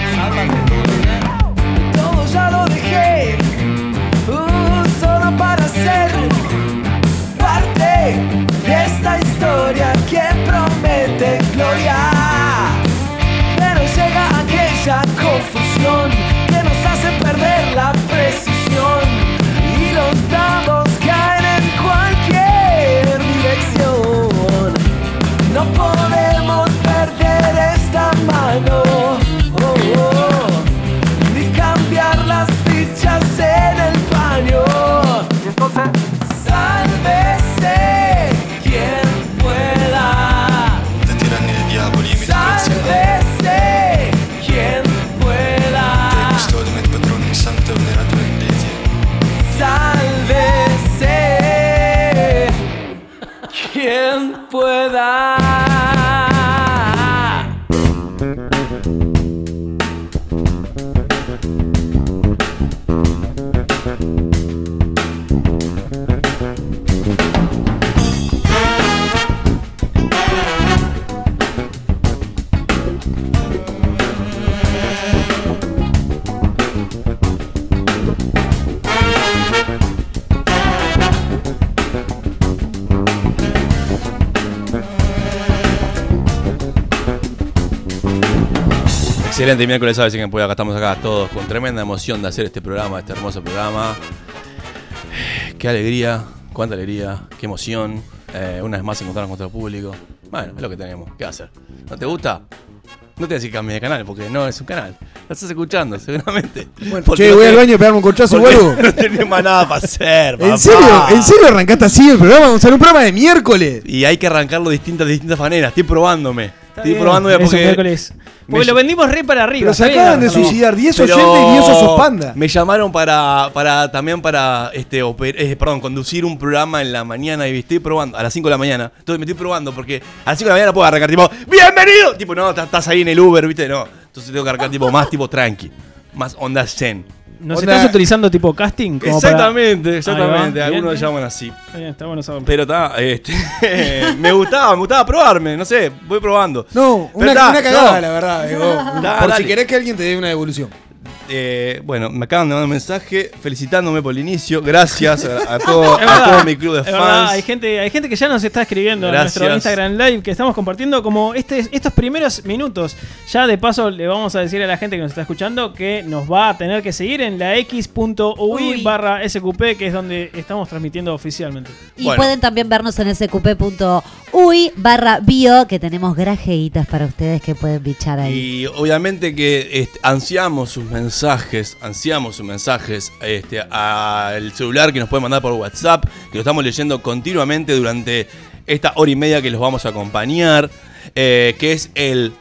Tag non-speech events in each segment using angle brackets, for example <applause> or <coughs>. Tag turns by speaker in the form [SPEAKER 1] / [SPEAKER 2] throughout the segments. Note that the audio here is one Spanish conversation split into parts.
[SPEAKER 1] Uh, Oh, quien pueda.
[SPEAKER 2] Excelente miércoles, sabes que puede. Acá estamos acá todos con tremenda emoción de hacer este programa, este hermoso programa. Qué alegría, cuánta alegría, qué emoción. Eh, una vez más encontrarnos con nuestro público. Bueno, es lo que tenemos. ¿Qué hacer? ¿No te gusta? No te decís que cambie de canal, porque no es un canal. Lo estás escuchando, seguramente. Porque
[SPEAKER 3] Che,
[SPEAKER 2] no
[SPEAKER 3] voy al
[SPEAKER 2] tenés-
[SPEAKER 3] baño a pegarme un colchazo,
[SPEAKER 2] porque <laughs>
[SPEAKER 3] vuelvo.
[SPEAKER 2] No tenés más nada para hacer, papá.
[SPEAKER 3] ¿En serio? ¿En serio arrancaste así el programa? Gonzalo? un programa de miércoles.
[SPEAKER 2] Y hay que arrancarlo de distintas, de distintas maneras. Estoy probándome. Estoy
[SPEAKER 4] bien,
[SPEAKER 2] probándome
[SPEAKER 4] es un
[SPEAKER 2] porque.
[SPEAKER 4] miércoles. Porque lo vendimos re para arriba.
[SPEAKER 3] Pero se
[SPEAKER 4] está bien,
[SPEAKER 3] acaban de
[SPEAKER 4] Armando.
[SPEAKER 3] suicidar 10
[SPEAKER 2] Pero
[SPEAKER 3] oyentes y 10 osos panda.
[SPEAKER 2] Me llamaron para, para también para este oper- eh, perdón, conducir un programa en la mañana y estoy probando a las 5 de la mañana. Entonces me estoy probando porque a las 5 de la mañana puedo arrancar tipo, "Bienvenido." Tipo, no, estás- estás ahí en el Uber, ¿viste? No. Entonces tengo que arrancar tipo más tipo tranqui, más onda zen.
[SPEAKER 4] ¿Nos
[SPEAKER 3] Onda-
[SPEAKER 4] estás utilizando tipo casting? Como para-
[SPEAKER 2] Exactamente, exactamente,
[SPEAKER 4] Ahí va, bien,
[SPEAKER 2] algunos
[SPEAKER 4] bien.
[SPEAKER 2] llaman así.
[SPEAKER 4] Está bien, está bueno saberlo.
[SPEAKER 2] Pero está, este, <laughs> me gustaba, me gustaba probarme, no sé, voy probando.
[SPEAKER 3] No,
[SPEAKER 2] Pero
[SPEAKER 3] una,
[SPEAKER 2] está,
[SPEAKER 3] una cagada,
[SPEAKER 2] no. <laughs>
[SPEAKER 3] la verdad. eh, vos.
[SPEAKER 2] Da,
[SPEAKER 3] Por si
[SPEAKER 2] dale.
[SPEAKER 3] querés que alguien te dé una devolución.
[SPEAKER 2] Eh, bueno, me acaban de mandar un mensaje felicitándome por el inicio. Gracias a, a todo,
[SPEAKER 4] <laughs>
[SPEAKER 2] a todo mi club de
[SPEAKER 4] Es verdad,
[SPEAKER 2] fans.
[SPEAKER 4] hay gente, hay gente que ya nos está escribiendo
[SPEAKER 2] Gracias.
[SPEAKER 4] en nuestro Instagram Live que estamos compartiendo como este, estos primeros minutos. Ya de paso le vamos a decir a la gente que nos está escuchando que nos va a tener que seguir en la x.ui
[SPEAKER 5] Uy.
[SPEAKER 4] barra sqp que es donde estamos transmitiendo oficialmente.
[SPEAKER 5] Y
[SPEAKER 2] Bueno.
[SPEAKER 5] pueden también vernos en sqp.uy barra bio, que tenemos grajeitas para ustedes que pueden bichar ahí.
[SPEAKER 2] Y obviamente que este, ansiamos sus mensajes, ansiamos sus mensajes este, al celular que nos pueden mandar por WhatsApp, que lo estamos leyendo continuamente durante esta hora y media que los vamos a acompañar, eh, que es el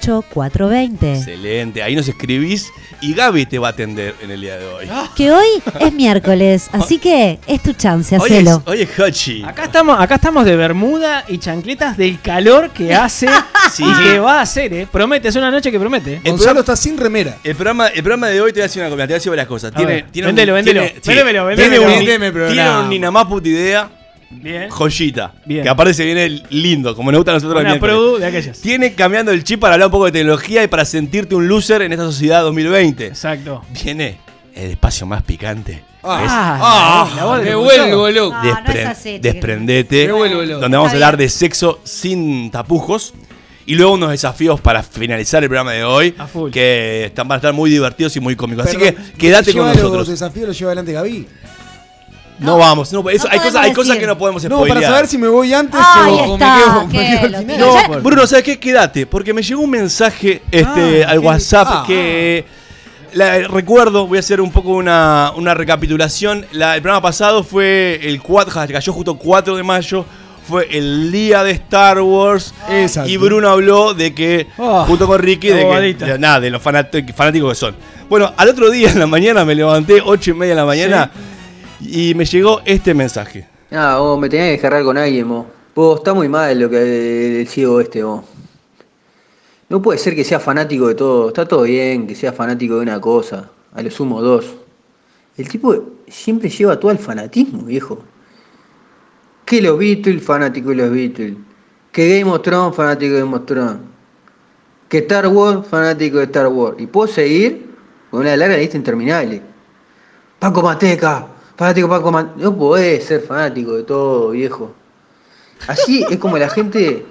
[SPEAKER 5] 099-458-420.
[SPEAKER 2] excelente. Ahí nos escribís y Gaby te va a atender en el día de hoy.
[SPEAKER 4] Ah.
[SPEAKER 5] Que hoy es miércoles, así que es tu chance,
[SPEAKER 2] Hoy es,
[SPEAKER 5] hacelo.
[SPEAKER 2] hoy es Hachi.
[SPEAKER 4] Acá estamos, acá estamos de bermuda y chancletas del calor
[SPEAKER 5] <laughs>
[SPEAKER 4] que hace
[SPEAKER 2] Sí.
[SPEAKER 4] y que va a hacer, eh. Promete, es una noche que promete.
[SPEAKER 2] El
[SPEAKER 3] Gonzalo está sin remera.
[SPEAKER 2] El programa, el programa de hoy te voy a decir una cosa, te voy a decir varias cosas.
[SPEAKER 4] A
[SPEAKER 2] Tiene,
[SPEAKER 4] ver,
[SPEAKER 2] tiene
[SPEAKER 4] véndelo, véndelo.
[SPEAKER 2] tiene-
[SPEAKER 4] Véndemelo,
[SPEAKER 2] tiene
[SPEAKER 4] véndemelo.
[SPEAKER 2] un-
[SPEAKER 3] Véndeme el programa.
[SPEAKER 2] Tiene un ni nada más puta idea,
[SPEAKER 4] Bien.
[SPEAKER 2] joyita.
[SPEAKER 4] Bien.
[SPEAKER 2] Que aparte se viene lindo, como nos gusta a nosotros los
[SPEAKER 4] Una
[SPEAKER 2] miércoles.
[SPEAKER 4] produ de aquellas.
[SPEAKER 2] Tiene cambiando el chip para hablar un poco de tecnología y para sentirte un loser en esta sociedad 2020.
[SPEAKER 4] Exacto.
[SPEAKER 2] Viene el espacio más picante.
[SPEAKER 4] Ah, la voz del
[SPEAKER 3] vuelvo,
[SPEAKER 5] No,
[SPEAKER 3] loco.
[SPEAKER 5] no es así, chiquilín.
[SPEAKER 2] desprendete.
[SPEAKER 3] Me vuelvo loco.
[SPEAKER 2] Donde vamos a
[SPEAKER 5] Está
[SPEAKER 2] hablar
[SPEAKER 5] bien.
[SPEAKER 2] de sexo sin tapujos. Y luego unos desafíos para finalizar el programa de hoy.
[SPEAKER 4] A full.
[SPEAKER 2] Que están, van a estar muy divertidos y muy cómicos. Así
[SPEAKER 3] Perdón,
[SPEAKER 2] que quédate con
[SPEAKER 3] lleva Los
[SPEAKER 2] nosotros.
[SPEAKER 3] desafíos los lleva adelante Gaby.
[SPEAKER 2] No vamos. no, Pues eso-
[SPEAKER 5] no
[SPEAKER 2] hay, cosas,
[SPEAKER 5] podemos
[SPEAKER 2] hay cosas
[SPEAKER 5] decir.
[SPEAKER 2] que no podemos
[SPEAKER 3] No,
[SPEAKER 2] spoilear.
[SPEAKER 3] para saber si me voy antes
[SPEAKER 5] Ahí
[SPEAKER 3] o, o
[SPEAKER 5] está,
[SPEAKER 3] me quedo, me
[SPEAKER 5] que
[SPEAKER 3] quedo
[SPEAKER 5] lo
[SPEAKER 3] al final.
[SPEAKER 5] tiene. Ya-
[SPEAKER 3] por-
[SPEAKER 2] Bruno, ¿sabes qué? Quédate, porque me llegó un mensaje este,
[SPEAKER 4] Ah,
[SPEAKER 2] al
[SPEAKER 4] qué-
[SPEAKER 2] WhatsApp
[SPEAKER 3] ah.
[SPEAKER 2] que la- eh, recuerdo, voy a hacer un poco una, una recapitulación. La- el programa pasado fue el 4, cayó justo 4 de mayo, fue el día de Star Wars.
[SPEAKER 3] Exacto.
[SPEAKER 2] Y Bruno habló de que,
[SPEAKER 4] Ah,
[SPEAKER 2] junto con Ricky,
[SPEAKER 4] la
[SPEAKER 2] de, que,
[SPEAKER 4] bobadita.
[SPEAKER 2] de- nada, de los fanat- fanáticos que son. Bueno, al otro día en la mañana me levanté, 8 y media de la mañana, y me llegó este mensaje.
[SPEAKER 6] Ah, vos me tenía que descargar con alguien, vos. Vos, está muy mal lo que el ciego este, vos. No puede ser que sea fanático de todo. Está todo bien que sea fanático de una cosa. A lo sumo dos. El tipo siempre lleva todo al fanatismo, viejo. Que los Beatles, fanático de los Beatles. Que Game of Thrones, fanático de Game of Thrones. Que Star Wars, fanático de Star Wars. Y puedo seguir con una larga lista interminable. Paco Mateca, fanático de Paco Mateca. No podés ser fanático de todo, viejo. Así es como la gente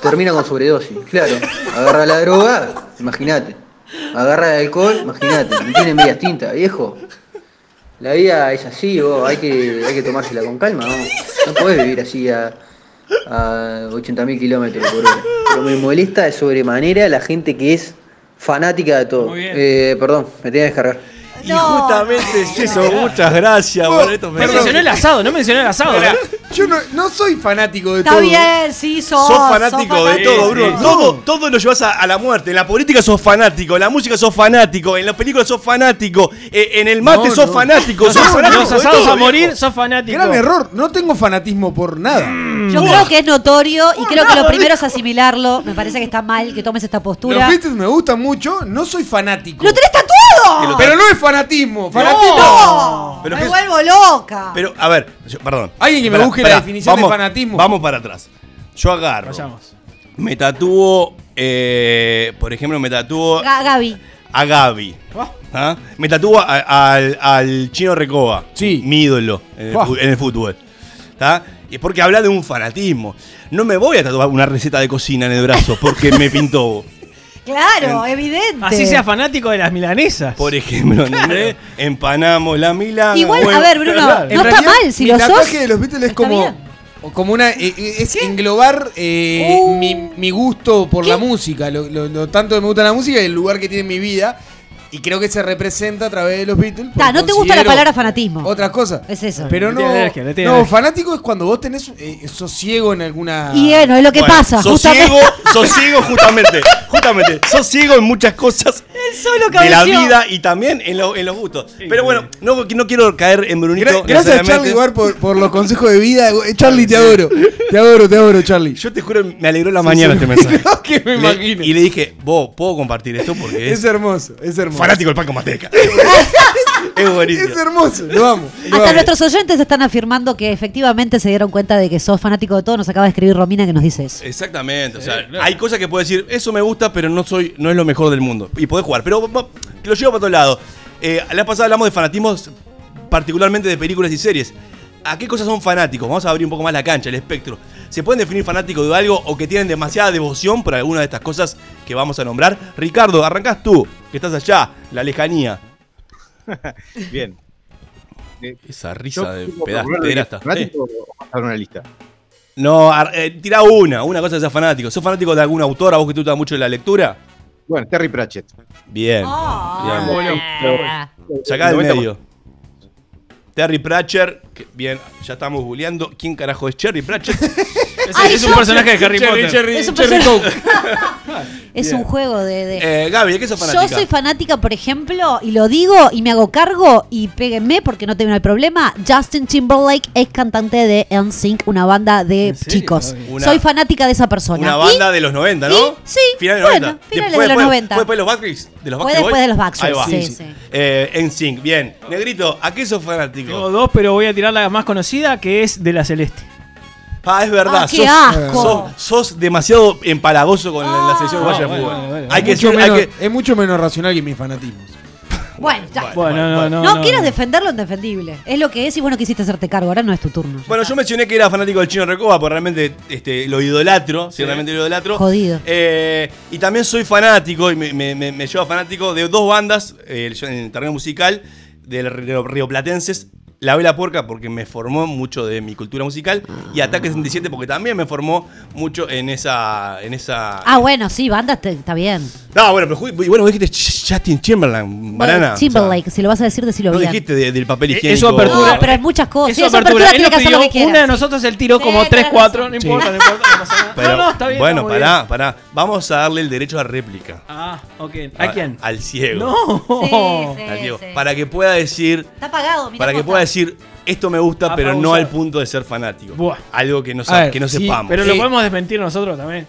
[SPEAKER 6] termina con sobredosis, claro. Agarra la droga, imagínate. Agarra el alcohol, imagínate. No tienen medias tintas, viejo. La vida es así, vos. Hay que, hay que tomársela con calma, ¿no? No podés vivir así a, a 80.000 kilómetros por hora. Pero me molesta de sobremanera la gente que es fanática de todo.
[SPEAKER 4] Muy bien.
[SPEAKER 6] Eh, perdón, me tenía que descargar.
[SPEAKER 7] Y justamente es eso. Muchas gracias.
[SPEAKER 5] Ah,
[SPEAKER 3] Vos,
[SPEAKER 7] Bueno, esto me-
[SPEAKER 4] No mencionó el asado, no mencionó el asado. ¿eh? ¿verdad?
[SPEAKER 3] Yo no, no soy fanático de
[SPEAKER 5] Está
[SPEAKER 3] todo.
[SPEAKER 5] bien, sí, sos.
[SPEAKER 2] Sos fanático
[SPEAKER 5] sos
[SPEAKER 2] de todo,
[SPEAKER 5] fanático.
[SPEAKER 2] Bruno. Todo, todo lo llevas a, a la muerte. En la política sos fanático, en la música sos fanático, en las películas sos fanático, eh, en el mate
[SPEAKER 3] No,
[SPEAKER 2] sos
[SPEAKER 3] no.
[SPEAKER 2] fanático,
[SPEAKER 4] Los
[SPEAKER 2] sos fanático.
[SPEAKER 4] asados
[SPEAKER 2] de
[SPEAKER 4] asados
[SPEAKER 2] todo,
[SPEAKER 4] a morir,
[SPEAKER 2] viejo.
[SPEAKER 4] sos fanático.
[SPEAKER 3] Gran error. No tengo fanatismo por nada.
[SPEAKER 2] Mm.
[SPEAKER 5] Yo creo que es notorio y creo que
[SPEAKER 2] nada,
[SPEAKER 5] lo primero es asimilarlo. Me parece que está mal que tomes esta
[SPEAKER 3] Los
[SPEAKER 5] postura.
[SPEAKER 3] Beatles me gustan mucho. No soy fanático.
[SPEAKER 5] ¡Lo tenés tatuado!
[SPEAKER 3] Pero no es fanatismo. Fanatismo.
[SPEAKER 5] ¡No!
[SPEAKER 2] Pero
[SPEAKER 5] me
[SPEAKER 2] que-
[SPEAKER 5] vuelvo loca.
[SPEAKER 2] Pero, a ver, yo- perdón.
[SPEAKER 3] Alguien que me
[SPEAKER 2] Pará,
[SPEAKER 3] busque
[SPEAKER 2] pará,
[SPEAKER 3] la definición de fanatismo.
[SPEAKER 2] Vamos para atrás. Yo agarro.
[SPEAKER 4] Vayamos.
[SPEAKER 2] Me tatúo, eh, por ejemplo, me tatúo
[SPEAKER 5] Ga- Gaby.
[SPEAKER 2] a Gaby. ¿Ah? Me tatúo a- al, al chino Recoba.
[SPEAKER 3] Sí. Ah.
[SPEAKER 2] Mi ídolo en el,
[SPEAKER 3] Buah.
[SPEAKER 2] fu- en el fútbol. ¿Está? Y es porque habla de un fanatismo. No me voy a tatuar una receta de cocina en el
[SPEAKER 3] <laughs>
[SPEAKER 2] brazo porque me pintó.
[SPEAKER 5] Claro, evidente.
[SPEAKER 4] Así sea fanático de las milanesas.
[SPEAKER 2] Por ejemplo, ¿entendés? Empanamos la milana.
[SPEAKER 5] Igual,
[SPEAKER 2] Ah, bueno.
[SPEAKER 5] a ver, Bruno,
[SPEAKER 3] En
[SPEAKER 5] no está
[SPEAKER 3] realidad,
[SPEAKER 5] mal si
[SPEAKER 3] mi
[SPEAKER 5] lo sos.
[SPEAKER 3] tatuaje de los Beatles es
[SPEAKER 5] está
[SPEAKER 3] como,
[SPEAKER 5] bien.
[SPEAKER 3] o como una. eh, eh, es englobar eh,
[SPEAKER 5] Uh.
[SPEAKER 3] mi, mi gusto por la música, lo, lo- lo tanto que me gusta la música y el lugar que tiene en mi vida. Y creo que se representa a través de los Beatles. porque
[SPEAKER 5] Ta, no te gusta la
[SPEAKER 3] considero
[SPEAKER 5] palabra fanatismo.
[SPEAKER 3] Otras cosas.
[SPEAKER 5] Es eso.
[SPEAKER 3] Pero
[SPEAKER 4] Le
[SPEAKER 3] no.
[SPEAKER 4] tiene alergia, le tiene
[SPEAKER 3] no,
[SPEAKER 4] alergia.
[SPEAKER 3] fanático es cuando vos tenés eh, sosiego en alguna.
[SPEAKER 5] Y bueno, es lo que
[SPEAKER 2] Bueno,
[SPEAKER 5] pasa.
[SPEAKER 2] Sos
[SPEAKER 5] justamente.
[SPEAKER 2] ciego, <laughs> sos ciego justamente. Justamente. Sos ciego en muchas cosas
[SPEAKER 4] solo
[SPEAKER 2] de la vida y también en, lo- en los gustos. Pero bueno, no, no quiero caer en Brunito.
[SPEAKER 3] <laughs> Gra- gracias,
[SPEAKER 2] necesariamente.
[SPEAKER 3] Charlie, Ward, por, por los consejos de vida. Eh, Charlie, te adoro. Te adoro, te adoro, Charlie.
[SPEAKER 2] Yo te juro, me alegró la mañana este mensaje.
[SPEAKER 3] <laughs> No, que me
[SPEAKER 2] Le-
[SPEAKER 3] imagino.
[SPEAKER 2] y le dije, vos, ¿puedo compartir esto? Porque
[SPEAKER 3] Es
[SPEAKER 2] es
[SPEAKER 3] <laughs> hermoso, es hermoso.
[SPEAKER 2] fanático del pan con
[SPEAKER 3] <laughs>
[SPEAKER 2] manteca. es
[SPEAKER 3] Es
[SPEAKER 2] buenísimo.
[SPEAKER 3] hermoso, lo amo. lo
[SPEAKER 5] Hasta
[SPEAKER 3] amo.
[SPEAKER 5] nuestros oyentes están afirmando que efectivamente se dieron cuenta de que sos fanático de todo. Nos acaba de escribir Romina que nos dice eso.
[SPEAKER 2] Exactamente, o sea, hay cosas que puedo decir, eso me gusta, pero no soy, no es lo mejor del mundo. Y podés jugar, pero va- que lo llevo para otro lado. Eh, la pasada hablamos de fanatismos, particularmente de películas y series. ¿A qué cosas son fanáticos? Vamos a abrir un poco más la cancha, el espectro. ¿Se pueden definir fanáticos de algo o que tienen demasiada devoción por alguna de estas cosas que vamos a nombrar? Ricardo, arrancás tú, que estás allá, la lejanía.
[SPEAKER 8] Bien.
[SPEAKER 7] Esa
[SPEAKER 8] Yo
[SPEAKER 7] risa de
[SPEAKER 8] quiero
[SPEAKER 7] pedazo
[SPEAKER 8] proponer
[SPEAKER 7] de hasta.
[SPEAKER 8] fanático o pasar una lista.
[SPEAKER 2] eh. No, ar- eh, tirá una, una cosa que seas fanático. ¿Sos fanático de algún autor? ¿A vos que te gusta mucho la lectura?
[SPEAKER 8] Bueno, Terry Pratchett.
[SPEAKER 2] Bien.
[SPEAKER 5] Ah.
[SPEAKER 2] Bien.
[SPEAKER 5] Ah.
[SPEAKER 2] Sacá del
[SPEAKER 8] 90
[SPEAKER 2] medio. Terry Pratchett, que- bien, ya estamos googleando. ¿Quién carajo es Terry Pratchett?
[SPEAKER 4] Es,
[SPEAKER 5] <laughs> Ay,
[SPEAKER 4] es un
[SPEAKER 5] yo-
[SPEAKER 4] personaje de Harry Potter.
[SPEAKER 5] Es un,
[SPEAKER 4] <laughs>
[SPEAKER 5] es un juego de. de-
[SPEAKER 2] Ah, eh, Gaby, ¿de qué sos fanática?
[SPEAKER 5] Yo soy fanática, por ejemplo, y lo digo y me hago cargo y péguenme porque no tengo el problema. Justin Timberlake es cantante de NSYNC, una banda de
[SPEAKER 4] ¿En serio?
[SPEAKER 5] chicos.
[SPEAKER 2] Una-
[SPEAKER 5] Soy fanática de esa persona.
[SPEAKER 2] Una
[SPEAKER 5] Y
[SPEAKER 2] banda de los 90, ¿no?
[SPEAKER 5] y- sí,
[SPEAKER 2] finales
[SPEAKER 5] bueno,
[SPEAKER 2] 90.
[SPEAKER 5] finales
[SPEAKER 2] Fue
[SPEAKER 5] de los
[SPEAKER 2] después-
[SPEAKER 5] 90.
[SPEAKER 2] ¿Fue después de los Backstreet? ¿De los Backstreet
[SPEAKER 5] Fue
[SPEAKER 2] Boys?
[SPEAKER 5] después de los Backstreet,
[SPEAKER 2] Ahí va.
[SPEAKER 5] sí, Sí, sí.
[SPEAKER 2] Eh, NSYNC, bien. Negrito, ¿a qué sos
[SPEAKER 4] Tengo
[SPEAKER 2] fanático?
[SPEAKER 4] dos, pero voy a tirar la más conocida, que es de la Celeste.
[SPEAKER 2] Ah, es verdad.
[SPEAKER 5] Ah, qué
[SPEAKER 2] sos,
[SPEAKER 5] asco.
[SPEAKER 2] Sos, sos demasiado empalagoso con la, la selección
[SPEAKER 4] Ah,
[SPEAKER 2] uruguaya de
[SPEAKER 4] bueno,
[SPEAKER 2] fútbol.
[SPEAKER 4] bueno, bueno.
[SPEAKER 2] Hay que
[SPEAKER 3] mucho
[SPEAKER 2] ser, hay
[SPEAKER 3] menos-
[SPEAKER 2] que...
[SPEAKER 3] Es mucho menos racional que mis fanatismos.
[SPEAKER 5] Bueno, ya.
[SPEAKER 4] Bueno,
[SPEAKER 2] Bueno,
[SPEAKER 4] no, no,
[SPEAKER 5] no, quieras defender lo indefendible. Es lo que es y bueno, quisiste hacerte cargo. Ahora no es tu turno.
[SPEAKER 2] Bueno, yo mencioné que era fanático del chino Recoba, porque realmente este, lo idolatro, sí, realmente lo idolatro.
[SPEAKER 5] Jodido.
[SPEAKER 2] Eh, y también soy fanático, y me, me- me- me lleva fanático de dos bandas eh, yo en el terreno musical, del río, rioplatenses, La Vela Puerca, porque me formó mucho de mi cultura musical, y Ataque 77, porque también me formó mucho en esa... En esa...
[SPEAKER 5] Ah, bueno, sí, banda te- está bien.
[SPEAKER 2] No, bueno, pero ju- y bueno, vos dijiste Ch- Justin Chamberlain, banana.
[SPEAKER 5] Bueno, Timberlake, si lo vas a decir,
[SPEAKER 2] O sea,
[SPEAKER 5] decilo
[SPEAKER 2] no
[SPEAKER 5] bien.
[SPEAKER 2] dijiste de- del papel
[SPEAKER 4] Eh,
[SPEAKER 2] higiénico.
[SPEAKER 4] eso apertura.
[SPEAKER 5] No, pero hay muchas cosas.
[SPEAKER 4] Es
[SPEAKER 5] Oh, Sí,
[SPEAKER 4] su
[SPEAKER 5] esa apertura,
[SPEAKER 4] Él
[SPEAKER 5] tiene que
[SPEAKER 4] nos
[SPEAKER 5] hacer lo
[SPEAKER 4] pidió
[SPEAKER 5] que quiera.
[SPEAKER 4] una de nosotros, él tiró
[SPEAKER 5] Sí,
[SPEAKER 4] como
[SPEAKER 5] tenés
[SPEAKER 4] 3, 4.
[SPEAKER 5] razón.
[SPEAKER 4] No importa, no importa, no pasa nada.
[SPEAKER 2] Pero,
[SPEAKER 4] no, no, está bien.
[SPEAKER 2] Bueno,
[SPEAKER 4] está muy
[SPEAKER 2] pará,
[SPEAKER 4] bien.
[SPEAKER 2] pará. Vamos a darle el derecho a réplica.
[SPEAKER 4] Ah, ok. ¿A quién?
[SPEAKER 2] Al ciego.
[SPEAKER 4] No.
[SPEAKER 3] <laughs>
[SPEAKER 5] Sí,
[SPEAKER 2] Al ciego.
[SPEAKER 5] sí.
[SPEAKER 2] Para que pueda decir.
[SPEAKER 5] Está pagado, mirá
[SPEAKER 2] Para que
[SPEAKER 5] cómo
[SPEAKER 2] pueda
[SPEAKER 5] está.
[SPEAKER 2] decir. Esto me gusta,
[SPEAKER 4] Ah,
[SPEAKER 2] pero
[SPEAKER 4] para
[SPEAKER 2] no
[SPEAKER 4] usar.
[SPEAKER 2] al punto de ser fanático.
[SPEAKER 4] Buah.
[SPEAKER 2] Algo que no, sa-
[SPEAKER 3] A ver,
[SPEAKER 2] que no
[SPEAKER 3] sí,
[SPEAKER 2] sepamos.
[SPEAKER 4] Pero lo
[SPEAKER 3] Sí.
[SPEAKER 4] podemos desmentir nosotros también.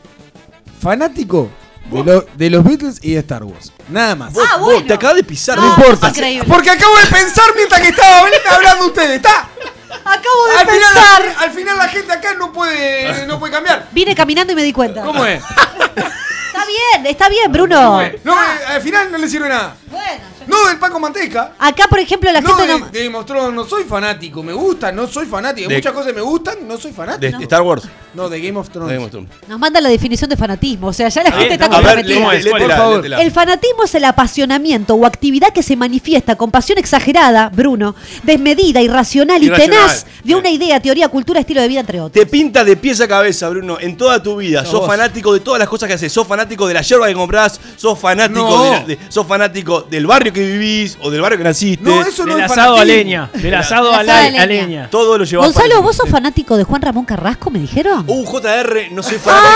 [SPEAKER 3] Fanático de, lo- de los Beatles y de Star Wars. Nada más.
[SPEAKER 5] Ah,
[SPEAKER 2] Vos,
[SPEAKER 5] bueno.
[SPEAKER 2] te acabas de pisar.
[SPEAKER 5] No,
[SPEAKER 2] No,
[SPEAKER 5] importa.
[SPEAKER 3] Importa.
[SPEAKER 5] Increíble.
[SPEAKER 3] Porque acabo de pensar mientras que estaba habl- hablando ustedes. Está.
[SPEAKER 5] Acabo de
[SPEAKER 3] Al final,
[SPEAKER 5] pensar.
[SPEAKER 3] la- al final la gente acá no puede, no puede cambiar.
[SPEAKER 5] Vine caminando y me di cuenta.
[SPEAKER 3] ¿Cómo es?
[SPEAKER 5] Está bien, está bien, Bruno. Ah.
[SPEAKER 3] No, eh, al final no le sirve nada.
[SPEAKER 5] Bueno, yo-
[SPEAKER 3] No del pan con manteca.
[SPEAKER 5] Acá, por ejemplo, la
[SPEAKER 3] No,
[SPEAKER 5] gente
[SPEAKER 3] de,
[SPEAKER 5] no.
[SPEAKER 3] de Demostrón, no soy fanático. Me gusta, no soy fanático. Hay
[SPEAKER 2] De-
[SPEAKER 3] muchas cosas que me gustan, no soy fanático.
[SPEAKER 2] de este Star Wars.
[SPEAKER 3] No, de Game of Thrones.
[SPEAKER 7] Game of Thrones.
[SPEAKER 5] Nos manda la definición de fanatismo. O sea, ya la
[SPEAKER 4] Ahí
[SPEAKER 5] gente está
[SPEAKER 4] estamos.
[SPEAKER 2] A ver,
[SPEAKER 5] comprometida.
[SPEAKER 2] lé-
[SPEAKER 4] ¿Cómo es?
[SPEAKER 2] lé-
[SPEAKER 4] ¿Cuál?
[SPEAKER 2] léetela,
[SPEAKER 3] Por favor.
[SPEAKER 2] léetela.
[SPEAKER 5] El fanatismo es el apasionamiento o actividad que se manifiesta con pasión exagerada, Bruno, desmedida, irracional y
[SPEAKER 2] Irracional,
[SPEAKER 5] tenaz de
[SPEAKER 2] sí.
[SPEAKER 5] una idea, teoría, cultura, estilo de vida, entre otros.
[SPEAKER 2] Te pinta de pies a cabeza, Bruno, en toda tu vida. Sos
[SPEAKER 3] vos.
[SPEAKER 2] fanático de todas las cosas que haces. Sos fanático de la yerba que comprás. Sos fanático,
[SPEAKER 3] No.
[SPEAKER 2] de la- de- sos fanático del barrio que vivís o del barrio que naciste.
[SPEAKER 3] No, eso no
[SPEAKER 4] Del
[SPEAKER 3] es
[SPEAKER 4] asado a
[SPEAKER 3] fanatismo.
[SPEAKER 4] leña. Del asado
[SPEAKER 5] Del
[SPEAKER 4] a
[SPEAKER 5] asado
[SPEAKER 4] la-
[SPEAKER 5] a leña.
[SPEAKER 4] a leña.
[SPEAKER 2] Todo lo llevás para-
[SPEAKER 5] Gonzalo, ¿vos sos fanático de Juan Ramón Carrasco, me dijeron?
[SPEAKER 2] Uh, JR, no soy fanático.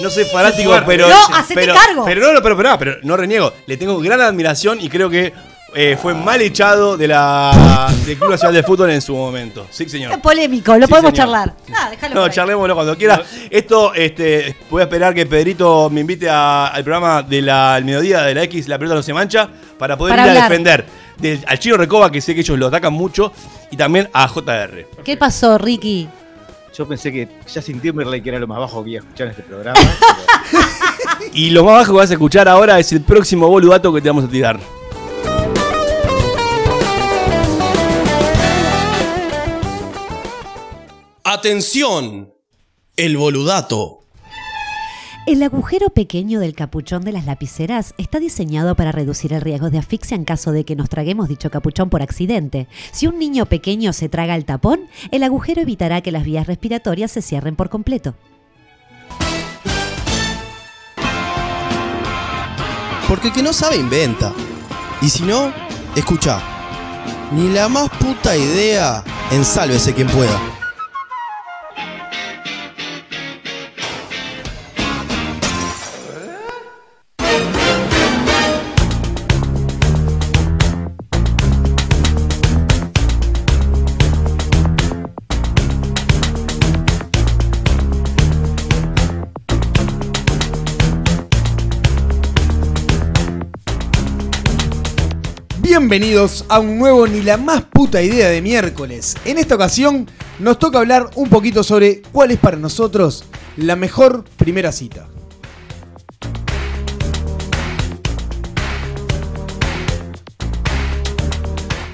[SPEAKER 2] No soy fanático, pero.
[SPEAKER 5] No, hacete
[SPEAKER 2] pero-
[SPEAKER 5] cargo.
[SPEAKER 2] Pero no, no, pero, pará, pero no reniego. Le tengo gran admiración y creo que eh, fue mal echado de la, del Club Nacional de Fútbol en su momento. Sí, señor.
[SPEAKER 5] Es polémico, lo
[SPEAKER 2] Sí,
[SPEAKER 5] podemos
[SPEAKER 2] señor.
[SPEAKER 5] charlar. Ah, déjalo por
[SPEAKER 2] No,
[SPEAKER 5] ahí.
[SPEAKER 2] charlémoslo cuando quiera. Esto, este, voy a esperar que Pedrito me invite a- al programa del mediodía de la X, La Pelota No Se Mancha, para poder
[SPEAKER 5] Para
[SPEAKER 2] ir a
[SPEAKER 5] hablar.
[SPEAKER 2] defender del- al Chino Recoba, que sé que ellos lo atacan mucho, y también a JR.
[SPEAKER 5] ¿Qué pasó, Ricky?
[SPEAKER 8] Yo pensé que Justin Timberlake era lo más bajo que iba a escuchar en este programa. <laughs> pero-
[SPEAKER 2] Y lo más bajo que vas a escuchar ahora es el próximo boludato que te vamos a tirar.
[SPEAKER 7] Atención, el boludato.
[SPEAKER 5] El agujero pequeño del capuchón de las lapiceras está diseñado para reducir el riesgo de asfixia en caso de que nos traguemos dicho capuchón por accidente. Si un niño pequeño se traga el tapón, el agujero evitará que las vías respiratorias se cierren por completo.
[SPEAKER 9] Porque el que no sabe inventa. Y si no, escucha. Ni la más puta idea, ensálvese quien pueda.
[SPEAKER 3] Bienvenidos a un nuevo ni la más puta idea de miércoles. En esta ocasión nos toca hablar un poquito sobre cuál es para nosotros la mejor primera cita.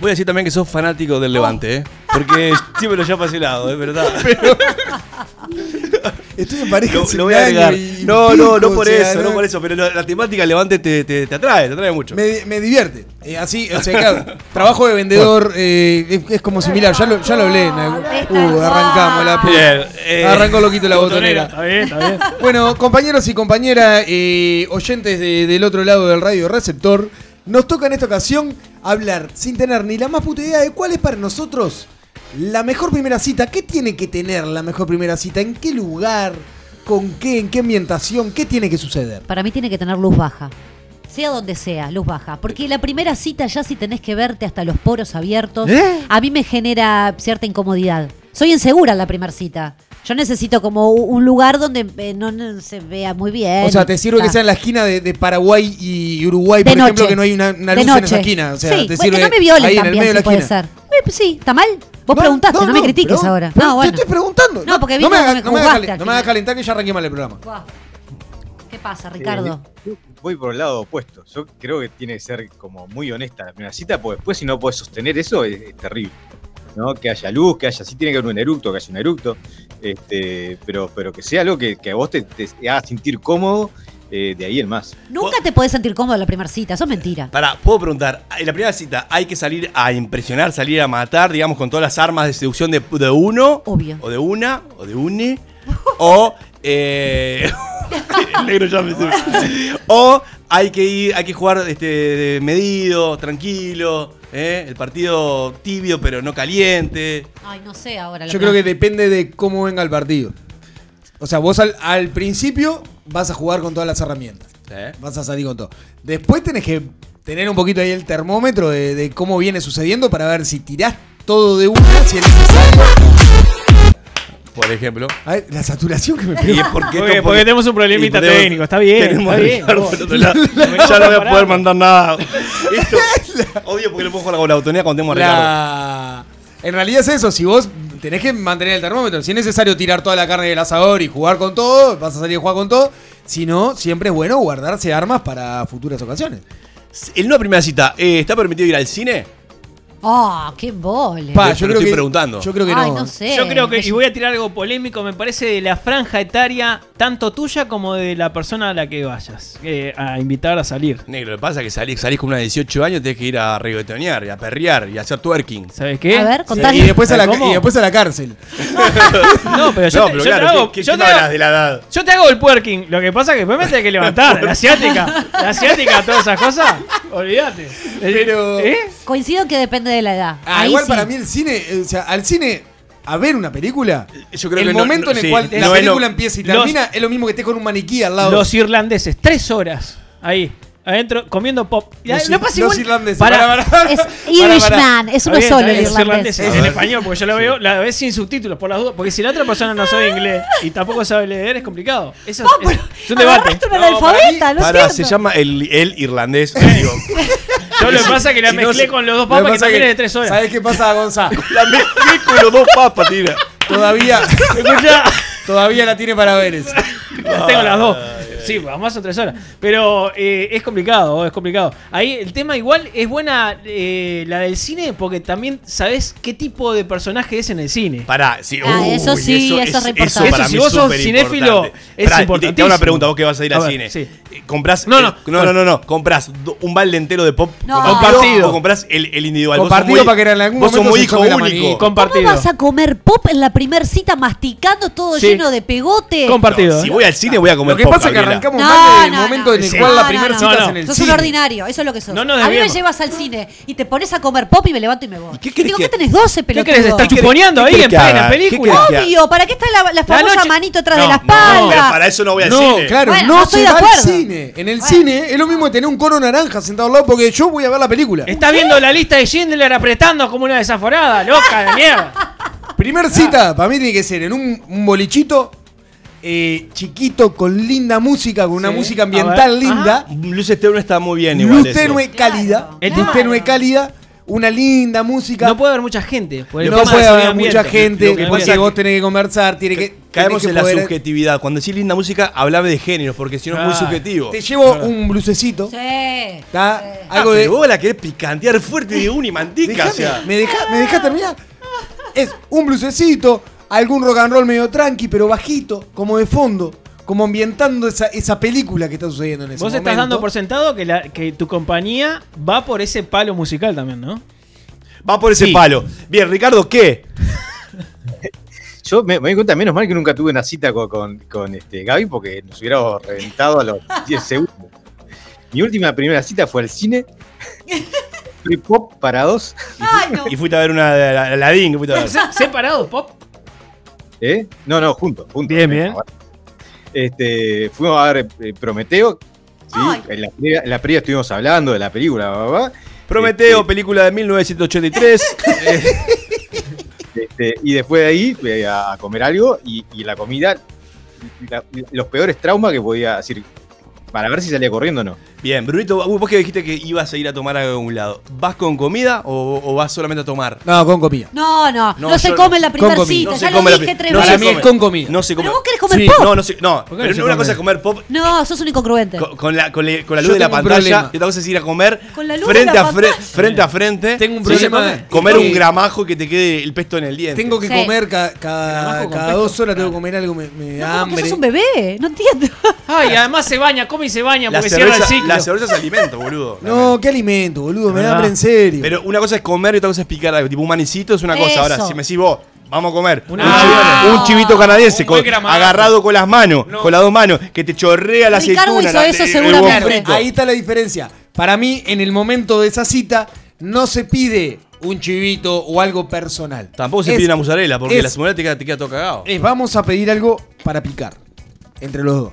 [SPEAKER 2] Voy a decir también que sos fanático del Levante, ¿eh?
[SPEAKER 3] <laughs>
[SPEAKER 2] Porque siempre lo llevo para ese lado, es verdad.
[SPEAKER 3] Estoy en pareja
[SPEAKER 2] Lo,
[SPEAKER 3] hace
[SPEAKER 2] lo
[SPEAKER 3] un
[SPEAKER 2] voy a
[SPEAKER 3] año
[SPEAKER 2] agregar.
[SPEAKER 3] y
[SPEAKER 2] No, no,
[SPEAKER 3] pico,
[SPEAKER 2] no por
[SPEAKER 3] o sea,
[SPEAKER 2] eso, no por eso. Pero lo- la temática del Levante te, te- te atrae, te atrae mucho.
[SPEAKER 3] Me, me divierte. Eh, así, o sea, claro, trabajo de vendedor eh, es, es como similar. Ya lo, ya lo hablé. en algún- Uh, arrancamos la puta.
[SPEAKER 2] Bien, eh,
[SPEAKER 3] Arrancó loquito la
[SPEAKER 4] Botonera,
[SPEAKER 3] botonera.
[SPEAKER 4] Está bien, está
[SPEAKER 3] <laughs>
[SPEAKER 4] bien.
[SPEAKER 3] Bueno, compañeros y compañeras, eh, oyentes de- del otro lado del radio receptor, nos toca en esta ocasión hablar sin tener ni la más puta idea de cuál es para nosotros la mejor primera cita. ¿Qué tiene que tener la mejor primera cita? ¿En qué lugar? ¿Con qué? ¿En qué ambientación? ¿Qué tiene que suceder?
[SPEAKER 5] Para mí tiene que tener luz baja. Sea donde sea, luz baja. Porque la primera cita ya si tenés que verte hasta los poros abiertos,
[SPEAKER 3] ¿Eh?
[SPEAKER 5] a mí me genera cierta incomodidad. Soy insegura en la primera cita. Yo necesito como u- un lugar donde eh, no, no se vea muy bien.
[SPEAKER 3] O sea, te sirve que
[SPEAKER 5] Ah.
[SPEAKER 3] sea en la esquina de, de Paraguay y Uruguay,
[SPEAKER 5] De
[SPEAKER 3] por ejemplo,
[SPEAKER 5] noche.
[SPEAKER 3] que no hay una, una luz
[SPEAKER 5] De
[SPEAKER 3] en esa
[SPEAKER 5] noche.
[SPEAKER 3] esquina. O sea,
[SPEAKER 5] sí,
[SPEAKER 3] te
[SPEAKER 5] bueno,
[SPEAKER 3] sirve
[SPEAKER 5] que no me violen
[SPEAKER 3] ahí en el
[SPEAKER 5] también,
[SPEAKER 3] medio de
[SPEAKER 5] si
[SPEAKER 3] la
[SPEAKER 5] puede
[SPEAKER 3] esquina.
[SPEAKER 5] ser. Eh, pues sí, ¿está mal? Vos
[SPEAKER 3] No,
[SPEAKER 5] preguntaste, no, me critiques
[SPEAKER 3] pero-
[SPEAKER 5] ahora.
[SPEAKER 3] pero
[SPEAKER 5] No, bueno.
[SPEAKER 3] Te estoy preguntando.
[SPEAKER 5] No, porque
[SPEAKER 3] no me
[SPEAKER 5] vino
[SPEAKER 3] hagas
[SPEAKER 5] que
[SPEAKER 3] Ah, no me
[SPEAKER 5] me
[SPEAKER 3] hagas
[SPEAKER 5] juzgaste
[SPEAKER 3] calen-
[SPEAKER 5] al
[SPEAKER 3] no me hagas
[SPEAKER 5] final.
[SPEAKER 3] calentar que ya arranqué mal el programa.
[SPEAKER 5] Guau. ¿Qué pasa, Ricardo?
[SPEAKER 8] Eh, yo voy por el lado opuesto. Yo creo que tiene que ser como muy honesta la primera cita, porque después si no puedes sostener eso es, es terrible. ¿no? Que haya luz, que haya, sí tiene que haber un eructo, que haya un eructo, este, pero, pero que sea algo que, que a vos te, te haga sentir cómodo, eh, de ahí el más.
[SPEAKER 5] Nunca te podés sentir cómodo en la primera cita, eso es mentira.
[SPEAKER 2] Pará, puedo preguntar, en la primera cita, ¿hay que salir a impresionar, salir a matar, digamos, con todas las armas de seducción de, de uno?
[SPEAKER 5] Obvio.
[SPEAKER 2] O de una, o de une, o... eh, <laughs> el negro ya me se- O hay que ir, hay que jugar este, medido, tranquilo, ¿eh? el partido tibio pero no caliente.
[SPEAKER 5] Ay, no sé ahora. la
[SPEAKER 3] Yo creo que
[SPEAKER 5] verdad.
[SPEAKER 3] depende de cómo venga el partido. O sea, vos al, al principio vas a jugar con todas las herramientas.
[SPEAKER 2] ¿eh?
[SPEAKER 3] Vas a salir con todo. Después tenés que tener un poquito ahí el termómetro de, de cómo viene sucediendo para ver si tirás todo de una, si es necesario.
[SPEAKER 7] Por ejemplo.
[SPEAKER 3] Ay, la saturación que me
[SPEAKER 2] Y
[SPEAKER 3] pegó.
[SPEAKER 2] es porque, esto-
[SPEAKER 4] Porque, porque tenemos un problemita
[SPEAKER 2] y tenemos-
[SPEAKER 4] técnico, está bien.
[SPEAKER 2] tenemos
[SPEAKER 4] está
[SPEAKER 2] a
[SPEAKER 4] bien.
[SPEAKER 2] Ricardo
[SPEAKER 4] <laughs>
[SPEAKER 2] por otro lado. Ya no voy a poder mandar nada. Esto, obvio porque lo puedo jugar con la botonera cuando tenemos a Ricardo.
[SPEAKER 3] La- En realidad es eso, si vos tenés que mantener el termómetro, si es necesario tirar toda la carne del asador y jugar con todo, vas a salir a jugar con todo. Si no, siempre es bueno guardarse armas para futuras ocasiones.
[SPEAKER 2] En una primera cita, eh, ¿está permitido ir al cine?
[SPEAKER 5] ¡Ah, qué vole!
[SPEAKER 3] Pa,
[SPEAKER 2] Pero
[SPEAKER 3] yo creo
[SPEAKER 2] estoy
[SPEAKER 3] que-
[SPEAKER 2] preguntando.
[SPEAKER 3] Yo creo que
[SPEAKER 5] Ay,
[SPEAKER 3] no.
[SPEAKER 5] no sé.
[SPEAKER 4] Yo creo que,
[SPEAKER 5] Me-
[SPEAKER 4] y voy a tirar algo polémico, me parece de la franja etaria, tanto tuya como de la persona a la que vayas, eh, a invitar a salir.
[SPEAKER 2] Negro, lo que pasa es que salís, salís con una de 18 años, tenés que ir a reggaetonear, y a perrear y a hacer twerking.
[SPEAKER 4] ¿Sabes qué?
[SPEAKER 5] A ver,
[SPEAKER 2] <laughs>
[SPEAKER 5] contale.
[SPEAKER 3] Y después, a la,
[SPEAKER 4] ¿Cómo?
[SPEAKER 3] y después a la cárcel.
[SPEAKER 4] No, pero yo, te- yo te hago,
[SPEAKER 2] ¿qué, qué-
[SPEAKER 4] yo
[SPEAKER 2] qué
[SPEAKER 4] te
[SPEAKER 2] me
[SPEAKER 4] hago-
[SPEAKER 2] hablas de la edad?
[SPEAKER 4] yo te hago el puerking. Lo que pasa es que después me tenés que levantar. La asiática, la asiática, todas esas cosas. Olvídate.
[SPEAKER 3] Pero-
[SPEAKER 4] ¿Eh?
[SPEAKER 5] Coincido que depende de la edad.
[SPEAKER 3] Ah,
[SPEAKER 5] Ahí
[SPEAKER 3] igual
[SPEAKER 5] sí.
[SPEAKER 3] para mí el cine, eh, o sea, al cine, a ver una película,
[SPEAKER 2] Yo creo
[SPEAKER 3] el
[SPEAKER 2] que no-
[SPEAKER 3] momento
[SPEAKER 2] no-
[SPEAKER 3] en el
[SPEAKER 2] sí,
[SPEAKER 3] cual la
[SPEAKER 2] no es lo-
[SPEAKER 3] película empieza y
[SPEAKER 4] los-
[SPEAKER 3] termina es lo mismo que estés con un maniquí al lado.
[SPEAKER 4] Los irlandeses, tres horas ahí, adentro, comiendo pop. Y
[SPEAKER 3] Los ir-
[SPEAKER 4] lo pasa
[SPEAKER 3] los
[SPEAKER 4] igual-
[SPEAKER 3] irlandeses.
[SPEAKER 4] Pará.
[SPEAKER 3] Pará, pará.
[SPEAKER 5] Es
[SPEAKER 3] Pará, pará.
[SPEAKER 5] Irishman, es
[SPEAKER 4] Está
[SPEAKER 5] uno
[SPEAKER 4] bien, está
[SPEAKER 5] solo
[SPEAKER 4] bien,
[SPEAKER 5] el
[SPEAKER 4] es
[SPEAKER 5] irlandés.
[SPEAKER 4] Es en español, porque yo la veo, la ves sin subtítulos, por las dudas. Porque si la otra persona no sabe inglés y tampoco sabe leer, es complicado. Eso es- es, es un debate.
[SPEAKER 5] Agarraste una
[SPEAKER 3] No,
[SPEAKER 5] analfabeta, no
[SPEAKER 2] Pará,
[SPEAKER 5] es
[SPEAKER 2] se
[SPEAKER 5] cierto.
[SPEAKER 2] llama el, el
[SPEAKER 5] <laughs>
[SPEAKER 2] irlandés. digo,
[SPEAKER 4] Yo lo que pasa es que la
[SPEAKER 2] Si no
[SPEAKER 4] mezclé
[SPEAKER 2] se-
[SPEAKER 4] con los dos
[SPEAKER 3] Lo que
[SPEAKER 4] papas que
[SPEAKER 3] pasa
[SPEAKER 4] también
[SPEAKER 3] que-
[SPEAKER 4] es de tres horas.
[SPEAKER 3] ¿Sabés qué pasa, Gonza?
[SPEAKER 2] la mezclé con los dos papas, tira.
[SPEAKER 3] Todavía,
[SPEAKER 4] Escuchá,
[SPEAKER 3] <laughs> todavía la tiene para ver esa.
[SPEAKER 4] <laughs> tengo las dos. Sí, más son tres horas. Pero eh, es complicado, es complicado. Ahí el tema igual es buena eh, la del cine porque también sabes qué tipo de personaje es en el cine.
[SPEAKER 2] Pará, sí.
[SPEAKER 5] Ah, eso sí, eso es re importante.
[SPEAKER 2] para
[SPEAKER 4] Eso, si
[SPEAKER 2] mí
[SPEAKER 4] vos sos
[SPEAKER 2] superimportante.
[SPEAKER 4] cinéfilo, es
[SPEAKER 2] y te- Te, hago
[SPEAKER 4] importantísimo.
[SPEAKER 2] una pregunta, vos que vas a ir
[SPEAKER 4] A
[SPEAKER 2] al
[SPEAKER 4] ver,
[SPEAKER 2] cine.
[SPEAKER 4] sí.
[SPEAKER 2] Eh, ¿Comprás?
[SPEAKER 4] No,
[SPEAKER 2] el-
[SPEAKER 4] no.
[SPEAKER 2] no, no, no, no. Comprás do- un balde entero de pop
[SPEAKER 5] No.
[SPEAKER 4] Compartido.
[SPEAKER 2] o comprás el, el individual.
[SPEAKER 3] Compartido para que en algún
[SPEAKER 2] vos sos
[SPEAKER 3] momento
[SPEAKER 2] muy
[SPEAKER 3] se
[SPEAKER 2] hijo
[SPEAKER 3] choque la
[SPEAKER 2] único.
[SPEAKER 3] manija.
[SPEAKER 4] Compartido.
[SPEAKER 5] ¿Cómo vas a comer pop en la primer cita masticando todo
[SPEAKER 4] Sí.
[SPEAKER 5] lleno de pegote?
[SPEAKER 2] No,
[SPEAKER 4] Compartido. ¿eh?
[SPEAKER 2] si voy al cine voy a comer
[SPEAKER 3] Lo que
[SPEAKER 2] pop,
[SPEAKER 3] pasa es que
[SPEAKER 2] Gabriela.
[SPEAKER 3] arrancamos
[SPEAKER 5] No,
[SPEAKER 3] mal del
[SPEAKER 5] no,
[SPEAKER 3] momento
[SPEAKER 5] no.
[SPEAKER 3] en el
[SPEAKER 2] Sí.
[SPEAKER 3] cual la
[SPEAKER 5] No,
[SPEAKER 3] primera
[SPEAKER 5] no,
[SPEAKER 3] cita
[SPEAKER 4] no.
[SPEAKER 3] es en el
[SPEAKER 5] Sos
[SPEAKER 3] cine.
[SPEAKER 5] un ordinario, eso es lo que sos.
[SPEAKER 4] No nos
[SPEAKER 5] a mí me
[SPEAKER 4] desviemos.
[SPEAKER 5] llevas al cine y te pones a comer pop y me levanto y me voy.
[SPEAKER 2] ¿Y qué querés
[SPEAKER 5] Digo,
[SPEAKER 2] que-
[SPEAKER 5] ¿qué tenés 12
[SPEAKER 4] ¿Qué
[SPEAKER 5] pelotudo?
[SPEAKER 4] querés estar chuponeando
[SPEAKER 2] ¿Qué
[SPEAKER 4] ahí en
[SPEAKER 2] querés que
[SPEAKER 4] plena
[SPEAKER 2] haga? ¿Qué
[SPEAKER 4] película?
[SPEAKER 2] querés que haga?
[SPEAKER 5] Obvio, ¿para qué está la, la famosa
[SPEAKER 4] noche-
[SPEAKER 5] manito atrás
[SPEAKER 2] No,
[SPEAKER 5] de la
[SPEAKER 2] No, pero
[SPEAKER 5] espalda?
[SPEAKER 2] para eso no voy al
[SPEAKER 3] No,
[SPEAKER 2] cine.
[SPEAKER 3] claro,
[SPEAKER 5] Bueno,
[SPEAKER 3] no
[SPEAKER 5] no estoy
[SPEAKER 3] se
[SPEAKER 5] de
[SPEAKER 3] va al
[SPEAKER 5] acuerdo.
[SPEAKER 3] cine. En el cine es lo mismo que tener un cono naranja sentado al lado porque yo voy a ver la película.
[SPEAKER 4] Está viendo la lista de Schindler apretando como una desaforada, loca de mierda. Ah.
[SPEAKER 3] Primer cita, para mí tiene que ser en un, un bolichito eh, chiquito, con linda música, con una
[SPEAKER 4] Sí,
[SPEAKER 3] música
[SPEAKER 4] a ver.
[SPEAKER 3] ambiental linda,
[SPEAKER 2] Luz Estéreo está muy bien igual.
[SPEAKER 3] luz
[SPEAKER 2] eso.
[SPEAKER 3] tenue cálida,
[SPEAKER 5] El
[SPEAKER 3] luz
[SPEAKER 5] tema-
[SPEAKER 3] tenue cálida, una linda música.
[SPEAKER 4] No puede haber mucha gente. por el
[SPEAKER 3] No
[SPEAKER 4] tema
[SPEAKER 3] puede
[SPEAKER 4] del
[SPEAKER 3] haber
[SPEAKER 4] ambiente.
[SPEAKER 3] mucha gente,
[SPEAKER 4] Lo que
[SPEAKER 3] porque
[SPEAKER 4] pasa es
[SPEAKER 3] vos tenés que conversar, tiene que.
[SPEAKER 2] Caemos en
[SPEAKER 3] tenés
[SPEAKER 2] la
[SPEAKER 3] que poder-
[SPEAKER 2] subjetividad. Cuando decís linda música, hablame de géneros, porque si no es muy
[SPEAKER 4] Ah,
[SPEAKER 2] subjetivo.
[SPEAKER 3] Te llevo un blusecito,
[SPEAKER 5] Sí.
[SPEAKER 3] ¿tá?
[SPEAKER 2] Ah,
[SPEAKER 3] algo
[SPEAKER 2] pero
[SPEAKER 3] de.
[SPEAKER 2] vos la querés picantear fuerte de una y mantica.
[SPEAKER 3] Dejame,
[SPEAKER 2] o sea.
[SPEAKER 3] ¿me, deja, ¿Me dejás terminar? Es un blusecito, algún rock and roll medio tranqui, pero bajito, como de fondo, como ambientando esa, esa película que está sucediendo en ese
[SPEAKER 4] Vos
[SPEAKER 3] momento.
[SPEAKER 4] estás dando por sentado que, la- que tu compañía va por ese palo musical también, ¿no?
[SPEAKER 2] Va por ese
[SPEAKER 4] Sí.
[SPEAKER 2] palo. Bien, Eh, Ricardo, ¿qué?
[SPEAKER 8] Yo me, me di cuenta, menos mal que nunca tuve una cita con, con- con, este, Gaby porque nos hubiera reventado a
[SPEAKER 2] <laughs>
[SPEAKER 8] los 10 segundos. Mi última primera cita fue al cine. Free pop para dos.
[SPEAKER 5] Ay, no.
[SPEAKER 2] Y fuiste a ver una de la- la- Aladdin. que fuiste a ver.
[SPEAKER 4] Separados, pop.
[SPEAKER 8] ¿Eh? No, no, juntos, juntos.
[SPEAKER 4] Bien, bien.
[SPEAKER 8] Este, fuimos a ver eh, Prometeo. ¿sí?
[SPEAKER 5] Ay.
[SPEAKER 8] En la previa, en la previa estuvimos hablando de la película, bla, bla, bla.
[SPEAKER 2] Prometeo, película de 1983.
[SPEAKER 8] <laughs> Este, y después de ahí fui a, a comer algo y, y la comida, la- los peores traumas que podía decir, para ver si salía corriendo o no.
[SPEAKER 2] Bien, Brunito, uy, vos que dijiste que ibas a ir a tomar a algún lado. ¿Vas con comida o, o vas solamente a tomar?
[SPEAKER 3] No, con comida.
[SPEAKER 5] No, no, no,
[SPEAKER 2] No,
[SPEAKER 5] se
[SPEAKER 2] yo-
[SPEAKER 5] come en la primera
[SPEAKER 3] con comida.
[SPEAKER 5] cita,
[SPEAKER 2] No se
[SPEAKER 5] ya
[SPEAKER 2] come
[SPEAKER 5] lo
[SPEAKER 2] la
[SPEAKER 5] dije
[SPEAKER 2] pri-
[SPEAKER 5] tres
[SPEAKER 2] no se
[SPEAKER 5] veces.
[SPEAKER 3] Para mí es con comida.
[SPEAKER 2] No se come.
[SPEAKER 5] Pero vos querés comer
[SPEAKER 3] Sí.
[SPEAKER 5] pop.
[SPEAKER 2] No, no, se- no.
[SPEAKER 4] qué no
[SPEAKER 2] pero
[SPEAKER 4] se
[SPEAKER 2] una
[SPEAKER 4] come?
[SPEAKER 2] cosa es comer pop
[SPEAKER 5] No, sos un incongruente.
[SPEAKER 2] con, con la, con, le- con la
[SPEAKER 3] Yo
[SPEAKER 2] luz de la
[SPEAKER 3] tengo un
[SPEAKER 2] pantalla
[SPEAKER 3] problema.
[SPEAKER 2] y otra cosa es ir a comer
[SPEAKER 5] Con la luz
[SPEAKER 2] frente,
[SPEAKER 5] de la
[SPEAKER 2] a fre-
[SPEAKER 5] pantalla.
[SPEAKER 2] frente a frente.
[SPEAKER 3] Tengo un
[SPEAKER 2] Sí, se
[SPEAKER 3] problema.
[SPEAKER 2] come. Comer
[SPEAKER 3] Sí.
[SPEAKER 2] un gramajo que te quede el pesto en el diente.
[SPEAKER 3] Tengo que
[SPEAKER 5] Sí.
[SPEAKER 3] comer ca-
[SPEAKER 4] Trabajo
[SPEAKER 3] cada,
[SPEAKER 4] con
[SPEAKER 3] cada
[SPEAKER 4] pesto.
[SPEAKER 3] dos horas, tengo que comer algo, me, me
[SPEAKER 5] No,
[SPEAKER 3] da
[SPEAKER 5] como que
[SPEAKER 3] hambre.
[SPEAKER 5] sos un bebé, no entiendo.
[SPEAKER 4] Ay, además se baña, come y se baña
[SPEAKER 2] la
[SPEAKER 4] porque cierra el
[SPEAKER 2] cerveza,
[SPEAKER 4] ciclo.
[SPEAKER 2] la cerveza es alimento, boludo.
[SPEAKER 3] No, qué alimento, boludo, me da
[SPEAKER 4] ¿Verdad?
[SPEAKER 3] hambre en serio.
[SPEAKER 2] Pero una cosa es comer y otra cosa es picar algo. Tipo un manicito es una cosa. Ahora,
[SPEAKER 5] Eso.
[SPEAKER 2] si me decís vos, vamos a comer.
[SPEAKER 4] Una-
[SPEAKER 2] un,
[SPEAKER 4] Ah.
[SPEAKER 2] chivito, un chivito canadiense
[SPEAKER 4] Un buen
[SPEAKER 2] con-
[SPEAKER 4] gramajo.
[SPEAKER 2] agarrado con las manos, con las dos manos, que te chorrea la
[SPEAKER 5] Ricardo
[SPEAKER 2] aceituna.
[SPEAKER 5] hizo
[SPEAKER 2] la-
[SPEAKER 5] eso
[SPEAKER 2] el- el
[SPEAKER 5] seguramente.
[SPEAKER 2] huevo frito.
[SPEAKER 3] Ahí está la diferencia. Para mí, en el momento de esa cita, no se pide un chivito o algo personal.
[SPEAKER 2] Tampoco se
[SPEAKER 3] Es-
[SPEAKER 2] pide una mozzarella porque
[SPEAKER 3] es-
[SPEAKER 2] la mozzarella te queda, te queda todo cagado.
[SPEAKER 3] es vamos a pedir algo para picar. Entre los dos.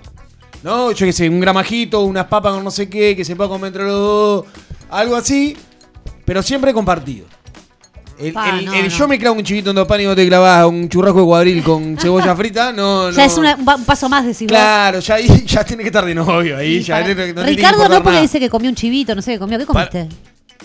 [SPEAKER 3] No, yo qué sé, un gramajito, unas papas con no sé qué, que se pueda comer entre los dos. Algo así, pero siempre compartido. El,
[SPEAKER 5] Pa,
[SPEAKER 3] el-
[SPEAKER 5] no,
[SPEAKER 3] el
[SPEAKER 5] no.
[SPEAKER 3] yo me clavo un chivito en dos pan y vos te clavás un churrasco de cuadril con cebolla frita, no, no.
[SPEAKER 5] Ya es una- un pa- un paso más decir vos.
[SPEAKER 3] Claro, ya ahí
[SPEAKER 2] <laughs>
[SPEAKER 3] ya tiene que estar de novio ahí. ya
[SPEAKER 5] Para-
[SPEAKER 3] no tiene que
[SPEAKER 5] Ricardo
[SPEAKER 3] importar
[SPEAKER 5] no porque
[SPEAKER 3] nada.
[SPEAKER 5] dice que comió un chivito, no sé qué comió. ¿Qué comiste?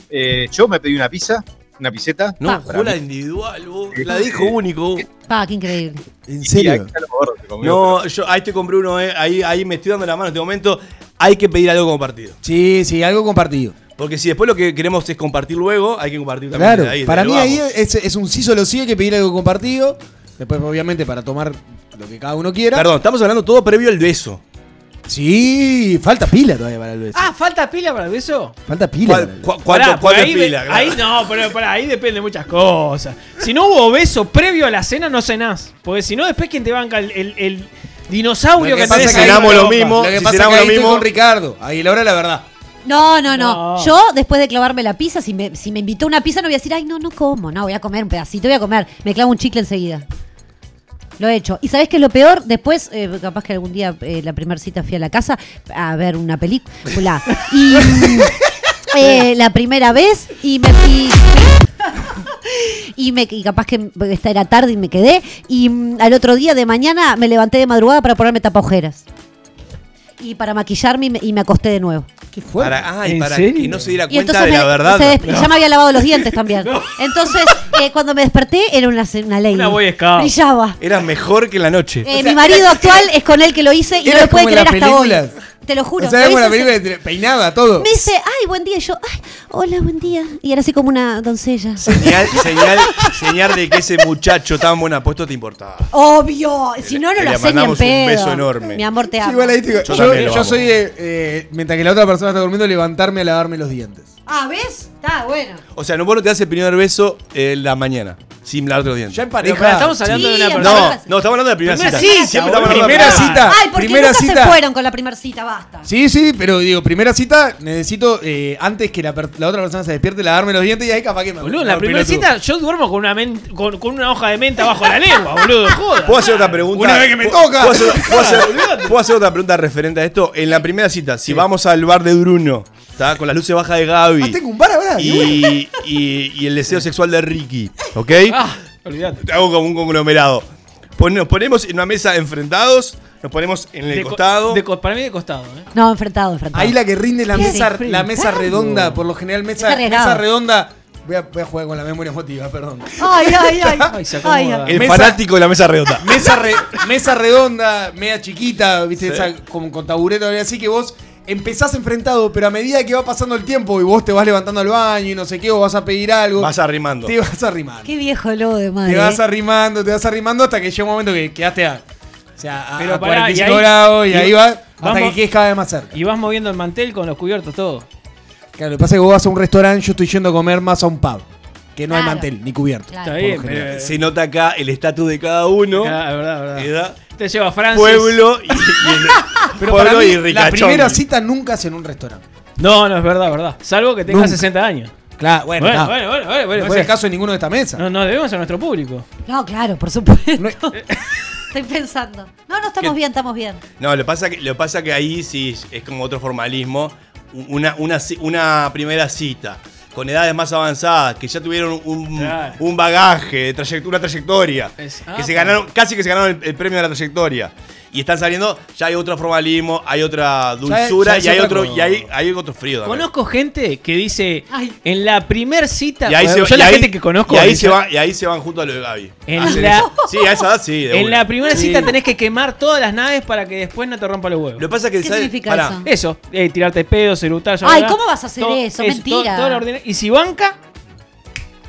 [SPEAKER 8] Eh, yo me pedí una pizza, una piseta.
[SPEAKER 2] No,
[SPEAKER 5] Pa.
[SPEAKER 2] jugó la individual, vos. La dijo único.
[SPEAKER 5] Pa, qué increíble.
[SPEAKER 3] ¿En
[SPEAKER 8] Y ahí
[SPEAKER 3] serio?
[SPEAKER 8] está lo gordo que comió,
[SPEAKER 2] No, yo ahí te compré uno, eh, ahí, ahí me estoy dando la mano en este momento. Hay que pedir algo compartido.
[SPEAKER 3] Sí, sí, algo compartido.
[SPEAKER 2] Porque si después lo que queremos es compartir luego, hay que compartir también.
[SPEAKER 3] Claro,
[SPEAKER 2] desde ahí,
[SPEAKER 3] para mí
[SPEAKER 2] desde lo
[SPEAKER 3] ahí
[SPEAKER 2] vamos.
[SPEAKER 3] es, es un sí solo sí, hay que pedir algo compartido. Después, obviamente, para tomar lo que cada uno quiera.
[SPEAKER 2] Perdón, estamos hablando todo previo al beso.
[SPEAKER 3] Sí, falta pila todavía para el beso.
[SPEAKER 4] Ah, ¿falta pila para el beso?
[SPEAKER 3] falta pila. para
[SPEAKER 2] ¿Cuál,
[SPEAKER 3] el
[SPEAKER 2] cu-
[SPEAKER 3] beso.
[SPEAKER 2] cuánto-
[SPEAKER 4] Pará, porque
[SPEAKER 2] cuánto
[SPEAKER 4] ahí, ve-
[SPEAKER 2] pila?
[SPEAKER 4] ahí no, pero pará, ahí depende de muchas cosas. Si no hubo beso previo a la cena, no cenás. Porque si no, después quién te banca el, el- el dinosaurio
[SPEAKER 3] Lo que
[SPEAKER 4] que,
[SPEAKER 3] pasa
[SPEAKER 4] tenés
[SPEAKER 3] es que
[SPEAKER 4] ahí
[SPEAKER 2] cenamos
[SPEAKER 4] en la
[SPEAKER 2] lo
[SPEAKER 4] ropa.
[SPEAKER 2] mismo.
[SPEAKER 3] Lo que
[SPEAKER 2] si
[SPEAKER 3] pasa es
[SPEAKER 2] cenamos
[SPEAKER 3] que ahí
[SPEAKER 2] lo
[SPEAKER 3] estoy
[SPEAKER 2] mismo-
[SPEAKER 3] con Ricardo. Ahí la hora la verdad.
[SPEAKER 5] No, no, no,
[SPEAKER 4] No.
[SPEAKER 5] Yo, después de clavarme la pizza, si me, si me invitó una pizza, no voy a decir, ay, no, no como. No, voy a comer un pedacito, voy a comer. Me clavo un chicle enseguida. Lo he hecho. ¿Y sabés qué es lo peor? Después, eh, capaz que algún día, eh, la primera cita fui a la casa a ver una película. Y mm, eh, la primera vez, y me... y- y, me, y capaz que esta era tarde y me quedé. Y mm, al otro día de mañana me levanté de madrugada para ponerme tapaojeras. Y para maquillarme y me, y me acosté de nuevo.
[SPEAKER 3] Qué fuerte.
[SPEAKER 2] Para, ay,
[SPEAKER 4] ¿En
[SPEAKER 2] para
[SPEAKER 4] serio?
[SPEAKER 2] que no se diera
[SPEAKER 5] Y
[SPEAKER 2] cuenta
[SPEAKER 5] entonces
[SPEAKER 2] de
[SPEAKER 5] me-
[SPEAKER 2] la verdad.
[SPEAKER 5] se desp- ya me había lavado los dientes también. Entonces, eh, cuando me desperté, era una, ce- una ley.
[SPEAKER 4] Una Boy Scout.
[SPEAKER 5] Brillaba.
[SPEAKER 2] Era mejor que la noche.
[SPEAKER 5] Eh, mi marido actual es con el que lo hice y no
[SPEAKER 3] eras
[SPEAKER 5] lo puede
[SPEAKER 3] como en
[SPEAKER 5] creer
[SPEAKER 3] las
[SPEAKER 5] hasta hoy.
[SPEAKER 3] películas.
[SPEAKER 5] Te lo juro.
[SPEAKER 3] O sea,
[SPEAKER 5] lo
[SPEAKER 3] vemos
[SPEAKER 5] hice
[SPEAKER 3] la
[SPEAKER 5] hace-
[SPEAKER 3] película de- peinada, todo.
[SPEAKER 5] me dice, ay, buen día. Y yo, ay, hola, buen día. Y era así como una doncella.
[SPEAKER 2] Señal, señal, señal de que ese muchacho tan buen apuesto te importaba.
[SPEAKER 5] Obvio. Si no, no
[SPEAKER 2] Le
[SPEAKER 5] lo hacés ni en
[SPEAKER 2] mandamos un
[SPEAKER 5] pedo.
[SPEAKER 2] beso enorme.
[SPEAKER 5] Mi amor, te
[SPEAKER 3] Sí,
[SPEAKER 5] amo.
[SPEAKER 3] igual ahí te digo,
[SPEAKER 2] Yo
[SPEAKER 3] Yo,
[SPEAKER 2] también lo
[SPEAKER 3] yo
[SPEAKER 2] amo.
[SPEAKER 3] soy, eh, eh, mientras que la otra persona está durmiendo, levantarme a lavarme los dientes.
[SPEAKER 5] Ah, ¿ves? Está bueno.
[SPEAKER 2] O sea, no vos no te das el primer beso en la mañana, sin lavarte los dientes.
[SPEAKER 3] Ya en
[SPEAKER 4] Pero
[SPEAKER 3] pareja.
[SPEAKER 4] pará, estamos hablando
[SPEAKER 5] Sí,
[SPEAKER 4] de una
[SPEAKER 5] amor.
[SPEAKER 2] No,
[SPEAKER 4] persona.
[SPEAKER 2] no, estamos hablando de la primera,
[SPEAKER 4] Primera
[SPEAKER 2] cita.
[SPEAKER 4] cita,
[SPEAKER 2] Siempre
[SPEAKER 4] boludo.
[SPEAKER 2] estamos hablando de
[SPEAKER 3] primera
[SPEAKER 2] la
[SPEAKER 3] cita.
[SPEAKER 5] Ay, porque
[SPEAKER 3] primera
[SPEAKER 5] nunca
[SPEAKER 3] cita.
[SPEAKER 5] se fueron con la primera cita, basta.
[SPEAKER 3] Sí, sí, pero digo, primera cita, necesito eh, antes que la, per- la otra persona se despierte, lavarme los dientes y ahí capaz que me.
[SPEAKER 4] Boludo, en la
[SPEAKER 3] me
[SPEAKER 4] primera
[SPEAKER 3] pelotudo.
[SPEAKER 4] cita yo duermo con una, men- con, con una hoja de menta bajo la lengua, boludo. Joda.
[SPEAKER 2] ¿Puedo hacer otra pregunta?
[SPEAKER 3] Una vez que me
[SPEAKER 2] ¿Puedo-
[SPEAKER 3] toca.
[SPEAKER 2] ¿Puedo hacer, puedo
[SPEAKER 4] <laughs>
[SPEAKER 2] hacer- puedo hacer otra pregunta referente a esto? En la primera cita, si vamos al bar de Bruno, ¿tá? con las luces bajas de Gaby
[SPEAKER 3] Ah, tengo un bar ahora.
[SPEAKER 2] y, y- y el deseo sexual de Ricky, ¿ok?
[SPEAKER 4] Ah, olvidate.
[SPEAKER 2] Hago como un conglomerado. Pon- nos ponemos en una mesa enfrentados, nos ponemos en el
[SPEAKER 4] De co-
[SPEAKER 2] costado.
[SPEAKER 4] de co- para mí de costado, eh.
[SPEAKER 5] No, enfrentado, enfrentado.
[SPEAKER 3] Ahí la que rinde la
[SPEAKER 5] Sí,
[SPEAKER 3] mesa,
[SPEAKER 5] sí.
[SPEAKER 3] la mesa redonda, por lo general,
[SPEAKER 5] Es
[SPEAKER 3] mesa,
[SPEAKER 5] arriesgado.
[SPEAKER 3] mesa redonda. Voy a, voy a jugar con la memoria emotiva, perdón.
[SPEAKER 5] Ay,
[SPEAKER 3] <laughs>
[SPEAKER 5] ay, ay.
[SPEAKER 4] Ay, se acomoda.
[SPEAKER 5] Ay, ay.
[SPEAKER 2] el
[SPEAKER 3] mesa-
[SPEAKER 2] fanático de la mesa
[SPEAKER 4] <laughs>
[SPEAKER 2] redonda.
[SPEAKER 3] Mesa, re- mesa redonda, media chiquita, viste, esa con, con taburete, algo así que vos empezás enfrentado, pero a medida que va pasando el tiempo y vos te vas levantando al baño y no sé qué, o vas a pedir algo,
[SPEAKER 2] Vas arrimando.
[SPEAKER 3] te vas arrimando.
[SPEAKER 5] Qué viejo lobo de madre.
[SPEAKER 3] Te vas
[SPEAKER 5] eh.
[SPEAKER 3] arrimando, te vas arrimando hasta que llega un momento que quedaste a, o sea, a,
[SPEAKER 4] Pero
[SPEAKER 3] a
[SPEAKER 4] pará,
[SPEAKER 3] 45
[SPEAKER 4] y ahí-
[SPEAKER 3] grados y,
[SPEAKER 4] y-
[SPEAKER 3] ahí va hasta
[SPEAKER 4] vamos-
[SPEAKER 3] que quedes cada vez más cerca.
[SPEAKER 4] Y vas moviendo el mantel con los cubiertos todo.
[SPEAKER 3] Claro, lo que pasa es que vos vas a un restaurante, yo estoy yendo a comer más a un pub, que no hay
[SPEAKER 5] Claro.
[SPEAKER 3] mantel ni cubierto.
[SPEAKER 4] Está
[SPEAKER 5] Claro.
[SPEAKER 3] por lo
[SPEAKER 4] bien,
[SPEAKER 3] general.
[SPEAKER 4] pero.
[SPEAKER 2] Se nota acá el estatus de cada uno.
[SPEAKER 4] Ah, es verdad, es verdad.
[SPEAKER 2] Edad,
[SPEAKER 4] Te lleva a Francis.
[SPEAKER 2] pueblo y, y el-
[SPEAKER 3] <laughs> Pero
[SPEAKER 2] pueblo
[SPEAKER 3] para mí,
[SPEAKER 2] y
[SPEAKER 3] la
[SPEAKER 2] ricachón.
[SPEAKER 3] primera cita nunca es en un restaurante.
[SPEAKER 4] No, no, es verdad, es verdad. Salvo que tengas
[SPEAKER 3] Nunca.
[SPEAKER 4] 60 años.
[SPEAKER 3] Claro, bueno,
[SPEAKER 4] Bueno,
[SPEAKER 3] no.
[SPEAKER 4] bueno, bueno, bueno, bueno,
[SPEAKER 3] no es
[SPEAKER 4] bueno.
[SPEAKER 3] el caso de ninguno de esta mesa.
[SPEAKER 4] No, no, debemos a nuestro público.
[SPEAKER 5] No, claro, por supuesto. <laughs>
[SPEAKER 3] No- eh,
[SPEAKER 5] Estoy pensando. No, no estamos
[SPEAKER 2] ¿Qué?
[SPEAKER 5] bien, estamos bien.
[SPEAKER 2] No, lo pasa que lo pasa que ahí sí es como otro formalismo. Una, una, ci- una primera cita con edades más avanzadas que ya tuvieron un,
[SPEAKER 4] Claro.
[SPEAKER 2] un bagaje, de trayect- una trayectoria,
[SPEAKER 4] Es-
[SPEAKER 2] que
[SPEAKER 4] ah,
[SPEAKER 2] se ganaron casi que se ganaron el, el premio de la trayectoria y están saliendo ya hay otro formalismo, hay otra dulzura
[SPEAKER 3] ya es
[SPEAKER 2] y hay
[SPEAKER 3] otra
[SPEAKER 2] otro
[SPEAKER 3] cosa.
[SPEAKER 2] y hay, hay otro frío. también.
[SPEAKER 4] Conozco gente que dice
[SPEAKER 5] Ay.
[SPEAKER 4] en la primer cita.
[SPEAKER 2] y ahí se,
[SPEAKER 4] yo
[SPEAKER 2] y
[SPEAKER 4] la
[SPEAKER 2] ahí-
[SPEAKER 4] gente que conozco.
[SPEAKER 2] y ahí,
[SPEAKER 4] dice,
[SPEAKER 2] se van, y ahí se van junto a lo de Gaby.
[SPEAKER 4] En
[SPEAKER 2] A hacer
[SPEAKER 4] la-
[SPEAKER 2] eso. <laughs> Sí, a esa edad sí. de
[SPEAKER 4] En
[SPEAKER 2] una.
[SPEAKER 4] la primera cita tenés que quemar todas las naves para que después no te rompa los huevos.
[SPEAKER 2] Lo que pasa que
[SPEAKER 5] ¿Qué
[SPEAKER 2] ¿sabes?
[SPEAKER 5] significa
[SPEAKER 2] Pará.
[SPEAKER 5] eso?
[SPEAKER 4] Eso, eh, tirarte pedos, eructar. ya
[SPEAKER 5] Ay,
[SPEAKER 4] verás.
[SPEAKER 5] ¿cómo vas a hacer eso?
[SPEAKER 4] todo-
[SPEAKER 5] Mentira.
[SPEAKER 4] toda la ordena- Y si banca,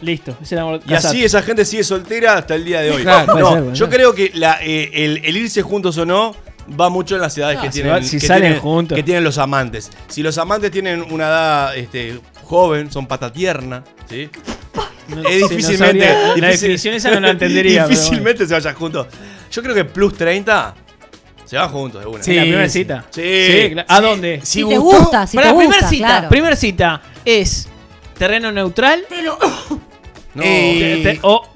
[SPEAKER 4] listo. Es el amor.
[SPEAKER 2] Y así esa gente sigue soltera hasta el día de hoy.
[SPEAKER 3] Claro,
[SPEAKER 4] puede
[SPEAKER 2] No,
[SPEAKER 4] ser, puede
[SPEAKER 2] yo
[SPEAKER 4] ser.
[SPEAKER 2] creo que la, eh, el, el irse juntos o no va mucho en las edades
[SPEAKER 4] No,
[SPEAKER 2] que,
[SPEAKER 4] si
[SPEAKER 2] tienen,
[SPEAKER 4] Ah, va- si
[SPEAKER 2] que
[SPEAKER 4] salen
[SPEAKER 2] tienen-
[SPEAKER 4] juntos.
[SPEAKER 2] que tienen los amantes. Si los amantes tienen una edad este, joven, son pata tierna, ¿sí? Eh, difícilmente.
[SPEAKER 4] la
[SPEAKER 2] difícil-
[SPEAKER 4] definición esa no la entendería. pero bueno.
[SPEAKER 2] difícilmente se vayan juntos. Yo creo que plus 30 se van juntos de una.
[SPEAKER 4] En la primera
[SPEAKER 3] Sí,
[SPEAKER 4] cita.
[SPEAKER 2] sí.
[SPEAKER 4] cla- ¿A dónde?
[SPEAKER 5] Si, te gusta, si
[SPEAKER 4] Para la
[SPEAKER 5] te gusta.
[SPEAKER 4] primera cita,
[SPEAKER 5] claro.
[SPEAKER 4] primer cita es terreno neutral <coughs>
[SPEAKER 2] No.
[SPEAKER 4] te- te- o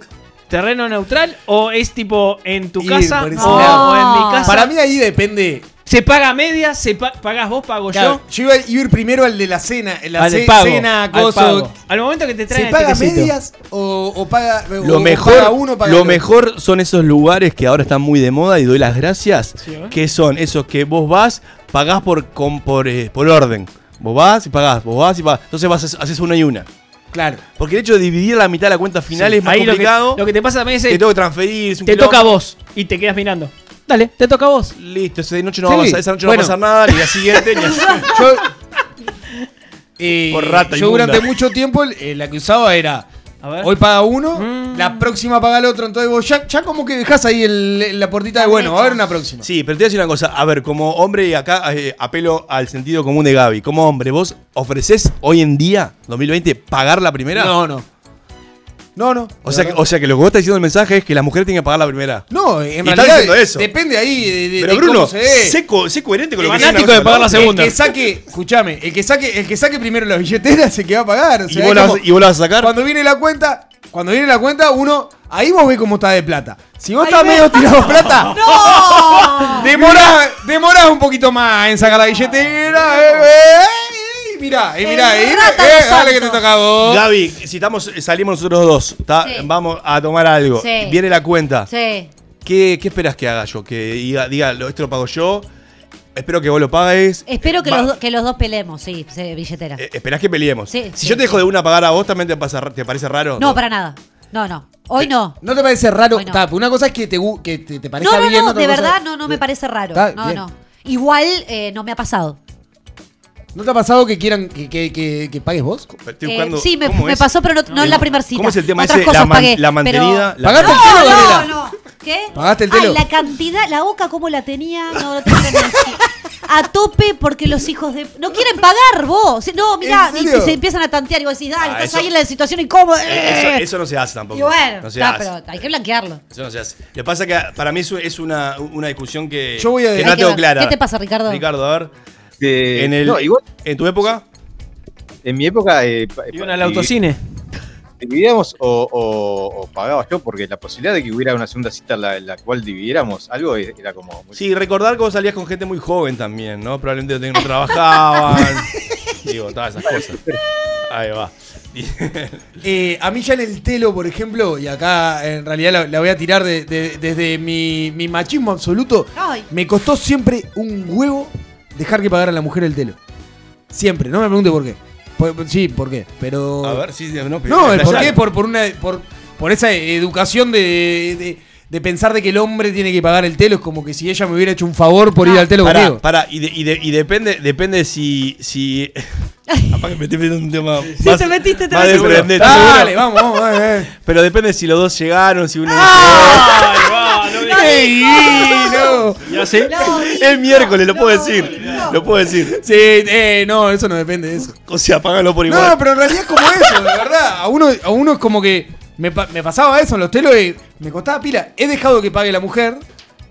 [SPEAKER 4] terreno neutral o es tipo en tu
[SPEAKER 3] Ir
[SPEAKER 4] casa
[SPEAKER 3] por
[SPEAKER 4] o,
[SPEAKER 3] ese
[SPEAKER 5] lado.
[SPEAKER 4] o en mi casa.
[SPEAKER 3] Para mí ahí depende.
[SPEAKER 4] se paga media, se pa- pagás vos, pago
[SPEAKER 3] Claro,
[SPEAKER 4] yo.
[SPEAKER 3] yo iba, iba a ir primero al de la cena, en la
[SPEAKER 4] al
[SPEAKER 3] ce-
[SPEAKER 4] pago,
[SPEAKER 3] cena,
[SPEAKER 4] al
[SPEAKER 3] acoso.
[SPEAKER 4] pago. Al momento que te traen
[SPEAKER 3] ¿Se
[SPEAKER 4] el
[SPEAKER 3] paga
[SPEAKER 4] tiquecito.
[SPEAKER 3] medias o, o paga o-
[SPEAKER 2] Lo
[SPEAKER 3] o
[SPEAKER 2] mejor,
[SPEAKER 3] paga uno paga el
[SPEAKER 2] lo
[SPEAKER 3] otro?
[SPEAKER 2] mejor son esos lugares que ahora están muy de moda y doy las gracias.
[SPEAKER 4] Sí, ¿eh?
[SPEAKER 2] Que son esos que vos vas, pagás por, con- por, eh, por orden. Vos vas y pagás, vos vas y pagás. Entonces vas, haces una y una.
[SPEAKER 3] Claro.
[SPEAKER 2] Porque el hecho de dividir la mitad de la cuenta final es más
[SPEAKER 4] Ahí lo que-
[SPEAKER 2] complicado.
[SPEAKER 4] Lo que, te pasa también es
[SPEAKER 2] te
[SPEAKER 4] eh,
[SPEAKER 2] tengo que transferir. es un
[SPEAKER 4] te
[SPEAKER 2] quilombo.
[SPEAKER 4] toca a vos y te quedas mirando. Dale, te toca a vos.
[SPEAKER 2] Listo, esa noche no
[SPEAKER 3] Sí.
[SPEAKER 2] va a pasar, esa noche no <laughs>
[SPEAKER 3] Bueno. <laughs>
[SPEAKER 2] va a pasar nada, ni la siguiente, ni así.
[SPEAKER 3] Yo, eh,
[SPEAKER 2] Por rata
[SPEAKER 3] yo
[SPEAKER 2] inmunda.
[SPEAKER 3] durante mucho tiempo eh, la que usaba era.
[SPEAKER 4] A ver.
[SPEAKER 3] Hoy paga uno,
[SPEAKER 4] Mm.
[SPEAKER 3] la próxima paga el otro. Entonces vos ya, ya como que dejás ahí el- la puertita de bueno, va a haber una próxima.
[SPEAKER 2] Sí, pero te voy a decir una cosa. A ver, como hombre, y acá eh, apelo al sentido común de Gaby. Como hombre, ¿vos ofreces hoy en día, 2020, pagar la primera?
[SPEAKER 3] No, no. No, no.
[SPEAKER 2] O sea, que,
[SPEAKER 3] no.
[SPEAKER 2] o sea que lo que vos estás diciendo en el mensaje es que las mujeres tienen que pagar la primera.
[SPEAKER 3] No, en
[SPEAKER 2] Y está
[SPEAKER 3] realidad
[SPEAKER 2] diciendo eso.
[SPEAKER 3] depende ahí de, de-
[SPEAKER 2] Pero
[SPEAKER 3] de
[SPEAKER 2] Bruno,
[SPEAKER 3] cómo se dé.
[SPEAKER 2] sé, co- sé coherente con lo que
[SPEAKER 4] Fanático
[SPEAKER 2] dice una
[SPEAKER 4] de
[SPEAKER 2] cosa,
[SPEAKER 4] pagar
[SPEAKER 2] ¿no?
[SPEAKER 4] la segunda.
[SPEAKER 3] El que saque, escúchame, el que saque, el que saque primero la billetera se que va a pagar. o
[SPEAKER 2] ¿Y,
[SPEAKER 3] sea,
[SPEAKER 2] vos
[SPEAKER 3] es
[SPEAKER 2] la vas,
[SPEAKER 3] como-
[SPEAKER 2] y vos la vas a sacar?
[SPEAKER 3] Cuando viene la cuenta, cuando viene la cuenta, uno. Ahí vos ves cómo está de plata. Si vos
[SPEAKER 5] Ahí
[SPEAKER 3] estás
[SPEAKER 5] ves.
[SPEAKER 3] medio tirado plata,
[SPEAKER 5] <laughs> ¡No!
[SPEAKER 3] <laughs> demorás, demorás un poquito más en sacar la billetera. eh, eh, y mirá, y mirá, y-
[SPEAKER 5] El rata
[SPEAKER 3] eh,
[SPEAKER 5] de los
[SPEAKER 3] dale que te
[SPEAKER 5] santos.
[SPEAKER 3] toca a vos.
[SPEAKER 2] Gaby, si estamos, eh, salimos nosotros dos, ¿tá?
[SPEAKER 5] Sí.
[SPEAKER 2] vamos a tomar algo.
[SPEAKER 5] Sí.
[SPEAKER 2] Viene la cuenta.
[SPEAKER 5] Sí.
[SPEAKER 2] ¿Qué, qué esperas que haga yo? Que diga, diga, lo- esto lo pago yo. Espero que vos lo pagues.
[SPEAKER 3] Eh,
[SPEAKER 5] Espero que
[SPEAKER 2] Va-
[SPEAKER 5] los, do- que los dos pelemos, sí, sí, billetera.
[SPEAKER 2] Eh, esperás que peleemos.
[SPEAKER 5] Sí,
[SPEAKER 2] si
[SPEAKER 5] sí.
[SPEAKER 2] yo te dejo de una pagar a vos, ¿también te, pasa- te parece raro?
[SPEAKER 5] No, para nada. No, no. Hoy no.
[SPEAKER 3] ¿No te parece raro?
[SPEAKER 5] Bueno.
[SPEAKER 3] Tap, una cosa es que te, gu- que te, te parezca
[SPEAKER 5] No, no,
[SPEAKER 3] bien.
[SPEAKER 5] no,
[SPEAKER 3] otra
[SPEAKER 5] de
[SPEAKER 3] cosa-
[SPEAKER 5] verdad no, no me parece raro.
[SPEAKER 3] Está
[SPEAKER 5] No,
[SPEAKER 3] bien.
[SPEAKER 5] no. Igual eh, no me ha pasado.
[SPEAKER 3] ¿No te ha pasado que quieran que, que, que, que pagues vos?
[SPEAKER 2] Estoy
[SPEAKER 5] Eh,
[SPEAKER 2] buscando-
[SPEAKER 5] sí, me,
[SPEAKER 2] ¿cómo
[SPEAKER 5] me
[SPEAKER 2] es?
[SPEAKER 5] pasó, pero no, no en la primera cita.
[SPEAKER 2] ¿Cómo es el tema
[SPEAKER 5] Otras
[SPEAKER 2] ese?
[SPEAKER 5] cosas
[SPEAKER 2] La, man-
[SPEAKER 5] pagué,
[SPEAKER 2] la mantenida.
[SPEAKER 5] pero-
[SPEAKER 2] la-
[SPEAKER 3] Pagate el
[SPEAKER 5] No,
[SPEAKER 3] telo,
[SPEAKER 5] no,
[SPEAKER 3] Gabriela.
[SPEAKER 5] no. ¿Qué?
[SPEAKER 3] Pagaste el
[SPEAKER 5] Ay,
[SPEAKER 3] telo.
[SPEAKER 5] la cantidad, la boca como la tenía, no lo tengo que decir. A tope porque los hijos de. No quieren pagar vos. No, mira,
[SPEAKER 3] ¿En
[SPEAKER 5] y,
[SPEAKER 3] serio?
[SPEAKER 5] y se empiezan a tantear y vos decís, dale,
[SPEAKER 2] Ah,
[SPEAKER 5] estás
[SPEAKER 2] eso-
[SPEAKER 5] ahí en la situación incómoda.
[SPEAKER 2] Eh, Eso, eso no se hace tampoco.
[SPEAKER 5] y bueno,
[SPEAKER 2] no se
[SPEAKER 5] está,
[SPEAKER 2] hace.
[SPEAKER 5] pero hay que blanquearlo.
[SPEAKER 2] Eso no se hace. Lo que pasa es que para mí eso es una, una discusión que,
[SPEAKER 3] Eh, Yo voy a-
[SPEAKER 2] que
[SPEAKER 3] Hay
[SPEAKER 2] no la
[SPEAKER 5] que
[SPEAKER 2] tengo
[SPEAKER 5] ver.
[SPEAKER 2] clara.
[SPEAKER 5] ¿Qué te pasa, Ricardo?
[SPEAKER 2] Ricardo, a ver.
[SPEAKER 8] Este,
[SPEAKER 2] En, el,
[SPEAKER 8] no, igual,
[SPEAKER 2] ¿En tu época?
[SPEAKER 8] en mi época. eh, pa-
[SPEAKER 4] Iban al
[SPEAKER 8] pa-
[SPEAKER 4] autocine.
[SPEAKER 8] dividíamos o, o- o pagaba yo, porque la posibilidad de que hubiera una segunda cita en la, en la cual dividiéramos algo e- era como. muy-
[SPEAKER 2] Sí, recordar que vos salías con gente muy joven también, ¿no? Probablemente no <laughs> trabajaban. digo, todas esas cosas. Ahí va.
[SPEAKER 3] Eh, a mí ya en el telo, por ejemplo, y acá en realidad la, la voy a tirar de- de- desde mi, mi machismo absoluto,
[SPEAKER 5] Ay.
[SPEAKER 3] me costó siempre un huevo dejar que pagara la mujer el telo. Siempre, no me pregunte por qué. Por- sí, por qué, pero...
[SPEAKER 2] A ver, sí, no, pero-
[SPEAKER 3] no, el por
[SPEAKER 2] Dale.
[SPEAKER 3] qué, por, por, una, por, por esa educación de, de- de pensar de que el hombre tiene que pagar el telo, es como que si ella me hubiera hecho un favor por ir al telo
[SPEAKER 2] Pará,
[SPEAKER 3] conmigo.
[SPEAKER 2] pará, y, de- y de- y depende, depende si. <laughs> si... Capaz que me estoy metiendo en un tema.
[SPEAKER 5] Sí, te metiste, te
[SPEAKER 2] más de
[SPEAKER 5] metiste.
[SPEAKER 2] prendete,
[SPEAKER 3] Dale,
[SPEAKER 2] seguro.
[SPEAKER 3] vamos, vamos. eh, eh.
[SPEAKER 2] Pero depende si los dos llegaron, si uno. Ah,
[SPEAKER 3] ¡Ey, no!
[SPEAKER 4] ¿Ya sé?
[SPEAKER 5] No,
[SPEAKER 2] <laughs> Es miércoles, lo
[SPEAKER 5] no,
[SPEAKER 2] puedo decir.
[SPEAKER 5] no.
[SPEAKER 2] Lo puedo decir.
[SPEAKER 3] Sí, eh, no, eso no depende de eso.
[SPEAKER 2] O sea, apágalo por igual.
[SPEAKER 3] No, pero en realidad es como eso, de verdad. A uno, a uno es como que. Me, pa- me pasaba eso en los telos y me costaba pila. He dejado que pague la mujer.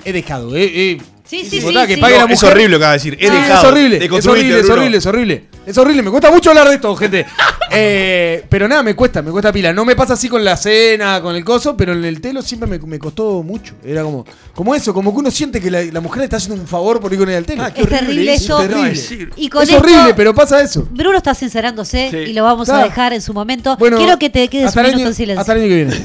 [SPEAKER 3] He dejado, eh. eh.
[SPEAKER 5] Sí,
[SPEAKER 3] Me
[SPEAKER 5] sí, sí,
[SPEAKER 3] costaba que
[SPEAKER 5] sí.
[SPEAKER 3] pague la
[SPEAKER 2] No, Ah, es
[SPEAKER 3] mujer.
[SPEAKER 2] horrible lo que acaba de decir. He
[SPEAKER 3] Sí,
[SPEAKER 2] dejado.
[SPEAKER 3] Ah,
[SPEAKER 2] este
[SPEAKER 3] es horrible, es
[SPEAKER 2] Deconstruite,
[SPEAKER 3] horrible, es
[SPEAKER 2] Bruno.
[SPEAKER 3] horrible, es horrible. Es horrible, me cuesta mucho hablar de esto, gente. Eh, pero nada, me cuesta, me cuesta pila. No me pasa así con la cena, con el coso, pero en el telo siempre me, me costó mucho. Era como, como eso, como que uno siente que la, la mujer le está haciendo un favor por ir con el al telo.
[SPEAKER 2] Ah, qué
[SPEAKER 5] Es terrible
[SPEAKER 2] horrible, es
[SPEAKER 5] eso.
[SPEAKER 2] terrible.
[SPEAKER 5] Y con
[SPEAKER 3] es
[SPEAKER 5] esto-
[SPEAKER 3] horrible, pero pasa eso.
[SPEAKER 5] Bruno está sincerándose
[SPEAKER 2] Sí.
[SPEAKER 5] y lo vamos a
[SPEAKER 3] Claro.
[SPEAKER 5] dejar en su momento.
[SPEAKER 3] Bueno,
[SPEAKER 5] Quiero que te quedes
[SPEAKER 3] hasta
[SPEAKER 5] un
[SPEAKER 3] el
[SPEAKER 5] minuto
[SPEAKER 3] año-
[SPEAKER 5] en silencio.
[SPEAKER 3] Hasta el año que viene.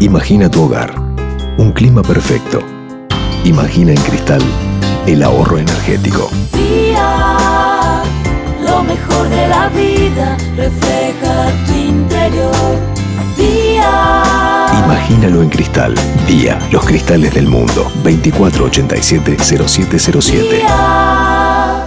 [SPEAKER 10] Imagina tu hogar, un clima perfecto. Imagina en cristal el ahorro energético.
[SPEAKER 11] día. Lo mejor de la vida refleja tu interior. Día.
[SPEAKER 10] Imagínalo en cristal. Día, los cristales del mundo. 2487-0707.
[SPEAKER 11] Día.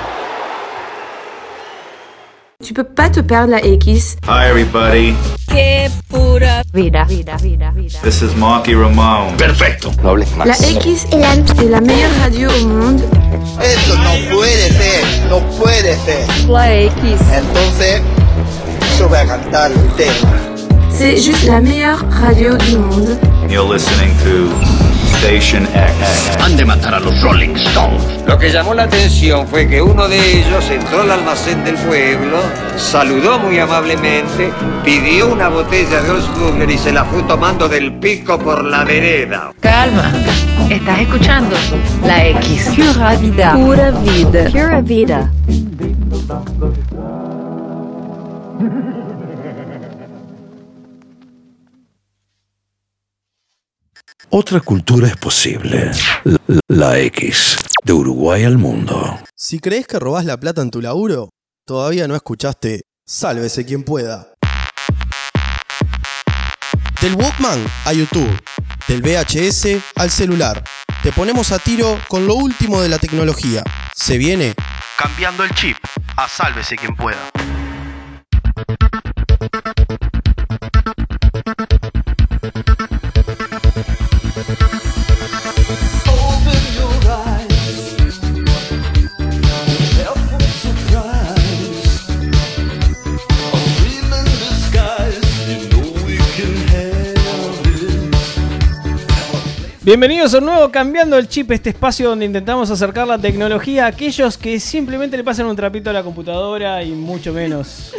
[SPEAKER 1] Tu peux pas te perdre la X.
[SPEAKER 12] Hi, everybody.
[SPEAKER 1] Qué pura vida, vida, vida, vida.
[SPEAKER 12] This is Marky Ramone. Perfecto. No hables
[SPEAKER 1] La X est la, est la meilleure radio au monde.
[SPEAKER 13] Eso no puede ser, no puede ser.
[SPEAKER 1] La X.
[SPEAKER 13] Entonces, yo voy a cantar un tema.
[SPEAKER 1] C'est juste la meilleure radio du monde.
[SPEAKER 12] You're listening to Station X. Han de matar a los Rolling Stones.
[SPEAKER 14] Lo que llamó la atención fue que uno de ellos entró al almacén del pueblo, saludó muy amablemente, pidió una botella de Osbugler y se la fue tomando del pico por la vereda.
[SPEAKER 11] Calma, estás escuchando la X. Pura vida. Pura vida. Pura vida.
[SPEAKER 10] Otra cultura es posible. La, la X, de Uruguay al mundo.
[SPEAKER 9] Si crees que robás la plata en tu laburo, todavía no escuchaste Sálvese quien pueda. Del Walkman a YouTube, del VHS al celular, te ponemos a tiro con lo último de la tecnología. Se viene Cambiando el chip a Sálvese quien pueda.
[SPEAKER 4] Bienvenidos a un nuevo Cambiando el Chip, este espacio donde intentamos acercar la tecnología a aquellos que simplemente le pasan un trapito a la computadora y mucho menos.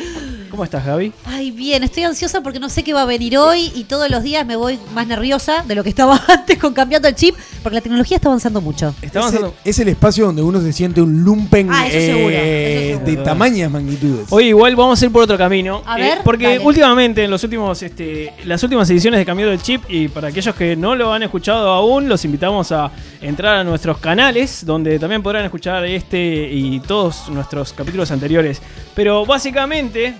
[SPEAKER 4] ¿Cómo estás, Gaby?
[SPEAKER 5] Ay, bien, estoy ansiosa porque no sé qué va a venir hoy y todos los días me voy más nerviosa de lo que estaba <laughs> antes con cambiando el chip, porque la tecnología está avanzando mucho.
[SPEAKER 3] Es el, es el espacio donde uno se siente un lumpen
[SPEAKER 5] Ah, eso seguro,
[SPEAKER 3] eh, de tamañas magnitudes.
[SPEAKER 4] Hoy igual vamos a ir por otro camino. eh,
[SPEAKER 5] A ver,
[SPEAKER 4] porque
[SPEAKER 5] dale.
[SPEAKER 4] últimamente en los últimos, este, las últimas ediciones de Cambiando el Chip, y para aquellos que no lo han escuchado aún, los invitamos a entrar a nuestros canales, donde también podrán escuchar este y todos nuestros capítulos anteriores. Pero básicamente,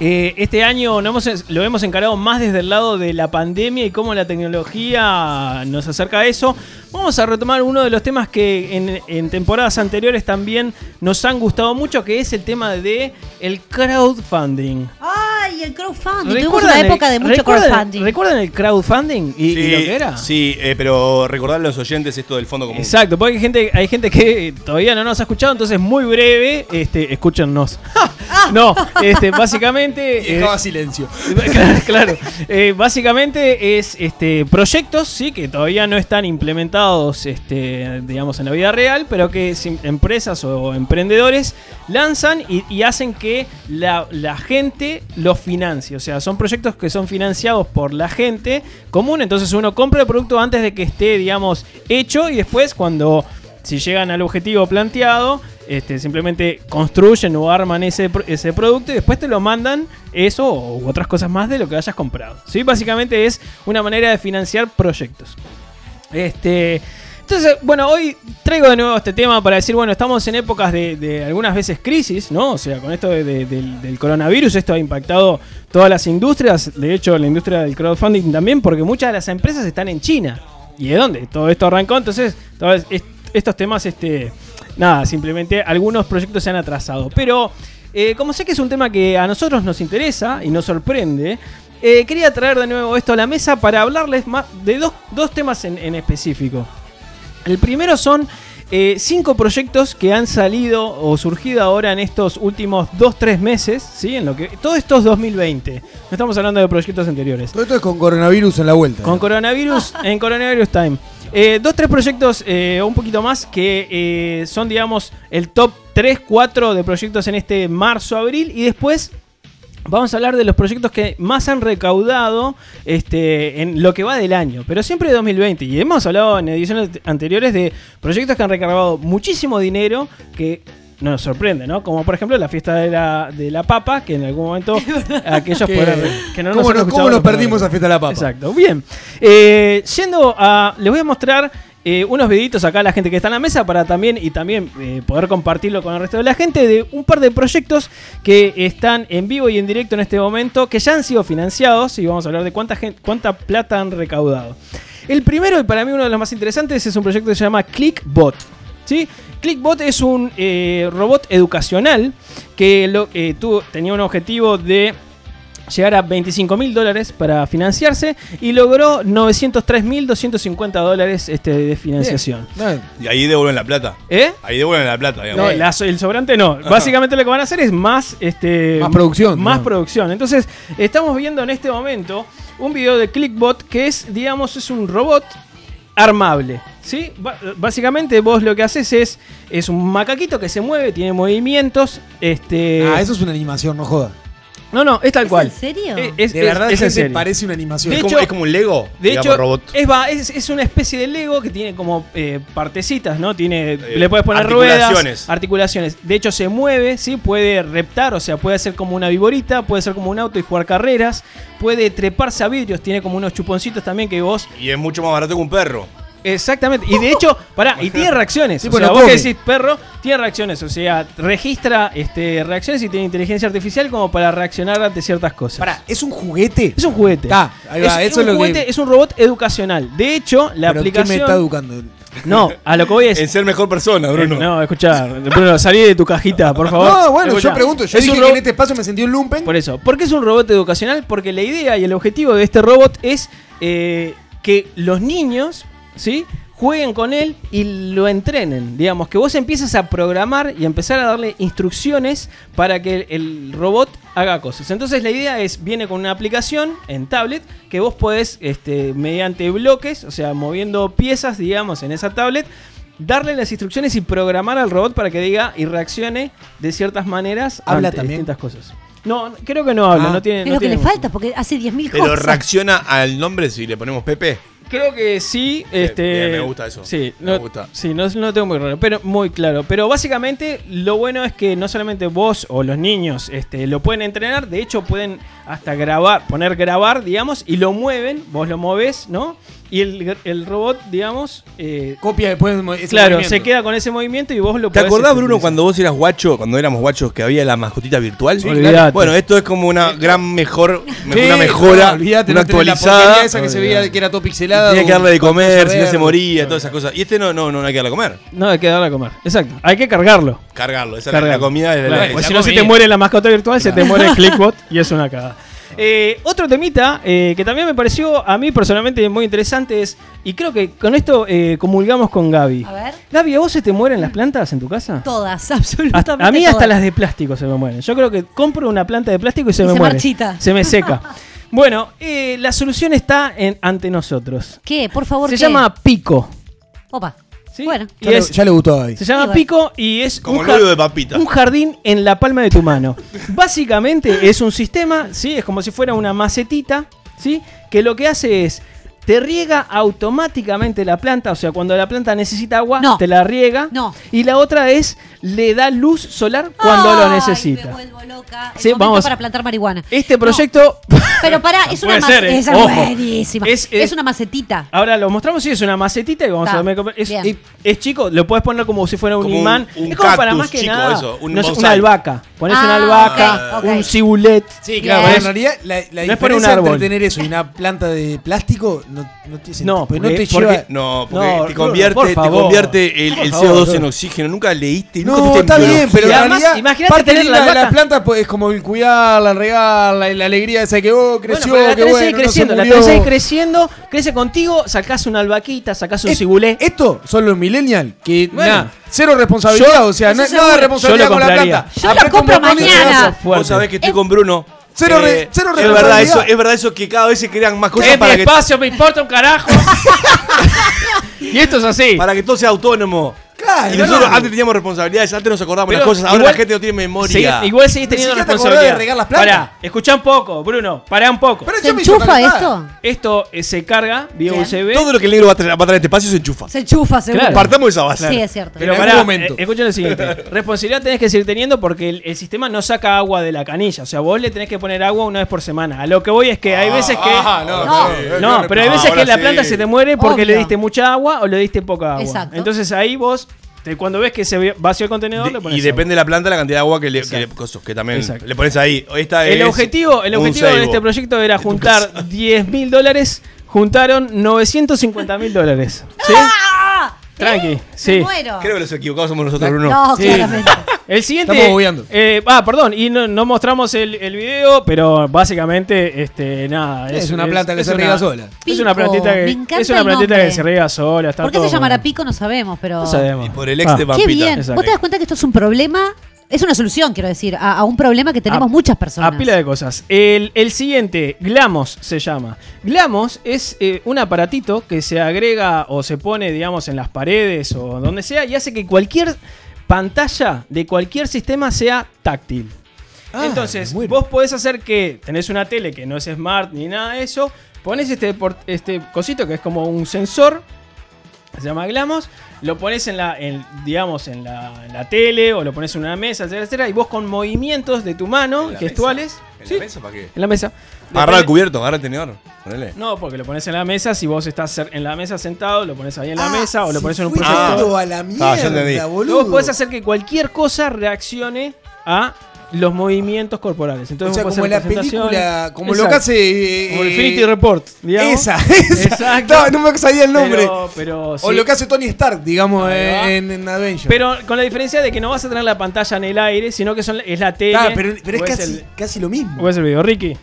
[SPEAKER 4] eh, este año no hemos- lo hemos encarado más desde el lado de la pandemia y cómo la tecnología nos acerca a eso. Vamos a retomar uno de los temas que en, en temporadas anteriores también nos han gustado mucho, que es el tema de el crowdfunding.
[SPEAKER 5] Ay, el crowdfunding. Ah, Tuvimos una
[SPEAKER 4] el-
[SPEAKER 5] época de mucho
[SPEAKER 4] recuerdan-
[SPEAKER 5] crowdfunding.
[SPEAKER 4] ¿Recuerdan el crowdfunding y, y lo que era?
[SPEAKER 2] Sí, eh, pero recordarle a los oyentes esto del fondo común.
[SPEAKER 4] Exacto, porque hay gente, hay gente que todavía no nos ha escuchado, entonces muy breve, este, escúchennos. <laughs>
[SPEAKER 5] Ah.
[SPEAKER 4] no, este,
[SPEAKER 5] <laughs>
[SPEAKER 4] básicamente.
[SPEAKER 3] Ah. <laughs>
[SPEAKER 4] eh,
[SPEAKER 3] Y dejaba silencio.
[SPEAKER 4] <laughs> Claro, claro. Eh, básicamente es este proyectos, sí, que todavía no están implementados, este, digamos, en la vida real, pero que sim- empresas o emprendedores lanzan y, y hacen que la, la gente los financie. O sea, son proyectos que son financiados por la gente común. Entonces uno compra el producto antes de que esté, digamos, hecho y después cuando si llegan al objetivo planteado, este, simplemente construyen o arman ese, pr- ese producto y después te lo mandan eso u otras cosas más de lo que hayas comprado. ¿sí? Básicamente es una manera de financiar proyectos. Este, entonces, bueno, hoy traigo de nuevo este tema para decir, bueno, estamos en épocas de, de algunas veces crisis, ¿no? O sea, con esto de- de- del, del coronavirus, esto ha impactado todas las industrias, de hecho la industria del crowdfunding también, porque muchas de las empresas están en China. ¿Y de dónde? Todo esto arrancó, entonces, todo es- est- estos temas, este, nada, simplemente algunos proyectos se han atrasado. Pero, eh, como sé que es un tema que a nosotros nos interesa y nos sorprende, eh, quería traer de nuevo esto a la mesa para hablarles más de dos, dos temas en, en específico. El primero son eh, cinco proyectos que han salido o surgido ahora en estos últimos 2-3 meses, ¿sí? En lo que, todo esto es 2020, no estamos hablando de proyectos anteriores.
[SPEAKER 3] Todo esto es con coronavirus en la vuelta.
[SPEAKER 4] Con coronavirus, en coronavirus time. Eh, dos, tres proyectos, eh, un poquito más, que eh, son, digamos, el top 3, 4 de proyectos en este marzo, abril. Y después vamos a hablar de los proyectos que más han recaudado este, en lo que va del año, pero siempre de 2020. Y hemos hablado en ediciones anteriores de proyectos que han recaudado muchísimo dinero que no nos sorprende, ¿no? Como por ejemplo la fiesta de la, de la papa, que en
[SPEAKER 3] <laughs>
[SPEAKER 4] algún momento aquellos
[SPEAKER 3] Que-
[SPEAKER 4] podrán- que no nos
[SPEAKER 3] ¿Cómo
[SPEAKER 4] han
[SPEAKER 3] no- cómo nos
[SPEAKER 4] escuchado los primeros.
[SPEAKER 3] perdimos a Fiesta de la Papa?
[SPEAKER 4] Exacto, bien. Eh, yendo a. Les voy a mostrar eh, unos videitos acá a la gente que está en la mesa para también y también eh, poder compartirlo con el resto de la gente de un par de proyectos que están en vivo y en directo en este momento que ya han sido financiados y vamos a hablar de cuánta, gente, cuánta plata han recaudado. El primero y para mí uno de los más interesantes es un proyecto que se llama ClickBot. ¿sí? Clickbot es un eh, robot educacional que lo- eh, tuvo- tenía un objetivo de llegar a 25 mil dólares para financiarse y logró 903 mil 250 dólares este, de financiación.
[SPEAKER 2] Y ahí devuelven la plata.
[SPEAKER 4] ¿Eh?
[SPEAKER 2] Ahí devuelven la plata,
[SPEAKER 4] No,
[SPEAKER 3] Eh,
[SPEAKER 2] digamos.
[SPEAKER 4] la so- el sobrante no. Básicamente lo que van a hacer es más, este,
[SPEAKER 3] Más producción,
[SPEAKER 4] Más
[SPEAKER 3] ¿no?
[SPEAKER 4] producción. Entonces, estamos viendo en este momento un video de Clickbot que es, digamos, es un robot armable. ¿sí? Ba- básicamente vos lo que haces es, es un macaquito que se mueve, tiene movimientos. Este...
[SPEAKER 3] Ah, eso es una animación, no joda.
[SPEAKER 4] No, no, es tal cual.
[SPEAKER 5] serio?
[SPEAKER 4] Eh, es-
[SPEAKER 3] de
[SPEAKER 4] es-
[SPEAKER 3] verdad,
[SPEAKER 4] es en
[SPEAKER 3] gente,
[SPEAKER 4] serio.
[SPEAKER 3] parece una animación.
[SPEAKER 4] De Es como- hecho- es como un Lego, De hecho,
[SPEAKER 3] robot.
[SPEAKER 4] Es, va- es, es una especie de Lego que tiene como eh, partecitas, ¿no? Tiene,
[SPEAKER 2] Eh,
[SPEAKER 4] le puedes poner
[SPEAKER 2] articulaciones.
[SPEAKER 4] ruedas, articulaciones. De hecho, se mueve, ¿sí? Puede reptar, o sea, puede ser como una viborita, puede ser como un auto y jugar carreras, puede treparse a vidrios, tiene como unos chuponcitos también que vos...
[SPEAKER 2] Y es mucho más barato que un perro.
[SPEAKER 4] Exactamente, y de hecho, pará, y tiene reacciones.
[SPEAKER 2] Sí,
[SPEAKER 4] o
[SPEAKER 2] bueno,
[SPEAKER 4] sea, vos que
[SPEAKER 2] come.
[SPEAKER 4] decís perro, tiene reacciones, o sea, registra este, reacciones y tiene inteligencia artificial como para reaccionar ante ciertas cosas. Pará,
[SPEAKER 3] ¿es un juguete?
[SPEAKER 4] Es un juguete.
[SPEAKER 3] ahí va,
[SPEAKER 4] es,
[SPEAKER 3] eso
[SPEAKER 4] un
[SPEAKER 3] es lo que-
[SPEAKER 4] juguete, es un robot educacional. De hecho, la
[SPEAKER 3] ¿Pero
[SPEAKER 4] aplicación.
[SPEAKER 3] ¿Qué me está educando?
[SPEAKER 4] No, a lo que voy es. En
[SPEAKER 2] ser mejor persona,
[SPEAKER 4] Bruno. <laughs> no, escuchá, Bruno, salí de tu cajita, por favor.
[SPEAKER 3] No, bueno,
[SPEAKER 4] Escuchá,
[SPEAKER 3] yo pregunto. Yo
[SPEAKER 4] es un
[SPEAKER 3] dije que
[SPEAKER 4] robot-
[SPEAKER 3] en este espacio me sentí un lumpen.
[SPEAKER 4] Por eso, ¿por qué es un robot educacional? Porque la idea y el objetivo de este robot es eh, que los niños, ¿sí? Jueguen con él y lo entrenen. Digamos, que vos empieces a programar y empezar a darle instrucciones para que el, el robot haga cosas. Entonces la idea es, viene con una aplicación en tablet que vos podés, este, mediante bloques, o sea, moviendo piezas, digamos, en esa tablet, darle las instrucciones y programar al robot para que diga y reaccione de ciertas maneras
[SPEAKER 3] Habla
[SPEAKER 4] ante
[SPEAKER 3] también.
[SPEAKER 4] distintas cosas. No, creo que no habla,
[SPEAKER 2] Ah.
[SPEAKER 4] no tiene.
[SPEAKER 5] Es
[SPEAKER 4] no
[SPEAKER 5] lo que
[SPEAKER 4] tiene
[SPEAKER 5] le
[SPEAKER 4] mucho.
[SPEAKER 5] falta porque hace 10.000 cosas.
[SPEAKER 2] Pero reacciona al nombre si le ponemos Pepe.
[SPEAKER 4] Creo que sí. Este,
[SPEAKER 2] bien, me gusta eso.
[SPEAKER 4] Sí, no, Sí, no, no tengo muy claro, pero muy claro. Pero básicamente lo bueno es que no solamente vos o los niños este, lo pueden entrenar, de hecho pueden hasta grabar, poner grabar, digamos, y lo mueven, vos lo movés, ¿no? Y el, el robot, digamos... eh,
[SPEAKER 3] Copia después ese
[SPEAKER 4] Claro,
[SPEAKER 3] movimiento.
[SPEAKER 4] se queda con ese movimiento y vos lo
[SPEAKER 2] ¿Te
[SPEAKER 4] podés,
[SPEAKER 2] acordás,
[SPEAKER 4] este,
[SPEAKER 2] Bruno, cuando vos eras guacho, cuando éramos guachos, que había la mascotita virtual?
[SPEAKER 4] Sí, Olvidate.
[SPEAKER 2] Bueno, esto es como una gran
[SPEAKER 3] <laughs>
[SPEAKER 2] mejor,
[SPEAKER 3] Sí,
[SPEAKER 2] una mejora,
[SPEAKER 3] no, olvídate,
[SPEAKER 2] una
[SPEAKER 3] Eh, no tenés la
[SPEAKER 2] actualizada.
[SPEAKER 3] porquería esa que se veía que era todo pixelada.
[SPEAKER 2] Tenía que darle de comer, si no se
[SPEAKER 3] verde.
[SPEAKER 2] moría, todas esas cosas. Y este no, no, no hay que darle de comer.
[SPEAKER 4] No, hay que darle a comer. Exacto. Hay que cargarlo.
[SPEAKER 2] Cargarlo, esa
[SPEAKER 4] Cargarlo.
[SPEAKER 2] es la comida. de la-
[SPEAKER 4] Claro,
[SPEAKER 2] la-
[SPEAKER 4] porque
[SPEAKER 2] la
[SPEAKER 4] si no, se te
[SPEAKER 2] comida.
[SPEAKER 4] muere la mascota virtual, se te muere el clickbot y es una cagada. Eh, otro temita eh, que también me pareció a mí personalmente muy interesante es, y creo que con esto eh, comulgamos con Gaby.
[SPEAKER 5] A ver.
[SPEAKER 4] Gaby, ¿a vos se te mueren las plantas en tu casa?
[SPEAKER 5] Todas, <laughs>
[SPEAKER 4] Hasta-
[SPEAKER 5] absolutamente.
[SPEAKER 4] a mí hasta
[SPEAKER 5] todas.
[SPEAKER 4] las de plástico se me mueren. Yo creo que compro una planta de plástico y se
[SPEAKER 5] Y
[SPEAKER 4] me
[SPEAKER 5] se
[SPEAKER 4] muere.
[SPEAKER 5] marchita.
[SPEAKER 4] Se me
[SPEAKER 5] <laughs>
[SPEAKER 4] seca. Bueno, eh, la solución está en- ante nosotros.
[SPEAKER 5] ¿Qué? Por favor,
[SPEAKER 4] Se
[SPEAKER 5] ¿qué?
[SPEAKER 4] llama Pico.
[SPEAKER 5] Opa. Bueno.
[SPEAKER 4] Y es-
[SPEAKER 3] Ya le gustó ahí.
[SPEAKER 4] se llama
[SPEAKER 5] Igual.
[SPEAKER 4] Pico y es
[SPEAKER 2] Como
[SPEAKER 4] un,
[SPEAKER 2] el novio
[SPEAKER 4] jar-
[SPEAKER 2] de Papita.
[SPEAKER 4] un jardín en la palma de
[SPEAKER 2] <laughs>
[SPEAKER 4] tu mano. Básicamente es un sistema, ¿sí? es como si fuera una macetita, ¿sí? que lo que hace es te riega automáticamente la planta, o sea, cuando la planta necesita agua,
[SPEAKER 5] No.
[SPEAKER 4] te la riega.
[SPEAKER 5] No.
[SPEAKER 4] Y la otra es le da luz solar cuando lo necesita.
[SPEAKER 5] El
[SPEAKER 4] Sí,
[SPEAKER 5] momento
[SPEAKER 4] vamos.
[SPEAKER 5] para plantar marihuana.
[SPEAKER 4] Este proyecto
[SPEAKER 5] Pero
[SPEAKER 4] <laughs>
[SPEAKER 5] pará, es una
[SPEAKER 4] Puede ser,
[SPEAKER 5] macetita.
[SPEAKER 4] ¿eh?
[SPEAKER 5] Esa
[SPEAKER 4] Ojo.
[SPEAKER 5] es buenísima.
[SPEAKER 4] Es-
[SPEAKER 5] Es,
[SPEAKER 4] es-
[SPEAKER 5] una macetita.
[SPEAKER 4] Ahora lo mostramos, sí, es una macetita y vamos
[SPEAKER 5] Está,
[SPEAKER 4] a ver. Es,
[SPEAKER 5] bien.
[SPEAKER 4] es chico, lo puedes poner como si fuera un
[SPEAKER 2] Como un-
[SPEAKER 4] imán.
[SPEAKER 2] un
[SPEAKER 4] es como para
[SPEAKER 2] cactus
[SPEAKER 4] más que
[SPEAKER 2] chico,
[SPEAKER 4] nada.
[SPEAKER 2] eso, un
[SPEAKER 4] no es una
[SPEAKER 2] bonsai.
[SPEAKER 4] albahaca. Pones una
[SPEAKER 5] Ah,
[SPEAKER 4] albahaca,
[SPEAKER 5] ok, ok.
[SPEAKER 4] un cibulet.
[SPEAKER 3] Sí, claro,
[SPEAKER 4] Pones-
[SPEAKER 3] pero en realidad la, la
[SPEAKER 4] no es para un
[SPEAKER 3] diferencia entre
[SPEAKER 4] árbol.
[SPEAKER 3] tener eso y una planta de plástico no, no tiene sentido.
[SPEAKER 4] No,
[SPEAKER 3] porque
[SPEAKER 4] porque-
[SPEAKER 3] Pues no te
[SPEAKER 4] porque-
[SPEAKER 3] lleva.
[SPEAKER 2] No, porque
[SPEAKER 4] No,
[SPEAKER 2] te
[SPEAKER 4] Bruno,
[SPEAKER 2] convierte,
[SPEAKER 4] por
[SPEAKER 2] te
[SPEAKER 4] favor.
[SPEAKER 2] convierte el, el
[SPEAKER 4] Por favor,
[SPEAKER 2] CO2 en
[SPEAKER 4] Bruno.
[SPEAKER 2] oxígeno. Nunca leíste, nunca
[SPEAKER 3] No,
[SPEAKER 2] fuiste
[SPEAKER 3] está
[SPEAKER 2] en
[SPEAKER 3] bien, pero en
[SPEAKER 2] biología.
[SPEAKER 4] además,
[SPEAKER 3] realidad
[SPEAKER 4] imagínate
[SPEAKER 3] parte
[SPEAKER 4] tener
[SPEAKER 3] linda
[SPEAKER 4] la
[SPEAKER 3] de las
[SPEAKER 4] planta-
[SPEAKER 3] plantas pues, es como el cuidarla, regarla, y la alegría esa que oh,
[SPEAKER 4] Bueno,
[SPEAKER 3] creció,
[SPEAKER 4] pero la
[SPEAKER 3] que
[SPEAKER 4] tenés
[SPEAKER 3] bueno,
[SPEAKER 4] ahí
[SPEAKER 3] no
[SPEAKER 4] creciendo,
[SPEAKER 3] se
[SPEAKER 4] la
[SPEAKER 3] murió.
[SPEAKER 4] tenés ahí creciendo, crece contigo, sacás una albaquita, sacás un
[SPEAKER 3] Es-
[SPEAKER 4] cibulé.
[SPEAKER 3] Esto son los millennials que
[SPEAKER 4] Bueno.
[SPEAKER 3] nada, cero responsabilidad,
[SPEAKER 4] Yo-
[SPEAKER 3] o sea, no,
[SPEAKER 4] eso
[SPEAKER 3] nada de
[SPEAKER 4] seguro.
[SPEAKER 3] responsabilidad
[SPEAKER 4] Yo lo
[SPEAKER 3] con la
[SPEAKER 4] compraría.
[SPEAKER 3] planta.
[SPEAKER 5] Yo lo
[SPEAKER 3] Aprieta un
[SPEAKER 5] compro
[SPEAKER 3] botón y se
[SPEAKER 5] mañana.
[SPEAKER 3] hace.
[SPEAKER 2] Vos sabés que estoy
[SPEAKER 3] Eh,
[SPEAKER 2] con Bruno. Eh,
[SPEAKER 3] Cero re- cero
[SPEAKER 2] es verdad eso,
[SPEAKER 3] responsabilidad.
[SPEAKER 2] es verdad eso que cada vez se crean más cosas
[SPEAKER 4] Es mi
[SPEAKER 2] para que,
[SPEAKER 4] espacio, me importa
[SPEAKER 2] <laughs>
[SPEAKER 4] un carajo. y esto es así.
[SPEAKER 2] para que todo sea autónomo.
[SPEAKER 3] Claro,
[SPEAKER 2] y nosotros
[SPEAKER 3] no.
[SPEAKER 2] antes teníamos responsabilidades, antes nos acordábamos
[SPEAKER 4] Pero
[SPEAKER 2] las cosas, ahora
[SPEAKER 4] igual-
[SPEAKER 2] la gente no tiene memoria.
[SPEAKER 4] Seguí- igual seguís
[SPEAKER 3] Ni
[SPEAKER 4] teniendo
[SPEAKER 3] siquiera te acordás de
[SPEAKER 4] responsabilidad.
[SPEAKER 3] regar las plantas.
[SPEAKER 4] Pará, escuchá un poco, Bruno, pará un poco.
[SPEAKER 3] Pero
[SPEAKER 5] ¿Se
[SPEAKER 3] yo me hizo
[SPEAKER 5] enchufa
[SPEAKER 3] calentar.
[SPEAKER 5] esto?
[SPEAKER 4] Esto eh, se carga vía
[SPEAKER 5] Bien.
[SPEAKER 4] USB.
[SPEAKER 2] Todo lo que el negro va a traer, va a traer a este espacio se enchufa.
[SPEAKER 5] Se enchufa, seguro.
[SPEAKER 4] Claro.
[SPEAKER 2] Partamos de esa base.
[SPEAKER 5] Sí, es cierto.
[SPEAKER 4] Pero
[SPEAKER 3] En
[SPEAKER 4] pará,
[SPEAKER 3] algún momento.
[SPEAKER 4] eh, escuchen
[SPEAKER 2] <laughs>
[SPEAKER 4] lo siguiente. Responsabilidad tenés que seguir teniendo porque el, el sistema no saca agua de la canilla. O sea, vos le tenés que poner agua una vez por semana. A lo que voy es que hay veces que.
[SPEAKER 3] Ah, no,
[SPEAKER 5] No.
[SPEAKER 3] sí,
[SPEAKER 2] eh,
[SPEAKER 4] no, pero hay veces
[SPEAKER 2] ahora
[SPEAKER 4] que la
[SPEAKER 2] sí.
[SPEAKER 4] planta se te muere porque le
[SPEAKER 5] Obvio.
[SPEAKER 4] diste mucha agua o le diste poca agua.
[SPEAKER 5] Exacto.
[SPEAKER 4] Entonces ahí vos, te- cuando ves que se vació el contenedor,
[SPEAKER 2] De-
[SPEAKER 4] le pones.
[SPEAKER 2] y
[SPEAKER 4] agua.
[SPEAKER 2] depende de la planta la cantidad de agua que le, que le- cosas que también
[SPEAKER 4] Exacto.
[SPEAKER 2] le pones ahí. Esta
[SPEAKER 4] El
[SPEAKER 2] es
[SPEAKER 4] objetivo, el
[SPEAKER 2] un
[SPEAKER 4] objetivo de
[SPEAKER 2] ceibo.
[SPEAKER 4] este proyecto
[SPEAKER 2] <laughs>
[SPEAKER 4] era
[SPEAKER 5] <laughs>
[SPEAKER 4] juntar 10 mil dólares. Juntaron 950 mil dólares. ¿sí?
[SPEAKER 5] ¡Ah!
[SPEAKER 4] Tranqui, sí.
[SPEAKER 5] muero.
[SPEAKER 2] Creo que los equivocados somos nosotros, Bruno.
[SPEAKER 5] No,
[SPEAKER 4] Sí.
[SPEAKER 5] claramente.
[SPEAKER 4] <laughs> El siguiente.
[SPEAKER 2] Estamos bobeando.
[SPEAKER 4] eh, ah, perdón, y no, no mostramos el, el video, pero básicamente, este, nada.
[SPEAKER 3] Es una planta que se riega sola.
[SPEAKER 4] Es una
[SPEAKER 5] Pico,
[SPEAKER 4] plantita que,
[SPEAKER 5] me encanta
[SPEAKER 4] es una
[SPEAKER 5] el
[SPEAKER 4] plantita
[SPEAKER 5] nombre.
[SPEAKER 4] que se riega sola. Está
[SPEAKER 5] ¿Por qué
[SPEAKER 4] todo
[SPEAKER 5] se
[SPEAKER 4] muy
[SPEAKER 5] llamará
[SPEAKER 4] bien.
[SPEAKER 5] pico? No sabemos, pero.
[SPEAKER 4] No sabemos.
[SPEAKER 2] Y por el ex de
[SPEAKER 5] Qué
[SPEAKER 2] Pampita.
[SPEAKER 5] bien.
[SPEAKER 4] Ah. Exacto.
[SPEAKER 5] ¿Vos te das cuenta que esto es un problema? Es una solución, quiero decir, a, a un problema que tenemos
[SPEAKER 4] A-
[SPEAKER 5] muchas personas.
[SPEAKER 4] A pila de cosas. El, el siguiente, Glamos se llama. Glamos es eh, un aparatito que se agrega o se pone, digamos, en las paredes o donde sea y hace que cualquier pantalla de cualquier sistema sea táctil. Entonces, vos podés hacer que tenés una tele que no es smart ni nada de eso, pones este, por- este cosito que es como un sensor, se llama Glamos, lo pones en la, en, digamos, en la, en la tele o lo pones en una mesa, etcétera, etcétera, y vos con movimientos de tu mano,
[SPEAKER 2] la
[SPEAKER 4] gestuales,
[SPEAKER 2] ¿En
[SPEAKER 4] sí,
[SPEAKER 2] la mesa para qué?
[SPEAKER 4] en la mesa.
[SPEAKER 2] Agarra el
[SPEAKER 4] Depende-
[SPEAKER 2] cubierto, agarra el tenedor. Ponele.
[SPEAKER 4] No, porque lo pones en la mesa, si vos estás cer- en la mesa sentado, lo pones ahí en la
[SPEAKER 3] Ah,
[SPEAKER 4] mesa o lo
[SPEAKER 3] se
[SPEAKER 4] pones en un
[SPEAKER 3] fue
[SPEAKER 4] proyector.
[SPEAKER 3] todo a la mierda,
[SPEAKER 2] Ah, ya entendí.
[SPEAKER 3] boludo.
[SPEAKER 4] Vos podés hacer que cualquier cosa reaccione a los movimientos corporales.
[SPEAKER 3] O
[SPEAKER 4] Entonces
[SPEAKER 3] sea,
[SPEAKER 4] vos podés
[SPEAKER 3] como
[SPEAKER 4] hacer
[SPEAKER 3] la
[SPEAKER 4] presentaciones.
[SPEAKER 3] película, como lo
[SPEAKER 4] Exacto.
[SPEAKER 3] que hace. eh,
[SPEAKER 4] Como el
[SPEAKER 3] eh,
[SPEAKER 4] Infinity Report, digamos.
[SPEAKER 3] Esa, <laughs> esa.
[SPEAKER 4] Exacto.
[SPEAKER 3] No, no me sabía el nombre.
[SPEAKER 4] Pero, pero
[SPEAKER 3] O
[SPEAKER 4] sí.
[SPEAKER 3] lo que hace Tony Stark, digamos,
[SPEAKER 4] Ahí va.
[SPEAKER 3] eh, en, en Avengers.
[SPEAKER 4] Pero con la diferencia de que no vas a tener la pantalla en el aire, sino que son, es la tele.
[SPEAKER 3] Ah, pero, pero es
[SPEAKER 4] o
[SPEAKER 3] casi,
[SPEAKER 4] el-
[SPEAKER 3] casi lo mismo.
[SPEAKER 4] o es el video, Ricky.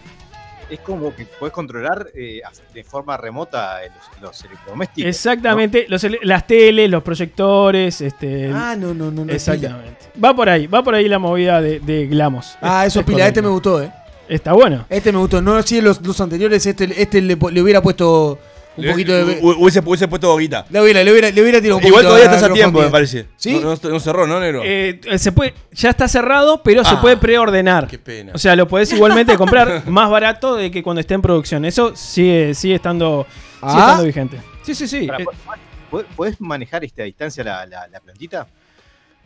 [SPEAKER 8] Es como que puedes controlar eh, de forma remota eh, los, los electrodomésticos.
[SPEAKER 4] Exactamente. los ele- las teles, los proyectores. Este,
[SPEAKER 3] Ah, no, no, no. no
[SPEAKER 4] exactamente. Va por ahí, va por ahí la movida de, de Glamos.
[SPEAKER 3] Ah, eso es pila. Este me gustó, eh.
[SPEAKER 4] Está bueno.
[SPEAKER 3] Este me gustó. No sí, los, los anteriores. Este, este le, po- le hubiera puesto un
[SPEAKER 2] Le-
[SPEAKER 3] poquito de.
[SPEAKER 2] hu- Hubiese, hubiese puesto guita.
[SPEAKER 3] Le hubiera, le hubiera, le hubiera tirado un
[SPEAKER 2] Igual
[SPEAKER 3] poquito
[SPEAKER 2] todavía
[SPEAKER 3] la-
[SPEAKER 2] estás a
[SPEAKER 3] la
[SPEAKER 2] tiempo, me
[SPEAKER 3] profundidad.
[SPEAKER 2] parece.
[SPEAKER 3] ¿Sí?
[SPEAKER 2] No, no- no cerró, ¿no, negro?
[SPEAKER 4] Eh, eh, se puede, ya está cerrado, pero se
[SPEAKER 2] Ah,
[SPEAKER 4] puede preordenar.
[SPEAKER 2] qué pena.
[SPEAKER 4] O sea, lo podés
[SPEAKER 3] <laughs>
[SPEAKER 4] igualmente comprar más barato de que cuando esté en producción. Eso sigue, sigue estando, sigue
[SPEAKER 3] Ah.
[SPEAKER 4] estando vigente. Sí, sí, sí. Eh,
[SPEAKER 8] ¿Puedes manejar este, a distancia la, la- la plantita?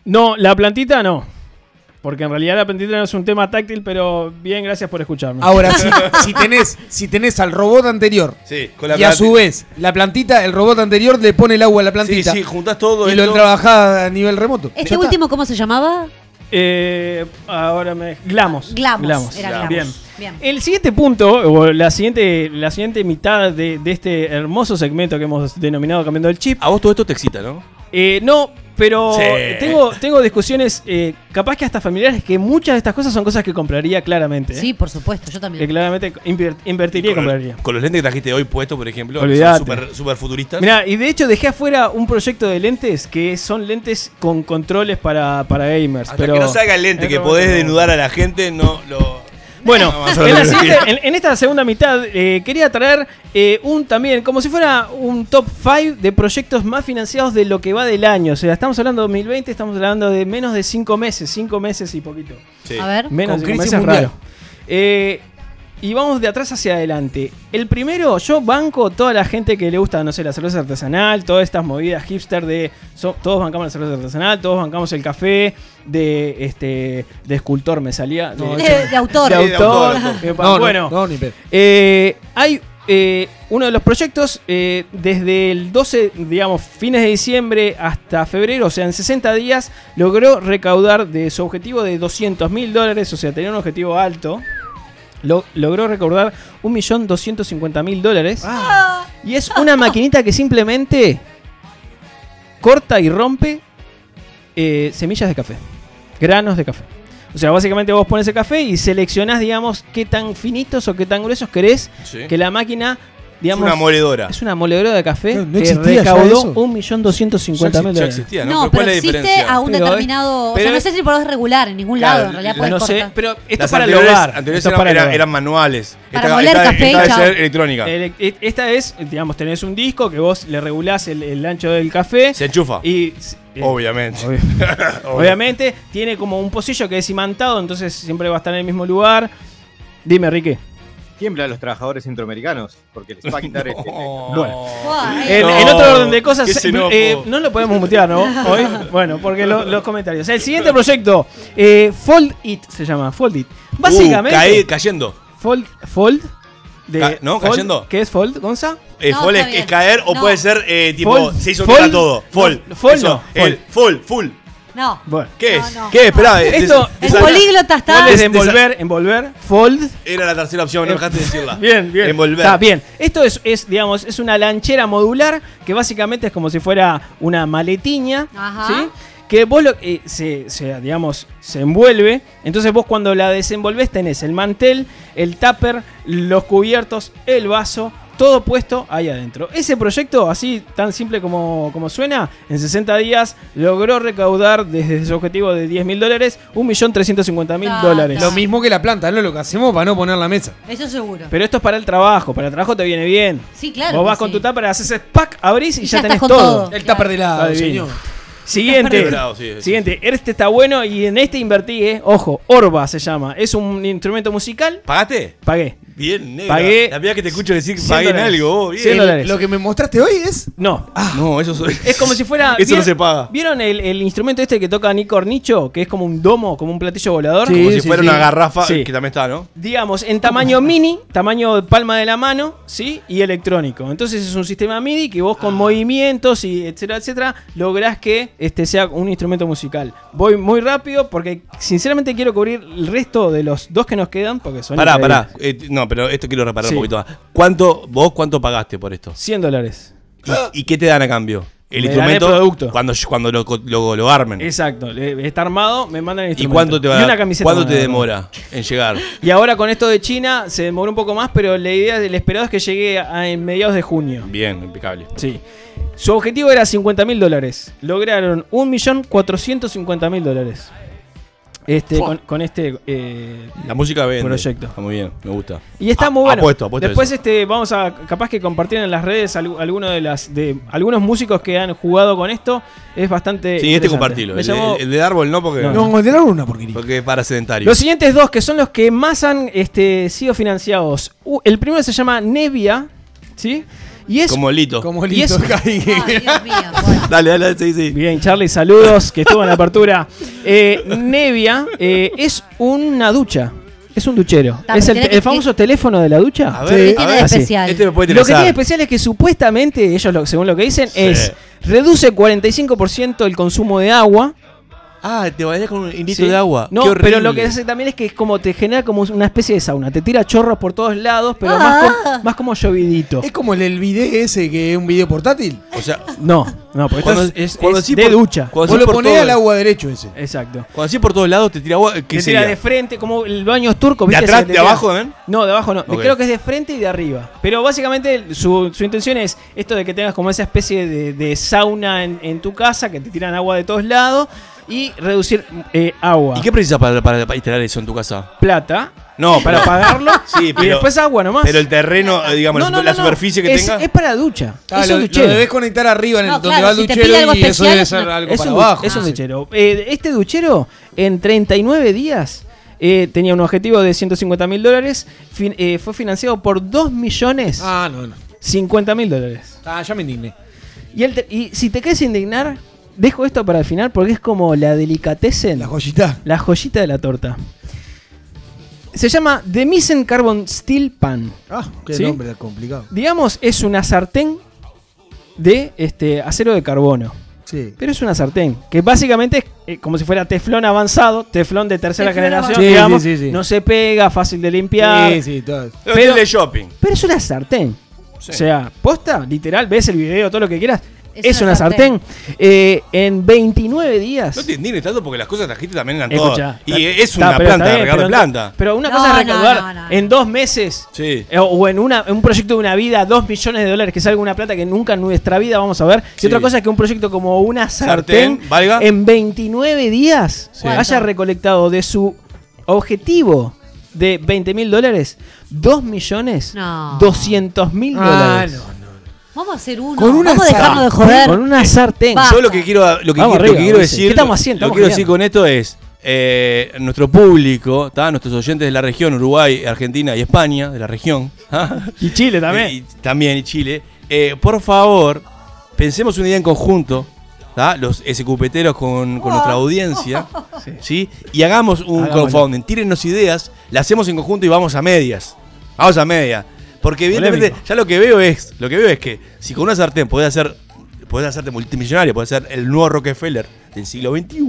[SPEAKER 4] No, la plantita no. Porque en realidad la plantita no es un tema táctil, pero bien, gracias por escucharnos.
[SPEAKER 3] Ahora,
[SPEAKER 4] <laughs>
[SPEAKER 3] si, si, tenés, si tenés al robot anterior
[SPEAKER 2] Sí, con la
[SPEAKER 3] y a
[SPEAKER 2] planta-
[SPEAKER 3] su vez la plantita, el robot anterior le pone el agua a la plantita
[SPEAKER 2] Sí, sí, juntás todo
[SPEAKER 3] y lo
[SPEAKER 2] esto.
[SPEAKER 3] trabajás a nivel remoto.
[SPEAKER 5] ¿Este
[SPEAKER 3] Ya está.
[SPEAKER 5] último cómo se llamaba?
[SPEAKER 4] Eh, ahora me. Glamos. Eh,
[SPEAKER 5] Glamos, era Glamos.
[SPEAKER 4] Bien.
[SPEAKER 5] Bien.
[SPEAKER 4] El siguiente punto, o la siguiente, la siguiente mitad de, de este hermoso segmento que hemos denominado Cambiando el Chip.
[SPEAKER 2] A vos todo esto te excita, ¿no?
[SPEAKER 4] Eh, no, pero
[SPEAKER 2] Sí.
[SPEAKER 4] tengo, tengo discusiones, eh, capaz que hasta familiares, que muchas de estas cosas son cosas que compraría claramente. ¿eh?
[SPEAKER 5] Sí, por supuesto, yo
[SPEAKER 4] Que
[SPEAKER 5] también.
[SPEAKER 4] Eh, claramente invier- invertiría y
[SPEAKER 2] Con,
[SPEAKER 4] compraría.
[SPEAKER 2] los- con los lentes que trajiste hoy puesto, por ejemplo, que
[SPEAKER 4] Olvidate.
[SPEAKER 2] son super, super futuristas.
[SPEAKER 4] Eh, Mirá, y de hecho dejé afuera un proyecto de lentes que son lentes con controles para, para gamers.
[SPEAKER 2] Hasta
[SPEAKER 4] pero
[SPEAKER 2] que no salga el lente
[SPEAKER 4] en
[SPEAKER 2] que
[SPEAKER 4] otro
[SPEAKER 2] podés
[SPEAKER 4] momento no.
[SPEAKER 2] desnudar a la gente, no lo.
[SPEAKER 4] Bueno,
[SPEAKER 2] No, vamos a
[SPEAKER 4] en, la
[SPEAKER 2] hablar de
[SPEAKER 4] siguiente-
[SPEAKER 2] tecnología.
[SPEAKER 4] en- en esta segunda mitad eh, quería traer eh, un también, como si fuera un top 5 de proyectos más financiados de lo que va del año. O sea, estamos hablando de 2020, estamos hablando de menos de 5 meses, 5 meses y poquito.
[SPEAKER 2] Sí.
[SPEAKER 5] A ver.
[SPEAKER 4] Menos
[SPEAKER 3] Con
[SPEAKER 4] de
[SPEAKER 3] crisis
[SPEAKER 4] crisis es
[SPEAKER 3] mundial.
[SPEAKER 4] raro. Eh, y vamos de atrás hacia adelante. El primero, yo banco toda la gente que le gusta, no sé, la cerveza artesanal, todas estas movidas hipster de so- todos bancamos la cerveza artesanal, todos bancamos el café de este de escultor me salía.
[SPEAKER 3] No,
[SPEAKER 5] De, de autor.
[SPEAKER 4] de
[SPEAKER 2] Sí, de autor,
[SPEAKER 4] autor.
[SPEAKER 2] autor.
[SPEAKER 4] Eh, pa-
[SPEAKER 3] No, no,
[SPEAKER 4] bueno,
[SPEAKER 3] no, ni pedo.
[SPEAKER 4] eh, hay eh, uno de los proyectos eh, desde el 12, digamos, fines de diciembre hasta febrero, o sea, en 60 días, logró recaudar de su objetivo de 200 mil dólares, o sea, tenía un objetivo alto. Lo- logró recaudar 1.250.000 dólares. Y es una maquinita que simplemente corta y rompe eh, semillas de café, granos de café. O sea, básicamente vos pones el café y seleccionás, digamos, qué tan finitos o qué tan gruesos querés
[SPEAKER 2] Sí.
[SPEAKER 4] que la máquina, digamos,
[SPEAKER 2] es una moledora.
[SPEAKER 4] es una moledora de café
[SPEAKER 3] No, no
[SPEAKER 4] que
[SPEAKER 3] existía ya
[SPEAKER 4] Eh, recaudó
[SPEAKER 3] eso.
[SPEAKER 2] Ya, exi-
[SPEAKER 4] 1.250.000
[SPEAKER 2] ya
[SPEAKER 4] dólares.
[SPEAKER 2] existía, ¿no?
[SPEAKER 5] No,
[SPEAKER 2] ¿cuál
[SPEAKER 5] pero
[SPEAKER 2] es la
[SPEAKER 5] existe
[SPEAKER 2] diferencia?
[SPEAKER 5] a un
[SPEAKER 4] Pero,
[SPEAKER 5] determinado. O
[SPEAKER 4] pero
[SPEAKER 5] sea, no
[SPEAKER 4] es-
[SPEAKER 5] sé si podés regular en ningún
[SPEAKER 2] Claro,
[SPEAKER 5] lado. En realidad
[SPEAKER 2] la-
[SPEAKER 5] podés
[SPEAKER 4] No sé,
[SPEAKER 5] cortar.
[SPEAKER 4] pero esto
[SPEAKER 2] Las
[SPEAKER 4] es para el
[SPEAKER 2] anteriores,
[SPEAKER 4] hogar.
[SPEAKER 2] anteriores
[SPEAKER 4] Esto es
[SPEAKER 2] eran,
[SPEAKER 4] para el
[SPEAKER 2] era-
[SPEAKER 4] hogar.
[SPEAKER 2] eran manuales.
[SPEAKER 5] Para moler café,
[SPEAKER 2] esta debe
[SPEAKER 5] chao.
[SPEAKER 2] ser electrónica.
[SPEAKER 4] Ele- e- Esta es, digamos, tenés un disco que vos le regulás el, el ancho del café.
[SPEAKER 2] Se enchufa.
[SPEAKER 4] y
[SPEAKER 2] Obviamente. <laughs>
[SPEAKER 4] Obvio. <laughs> Obviamente tiene como un pocillo que es imantado, entonces siempre va a estar en el mismo lugar. Dime, Ricky.
[SPEAKER 8] Tiembla a los trabajadores centroamericanos porque les va a quitar este el- el-
[SPEAKER 4] Bueno.
[SPEAKER 5] Guay.
[SPEAKER 4] En,
[SPEAKER 2] eh. No,
[SPEAKER 4] en otro orden de cosas,
[SPEAKER 2] qué xenófobo.
[SPEAKER 4] eh, no lo podemos mutear,
[SPEAKER 5] <laughs>
[SPEAKER 4] ¿no? Hoy, bueno, porque lo- los comentarios. El siguiente proyecto, eh, Fold It se llama, Fold It. Básicamente,
[SPEAKER 2] Uh, cae- cayendo.
[SPEAKER 4] Fold, Fold, de,
[SPEAKER 2] Ca- no,
[SPEAKER 4] fold,
[SPEAKER 2] cayendo.
[SPEAKER 4] ¿Qué es Fold, Gonza?
[SPEAKER 2] Eh,
[SPEAKER 5] No,
[SPEAKER 2] fall
[SPEAKER 5] está
[SPEAKER 2] es,
[SPEAKER 5] bien.
[SPEAKER 2] es caer o
[SPEAKER 5] No.
[SPEAKER 2] puede ser eh, tipo
[SPEAKER 4] Fall.
[SPEAKER 2] se hizo
[SPEAKER 4] Fall.
[SPEAKER 2] tocar todo. Fall.
[SPEAKER 4] No, fall
[SPEAKER 2] Eso,
[SPEAKER 4] no,
[SPEAKER 2] el fall, full.
[SPEAKER 5] No.
[SPEAKER 2] ¿Qué
[SPEAKER 5] No,
[SPEAKER 2] es?
[SPEAKER 5] no.
[SPEAKER 2] ¿Qué? Esperá. eh,
[SPEAKER 4] Esto-
[SPEAKER 2] des-
[SPEAKER 5] El
[SPEAKER 2] desa-
[SPEAKER 5] políglota está-
[SPEAKER 2] Des-
[SPEAKER 4] Es
[SPEAKER 2] desa-
[SPEAKER 4] envolver, envolver, fold.
[SPEAKER 2] Era la tercera opción, no dejaste de decirla.
[SPEAKER 4] <laughs> Bien, bien.
[SPEAKER 2] Envolver.
[SPEAKER 4] Está bien. Esto es, es, digamos, es una lanchera modular que básicamente es como si fuera una maletiña.
[SPEAKER 5] Ajá.
[SPEAKER 4] ¿sí? Que vos lo, eh, se, se, digamos, se envuelve. Entonces vos cuando la desenvolvés tenés el mantel, el tupper, los cubiertos, el vaso, todo puesto ahí adentro. Ese proyecto, así tan simple como, como suena, en 60 días logró recaudar desde su objetivo de 10 mil dólares, 1.350.000 dólares.
[SPEAKER 3] Lo mismo que la planta, ¿no? Lo que hacemos para no poner la mesa.
[SPEAKER 5] Eso seguro.
[SPEAKER 4] Pero esto es para el trabajo, para el trabajo te viene bien.
[SPEAKER 5] Sí, claro
[SPEAKER 4] Vos
[SPEAKER 5] que
[SPEAKER 4] vas con
[SPEAKER 5] sí.
[SPEAKER 4] tu tupper, haces pack, abrís y,
[SPEAKER 5] Y
[SPEAKER 4] ya,
[SPEAKER 5] ya
[SPEAKER 4] tenés
[SPEAKER 5] estás con
[SPEAKER 4] todo.
[SPEAKER 5] todo,
[SPEAKER 3] El tupper de lado,
[SPEAKER 4] Está divino.
[SPEAKER 3] señor.
[SPEAKER 4] Siguiente.
[SPEAKER 2] Bravo, sí, sí.
[SPEAKER 4] Siguiente. Este está bueno y en este invertí, eh. Ojo, Orba se llama. Es un instrumento musical.
[SPEAKER 2] ¿Pagaste?
[SPEAKER 4] Pagué.
[SPEAKER 2] Bien, negro.
[SPEAKER 4] Pagué
[SPEAKER 2] La primera que te escucho decir que
[SPEAKER 4] 100
[SPEAKER 2] pagué en
[SPEAKER 4] dólares.
[SPEAKER 2] algo, vos, bien.
[SPEAKER 4] 100 dólares.
[SPEAKER 3] Lo que me mostraste hoy es.
[SPEAKER 4] No.
[SPEAKER 2] No, <laughs> eso soy-
[SPEAKER 4] Es como si fuera.
[SPEAKER 2] Eso no se paga.
[SPEAKER 4] ¿Vieron el, el instrumento este que toca Nico Ornicho? Que es como un domo, como un platillo volador.
[SPEAKER 2] Como si fuera una garrafa,
[SPEAKER 4] Sí.
[SPEAKER 2] que también está, ¿no?
[SPEAKER 4] digamos, en tamaño mini, tamaño de palma de la mano, ¿sí? Y electrónico. Entonces es un sistema MIDI que vos
[SPEAKER 2] Ah.
[SPEAKER 4] con movimientos y etcétera, etcétera, lográs que este sea un instrumento musical. Voy muy rápido porque sinceramente quiero cubrir el resto de los dos que nos quedan porque son
[SPEAKER 2] Pará,
[SPEAKER 4] increíbles.
[SPEAKER 2] pará. Eh, no, pero esto quiero reparar
[SPEAKER 4] Sí.
[SPEAKER 2] un poquito más. ¿Cuánto, vos cuánto pagaste por esto?
[SPEAKER 4] 100 dólares.
[SPEAKER 2] ¿Y, y qué te dan a cambio? El
[SPEAKER 4] Me dan
[SPEAKER 2] instrumento.
[SPEAKER 4] el producto.
[SPEAKER 2] Cuando, cuando lo, lo, lo armen.
[SPEAKER 4] Exacto, le- está armado, me mandan el
[SPEAKER 2] ¿Y
[SPEAKER 4] instrumento.
[SPEAKER 2] cuánto te va a
[SPEAKER 4] una
[SPEAKER 2] dar?
[SPEAKER 4] camiseta
[SPEAKER 2] ¿Cuánto
[SPEAKER 4] me
[SPEAKER 2] te
[SPEAKER 4] van a dar.
[SPEAKER 2] demora en llegar?
[SPEAKER 4] Y ahora con esto de China se demoró un poco más, pero la idea del esperado es que llegue a, en mediados de junio.
[SPEAKER 2] Bien, impecable.
[SPEAKER 4] Sí. Su objetivo era 50 mil dólares. Lograron 1.450.000 dólares. Este,
[SPEAKER 2] Fua.
[SPEAKER 4] con, con este. eh,
[SPEAKER 2] La música vende.
[SPEAKER 4] Proyecto.
[SPEAKER 2] Está muy bien, me gusta.
[SPEAKER 4] y está
[SPEAKER 2] A-
[SPEAKER 4] muy bueno.
[SPEAKER 2] Apuesto, apuesto
[SPEAKER 4] Después,
[SPEAKER 2] eso.
[SPEAKER 4] este, vamos a capaz que compartir en las redes al- alguno de las de algunos músicos que han jugado con esto. Es bastante.
[SPEAKER 2] Sí, este
[SPEAKER 4] interesante.
[SPEAKER 2] compartilo.
[SPEAKER 4] Me
[SPEAKER 2] El,
[SPEAKER 4] llamó-
[SPEAKER 2] el- el de árbol no, porque.
[SPEAKER 3] No, el del árbol una porquería.
[SPEAKER 2] Porque es para sedentario.
[SPEAKER 4] Los siguientes dos que son los que más han este, sido financiados. Uh, el primero se llama Nevia, ¿sí? Y es
[SPEAKER 2] Como Lito.
[SPEAKER 3] Como
[SPEAKER 4] Y
[SPEAKER 3] listo.
[SPEAKER 4] es-
[SPEAKER 5] Ay, Ah, Dios mío.
[SPEAKER 2] Dale, dale, sí, sí.
[SPEAKER 4] Bien, Charlie, saludos, que estuvo en la apertura. Eh, Nevia eh, es una ducha. Es un duchero.
[SPEAKER 5] Está,
[SPEAKER 4] es
[SPEAKER 5] pero
[SPEAKER 4] el,
[SPEAKER 5] tiene
[SPEAKER 4] el
[SPEAKER 5] que-
[SPEAKER 4] famoso teléfono de la ducha.
[SPEAKER 2] A ver, ¿Qué
[SPEAKER 5] a tiene ver. de
[SPEAKER 4] Así.
[SPEAKER 5] especial?
[SPEAKER 2] Este me puede
[SPEAKER 4] Lo que
[SPEAKER 2] interesar.
[SPEAKER 4] tiene de especial es que supuestamente, ellos lo- según lo que dicen,
[SPEAKER 2] Sí.
[SPEAKER 4] es reduce 45% el consumo de agua.
[SPEAKER 2] Ah, te bañás con un hilito
[SPEAKER 4] ¿sí?
[SPEAKER 2] de agua.
[SPEAKER 4] No,
[SPEAKER 2] Qué
[SPEAKER 4] pero
[SPEAKER 2] horrible.
[SPEAKER 4] lo que hace también es que es como te genera como una especie de sauna. Te tira chorros por todos lados, pero más,
[SPEAKER 5] Ah.
[SPEAKER 4] com- más como llovidito.
[SPEAKER 3] Es como el, el video ese que es un video portátil.
[SPEAKER 2] O sea,
[SPEAKER 4] No, no, porque esto
[SPEAKER 2] Cuando-
[SPEAKER 4] es, es-
[SPEAKER 2] cuando
[SPEAKER 4] es
[SPEAKER 2] sí
[SPEAKER 4] de
[SPEAKER 2] por-
[SPEAKER 4] ducha.
[SPEAKER 2] cuando-
[SPEAKER 3] Vos
[SPEAKER 2] sí
[SPEAKER 3] lo
[SPEAKER 2] por
[SPEAKER 3] ponés
[SPEAKER 2] todo.
[SPEAKER 3] al agua derecho ese.
[SPEAKER 4] Exacto.
[SPEAKER 2] Cuando así por todos lados te tira agua. eh, ¿Qué
[SPEAKER 4] Te tira
[SPEAKER 2] sería?
[SPEAKER 4] de frente, como el baño turco.
[SPEAKER 2] ¿De
[SPEAKER 4] ¿viste?
[SPEAKER 2] atrás,
[SPEAKER 4] Ese que te
[SPEAKER 2] de
[SPEAKER 4] tira.
[SPEAKER 2] abajo, ven?
[SPEAKER 4] No, de abajo no.
[SPEAKER 2] Ok.
[SPEAKER 4] Creo que es de frente y de arriba. Pero básicamente su, su intención es esto de que tengas como esa especie de, de sauna en, en tu casa, que te tiran agua de todos lados, y reducir eh, agua.
[SPEAKER 2] ¿Y qué precisas para, para, para instalar eso en tu casa?
[SPEAKER 4] plata?
[SPEAKER 2] No,
[SPEAKER 4] Para pagarlo.
[SPEAKER 2] <laughs> Sí,
[SPEAKER 4] y
[SPEAKER 2] pero-
[SPEAKER 4] después agua nomás.
[SPEAKER 2] Pero el terreno, eh, digamos,
[SPEAKER 4] No, no,
[SPEAKER 2] la
[SPEAKER 4] no, no.
[SPEAKER 2] superficie que
[SPEAKER 4] es,
[SPEAKER 2] tenga.
[SPEAKER 4] Es para ducha.
[SPEAKER 3] Ah,
[SPEAKER 4] es
[SPEAKER 3] lo,
[SPEAKER 4] un
[SPEAKER 3] lo
[SPEAKER 2] <laughs>
[SPEAKER 4] duchero.
[SPEAKER 3] debes conectar arriba en el,
[SPEAKER 5] No,
[SPEAKER 3] donde
[SPEAKER 5] claro,
[SPEAKER 3] va el
[SPEAKER 5] si te pide
[SPEAKER 3] duchero
[SPEAKER 5] algo
[SPEAKER 3] y eso
[SPEAKER 5] especial,
[SPEAKER 3] debe
[SPEAKER 5] es
[SPEAKER 3] ser
[SPEAKER 5] una-
[SPEAKER 3] algo
[SPEAKER 4] Es
[SPEAKER 3] para
[SPEAKER 4] un, du-
[SPEAKER 3] abajo.
[SPEAKER 4] es un
[SPEAKER 3] no sé.
[SPEAKER 4] duchero. Eh, este duchero, en 39 días, eh, tenía un objetivo de 150 mil dólares. fin- eh, fue financiado por 2 millones
[SPEAKER 3] Ah, no, no.
[SPEAKER 4] 50 mil dólares.
[SPEAKER 3] Ah, ya me indigné.
[SPEAKER 4] Y, el te- y si te querés indignar, dejo esto para el final porque es como la delicatessen,
[SPEAKER 3] La
[SPEAKER 4] la,
[SPEAKER 3] joyita.
[SPEAKER 4] joyita de la torta. Se llama The Misen Carbon Steel Pan.
[SPEAKER 3] Ah, qué
[SPEAKER 4] ¿Sí?
[SPEAKER 3] nombre complicado.
[SPEAKER 4] Digamos, es una sartén de este, acero de carbono.
[SPEAKER 3] Sí.
[SPEAKER 4] Pero es una sartén, que básicamente es eh, como si fuera teflón avanzado, teflón de tercera
[SPEAKER 5] Teflón
[SPEAKER 4] generación,
[SPEAKER 3] avanzado. Sí,
[SPEAKER 4] digamos.
[SPEAKER 3] sí, sí, sí.
[SPEAKER 4] No se pega, fácil de limpiar.
[SPEAKER 3] Sí, sí, todo.
[SPEAKER 2] Pero,
[SPEAKER 4] pero-
[SPEAKER 2] de shopping.
[SPEAKER 4] Pero es una sartén. O sea, posta, literal, ves el video, todo lo que quieras. Es, una, sartén. Eh, en 29 días.
[SPEAKER 2] No te indignes tanto porque las cosas que trajiste también eran todas.
[SPEAKER 4] Escuchá,
[SPEAKER 2] Y
[SPEAKER 4] ta-
[SPEAKER 2] es
[SPEAKER 4] ta,
[SPEAKER 2] una
[SPEAKER 4] pero
[SPEAKER 2] planta,
[SPEAKER 4] está bien,
[SPEAKER 2] regar de
[SPEAKER 4] pero-
[SPEAKER 2] planta.
[SPEAKER 4] Pero una
[SPEAKER 5] No,
[SPEAKER 4] cosa es
[SPEAKER 5] no,
[SPEAKER 4] recaudar
[SPEAKER 5] no, no, no.
[SPEAKER 4] en dos meses
[SPEAKER 2] Sí.
[SPEAKER 4] eh, o en una, en un proyecto de una vida, dos millones de dólares, que salga una plata que nunca en nuestra vida vamos a ver.
[SPEAKER 2] Sí.
[SPEAKER 4] Y otra cosa es que un proyecto como una sartén,
[SPEAKER 2] Sartén, valga.
[SPEAKER 4] en 29 días
[SPEAKER 5] ¿Cuánto?
[SPEAKER 4] haya recolectado de su objetivo de 20 mil dólares, 2 millones
[SPEAKER 5] No.
[SPEAKER 4] 200 mil
[SPEAKER 3] Ah,
[SPEAKER 4] dólares.
[SPEAKER 3] no, no.
[SPEAKER 5] Vamos a hacer uno.
[SPEAKER 3] Con una
[SPEAKER 5] Vamos a dejarnos de joder.
[SPEAKER 4] Con una sartén.
[SPEAKER 5] Va.
[SPEAKER 2] Yo lo que quiero, lo que quiero,
[SPEAKER 4] Vamos
[SPEAKER 2] lo
[SPEAKER 4] arriba,
[SPEAKER 2] que quiero
[SPEAKER 4] Ulises.
[SPEAKER 2] decir.
[SPEAKER 4] ¿Qué estamos haciendo?
[SPEAKER 2] Lo
[SPEAKER 4] Estamos
[SPEAKER 2] que quiero decir
[SPEAKER 4] peleando.
[SPEAKER 2] con esto es. eh, nuestro público, ¿tá? nuestros oyentes de la región, Uruguay, Argentina y España, de la región, ¿ah?
[SPEAKER 4] Y Chile también.
[SPEAKER 2] Y, también y Chile. Eh, por favor, pensemos una idea en conjunto, ¿tá? los SQPeteros con, con nuestra audiencia, ¿sí? Y hagamos un
[SPEAKER 4] Hagámoslo.
[SPEAKER 2] crowdfunding. Tírennos ideas, la hacemos en conjunto y vamos a medias. Vamos a media. Porque evidentemente,
[SPEAKER 4] Polémico.
[SPEAKER 2] ya lo que veo es, lo que veo es que si con una sartén podés hacer, podés hacerte multimillonario, podés ser el nuevo Rockefeller del siglo XXI,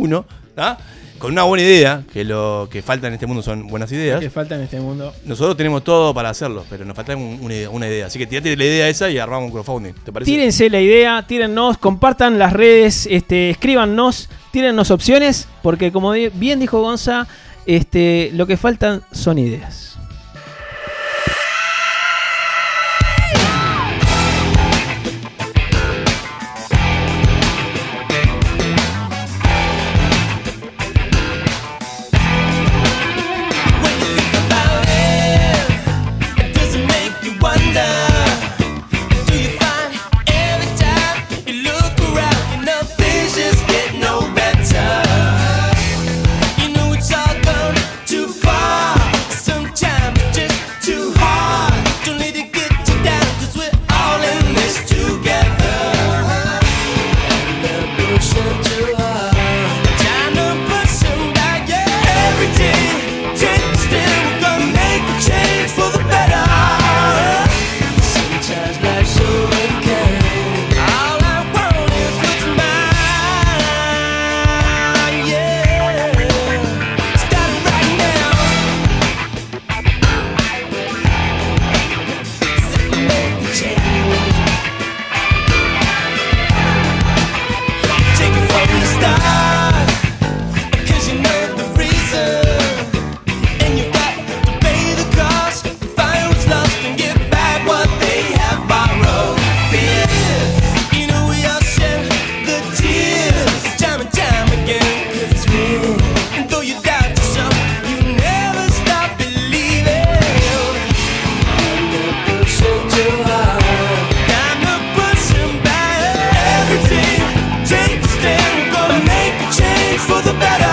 [SPEAKER 2] ¿tá? con una buena idea, que lo que falta en este mundo son buenas ideas.
[SPEAKER 4] que falta en este mundo.
[SPEAKER 2] Nosotros tenemos todo para hacerlo, pero nos falta un- una, idea, una idea. Así que tirate la idea esa y armamos un crowdfunding, ¿te parece?
[SPEAKER 4] Tírense la idea, tírennos, compartan las redes, este, escríbanos, tírennos opciones, porque como di- bien dijo Gonza, este, lo que faltan son ideas.
[SPEAKER 15] Does it make you wonder? Do you find every time you look around, you know things just get no better? You know it's all gone too far. Sometimes it's just too hard. Don't let it get you down, 'cause we're all in this together. And they're pushing too hard. Trying to push 'em back, yeah. Every day, take a stand. We're gonna make a change for the better. Sometimes life's so unkind. All I want is what's mine, yeah. Starting right now. Set to make the change. Take it from the start. 'Cause you know the reason. And you've got to pay the cost. Find what's lost and get back what they have borrowed. Fears, you know we all shed the tears time and time again. 'cause it's real. And though you doubt yourself, you never stop believing. And they're pushing too hard. Time to push 'em back. Everything takes a stand. We're gonna make a change for the better.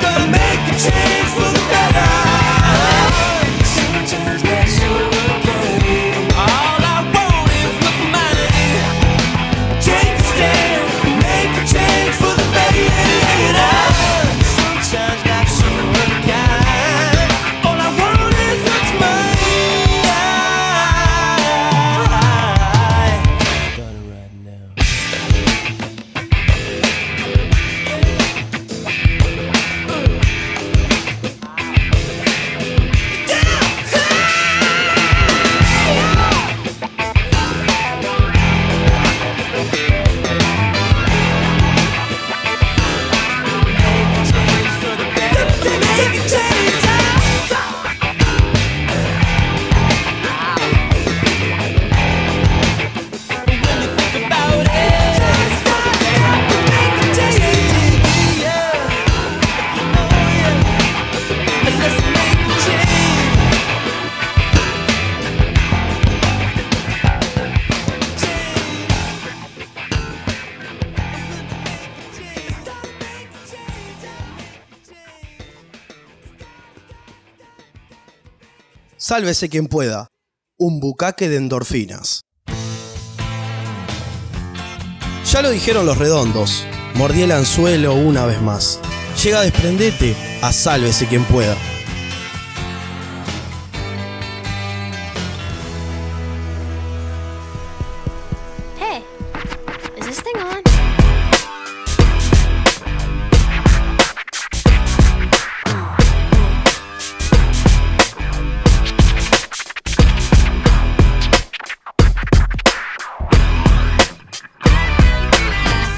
[SPEAKER 15] Change for the better. Sometimes that's so okay. All I want is what's mine. Take a stand, make a change for the better. Sometimes that's so unkind. All I want is what's mine.
[SPEAKER 9] Sálvese quien pueda. Un bucaque de endorfinas. Ya lo dijeron los redondos. Mordí el anzuelo una vez más. Llega a desprendete a sálvese quien pueda.
[SPEAKER 16] Hey, is this thing on?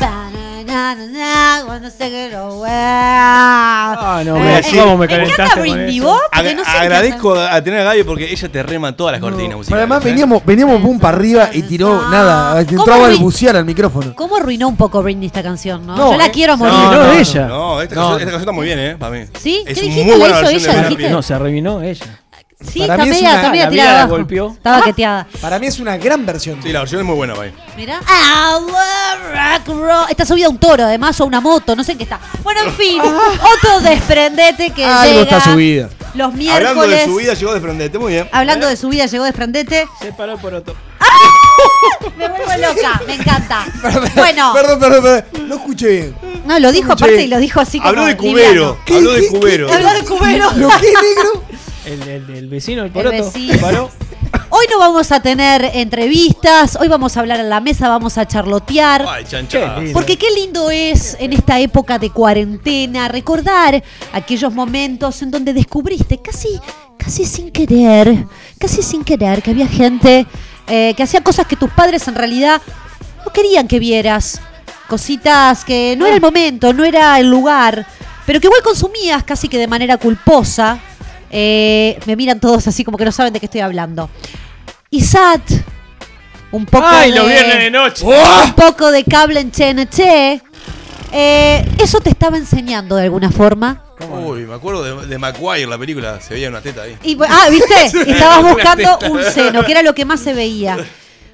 [SPEAKER 5] Ba-na-na-na-na, wanna take it away. Ah,
[SPEAKER 4] no,
[SPEAKER 2] me- cómo me
[SPEAKER 5] encanta
[SPEAKER 2] calentaste con
[SPEAKER 5] Britney
[SPEAKER 2] eso.
[SPEAKER 5] Bob,
[SPEAKER 2] Aga-
[SPEAKER 5] porque no sé
[SPEAKER 2] agradezco a, a tener a Gaby porque ella te rema todas las cortinas
[SPEAKER 3] Pero
[SPEAKER 2] musicales.
[SPEAKER 3] además
[SPEAKER 5] ¿eh?
[SPEAKER 3] veníamos, veníamos boom para arriba y tiró nada. Entró a
[SPEAKER 5] ¿Cómo vi-
[SPEAKER 3] balbucear al micrófono.
[SPEAKER 5] ¿Cómo arruinó un poco Britney esta canción, no?
[SPEAKER 3] No,
[SPEAKER 5] Yo la
[SPEAKER 3] eh.
[SPEAKER 5] quiero a morir.
[SPEAKER 3] No, no, ella.
[SPEAKER 2] No, esta,
[SPEAKER 3] No.
[SPEAKER 2] Canción, esta canción está muy bien, ¿eh? Para mí.
[SPEAKER 5] ¿Sí?
[SPEAKER 2] Es
[SPEAKER 5] ¿Qué
[SPEAKER 2] muy
[SPEAKER 5] dijiste? ¿Lo
[SPEAKER 2] buena
[SPEAKER 5] hizo
[SPEAKER 2] versión de
[SPEAKER 5] ella?
[SPEAKER 2] Brad Pitt.
[SPEAKER 5] ¿Dijiste?
[SPEAKER 4] No, se arruinó ella.
[SPEAKER 5] Sí,
[SPEAKER 3] Para
[SPEAKER 5] está
[SPEAKER 3] mí es
[SPEAKER 5] media,
[SPEAKER 3] una-
[SPEAKER 5] está media
[SPEAKER 3] la
[SPEAKER 5] tirada
[SPEAKER 3] vida la
[SPEAKER 5] abajo.
[SPEAKER 3] golpeó. Ah.
[SPEAKER 5] Estaba queteada.
[SPEAKER 3] Para mí es una gran versión.
[SPEAKER 2] Sí, la versión es muy buena, Gaby.
[SPEAKER 5] Mirá. I love rock and roll. Está subida a un toro, además, o a una moto, no sé en qué está. Bueno, en fin, otro desprendete que
[SPEAKER 3] Ah. Algo
[SPEAKER 5] llega
[SPEAKER 3] está subida.
[SPEAKER 5] los miércoles.
[SPEAKER 2] Hablando de su vida, llegó desprendete. Muy bien.
[SPEAKER 5] Hablando de su vida, llegó desprendete. ¡Ah!
[SPEAKER 4] Se paró por otro.
[SPEAKER 5] Me vuelvo loca, me encanta. Bueno,
[SPEAKER 3] <laughs> Perdón, perdón, perdón. No escuché bien.
[SPEAKER 5] no, lo dijo
[SPEAKER 3] Escuché.
[SPEAKER 5] aparte y lo dijo así como
[SPEAKER 2] Habló de
[SPEAKER 5] liviano.
[SPEAKER 2] cubero. Habló de cubero.
[SPEAKER 5] Habló de cubero.
[SPEAKER 3] ¿Lo que es negro?
[SPEAKER 4] El, el- el vecino, el poroto.
[SPEAKER 5] vecino.
[SPEAKER 4] Se paró.
[SPEAKER 5] Hoy no vamos a tener entrevistas, hoy vamos a hablar en la mesa, vamos a charlotear.
[SPEAKER 2] Ay, chancha.
[SPEAKER 5] Porque qué lindo es en esta época de cuarentena recordar aquellos momentos en donde descubriste casi, casi sin querer, casi sin querer que había gente eh, que hacía cosas que tus padres en realidad no querían que vieras, cositas que no era el momento, no era el lugar, pero que igual consumías casi que de manera culposa. Eh, me miran todos así como que no saben de qué estoy hablando. Y Sat, un poco
[SPEAKER 4] ¡Ay,
[SPEAKER 5] de...
[SPEAKER 4] lo viernes de noche!
[SPEAKER 5] Un poco de cable en Che, en che. Eh, eso te estaba enseñando de alguna forma.
[SPEAKER 2] Uy, me acuerdo de, de Maguire, la película. Se veía una teta ahí.
[SPEAKER 5] Y, bu- ah,
[SPEAKER 2] <laughs>
[SPEAKER 5] <laughs> ¿viste? Estabas
[SPEAKER 2] Una
[SPEAKER 5] buscando
[SPEAKER 2] teta.
[SPEAKER 5] <laughs> un seno, que era lo que más se veía.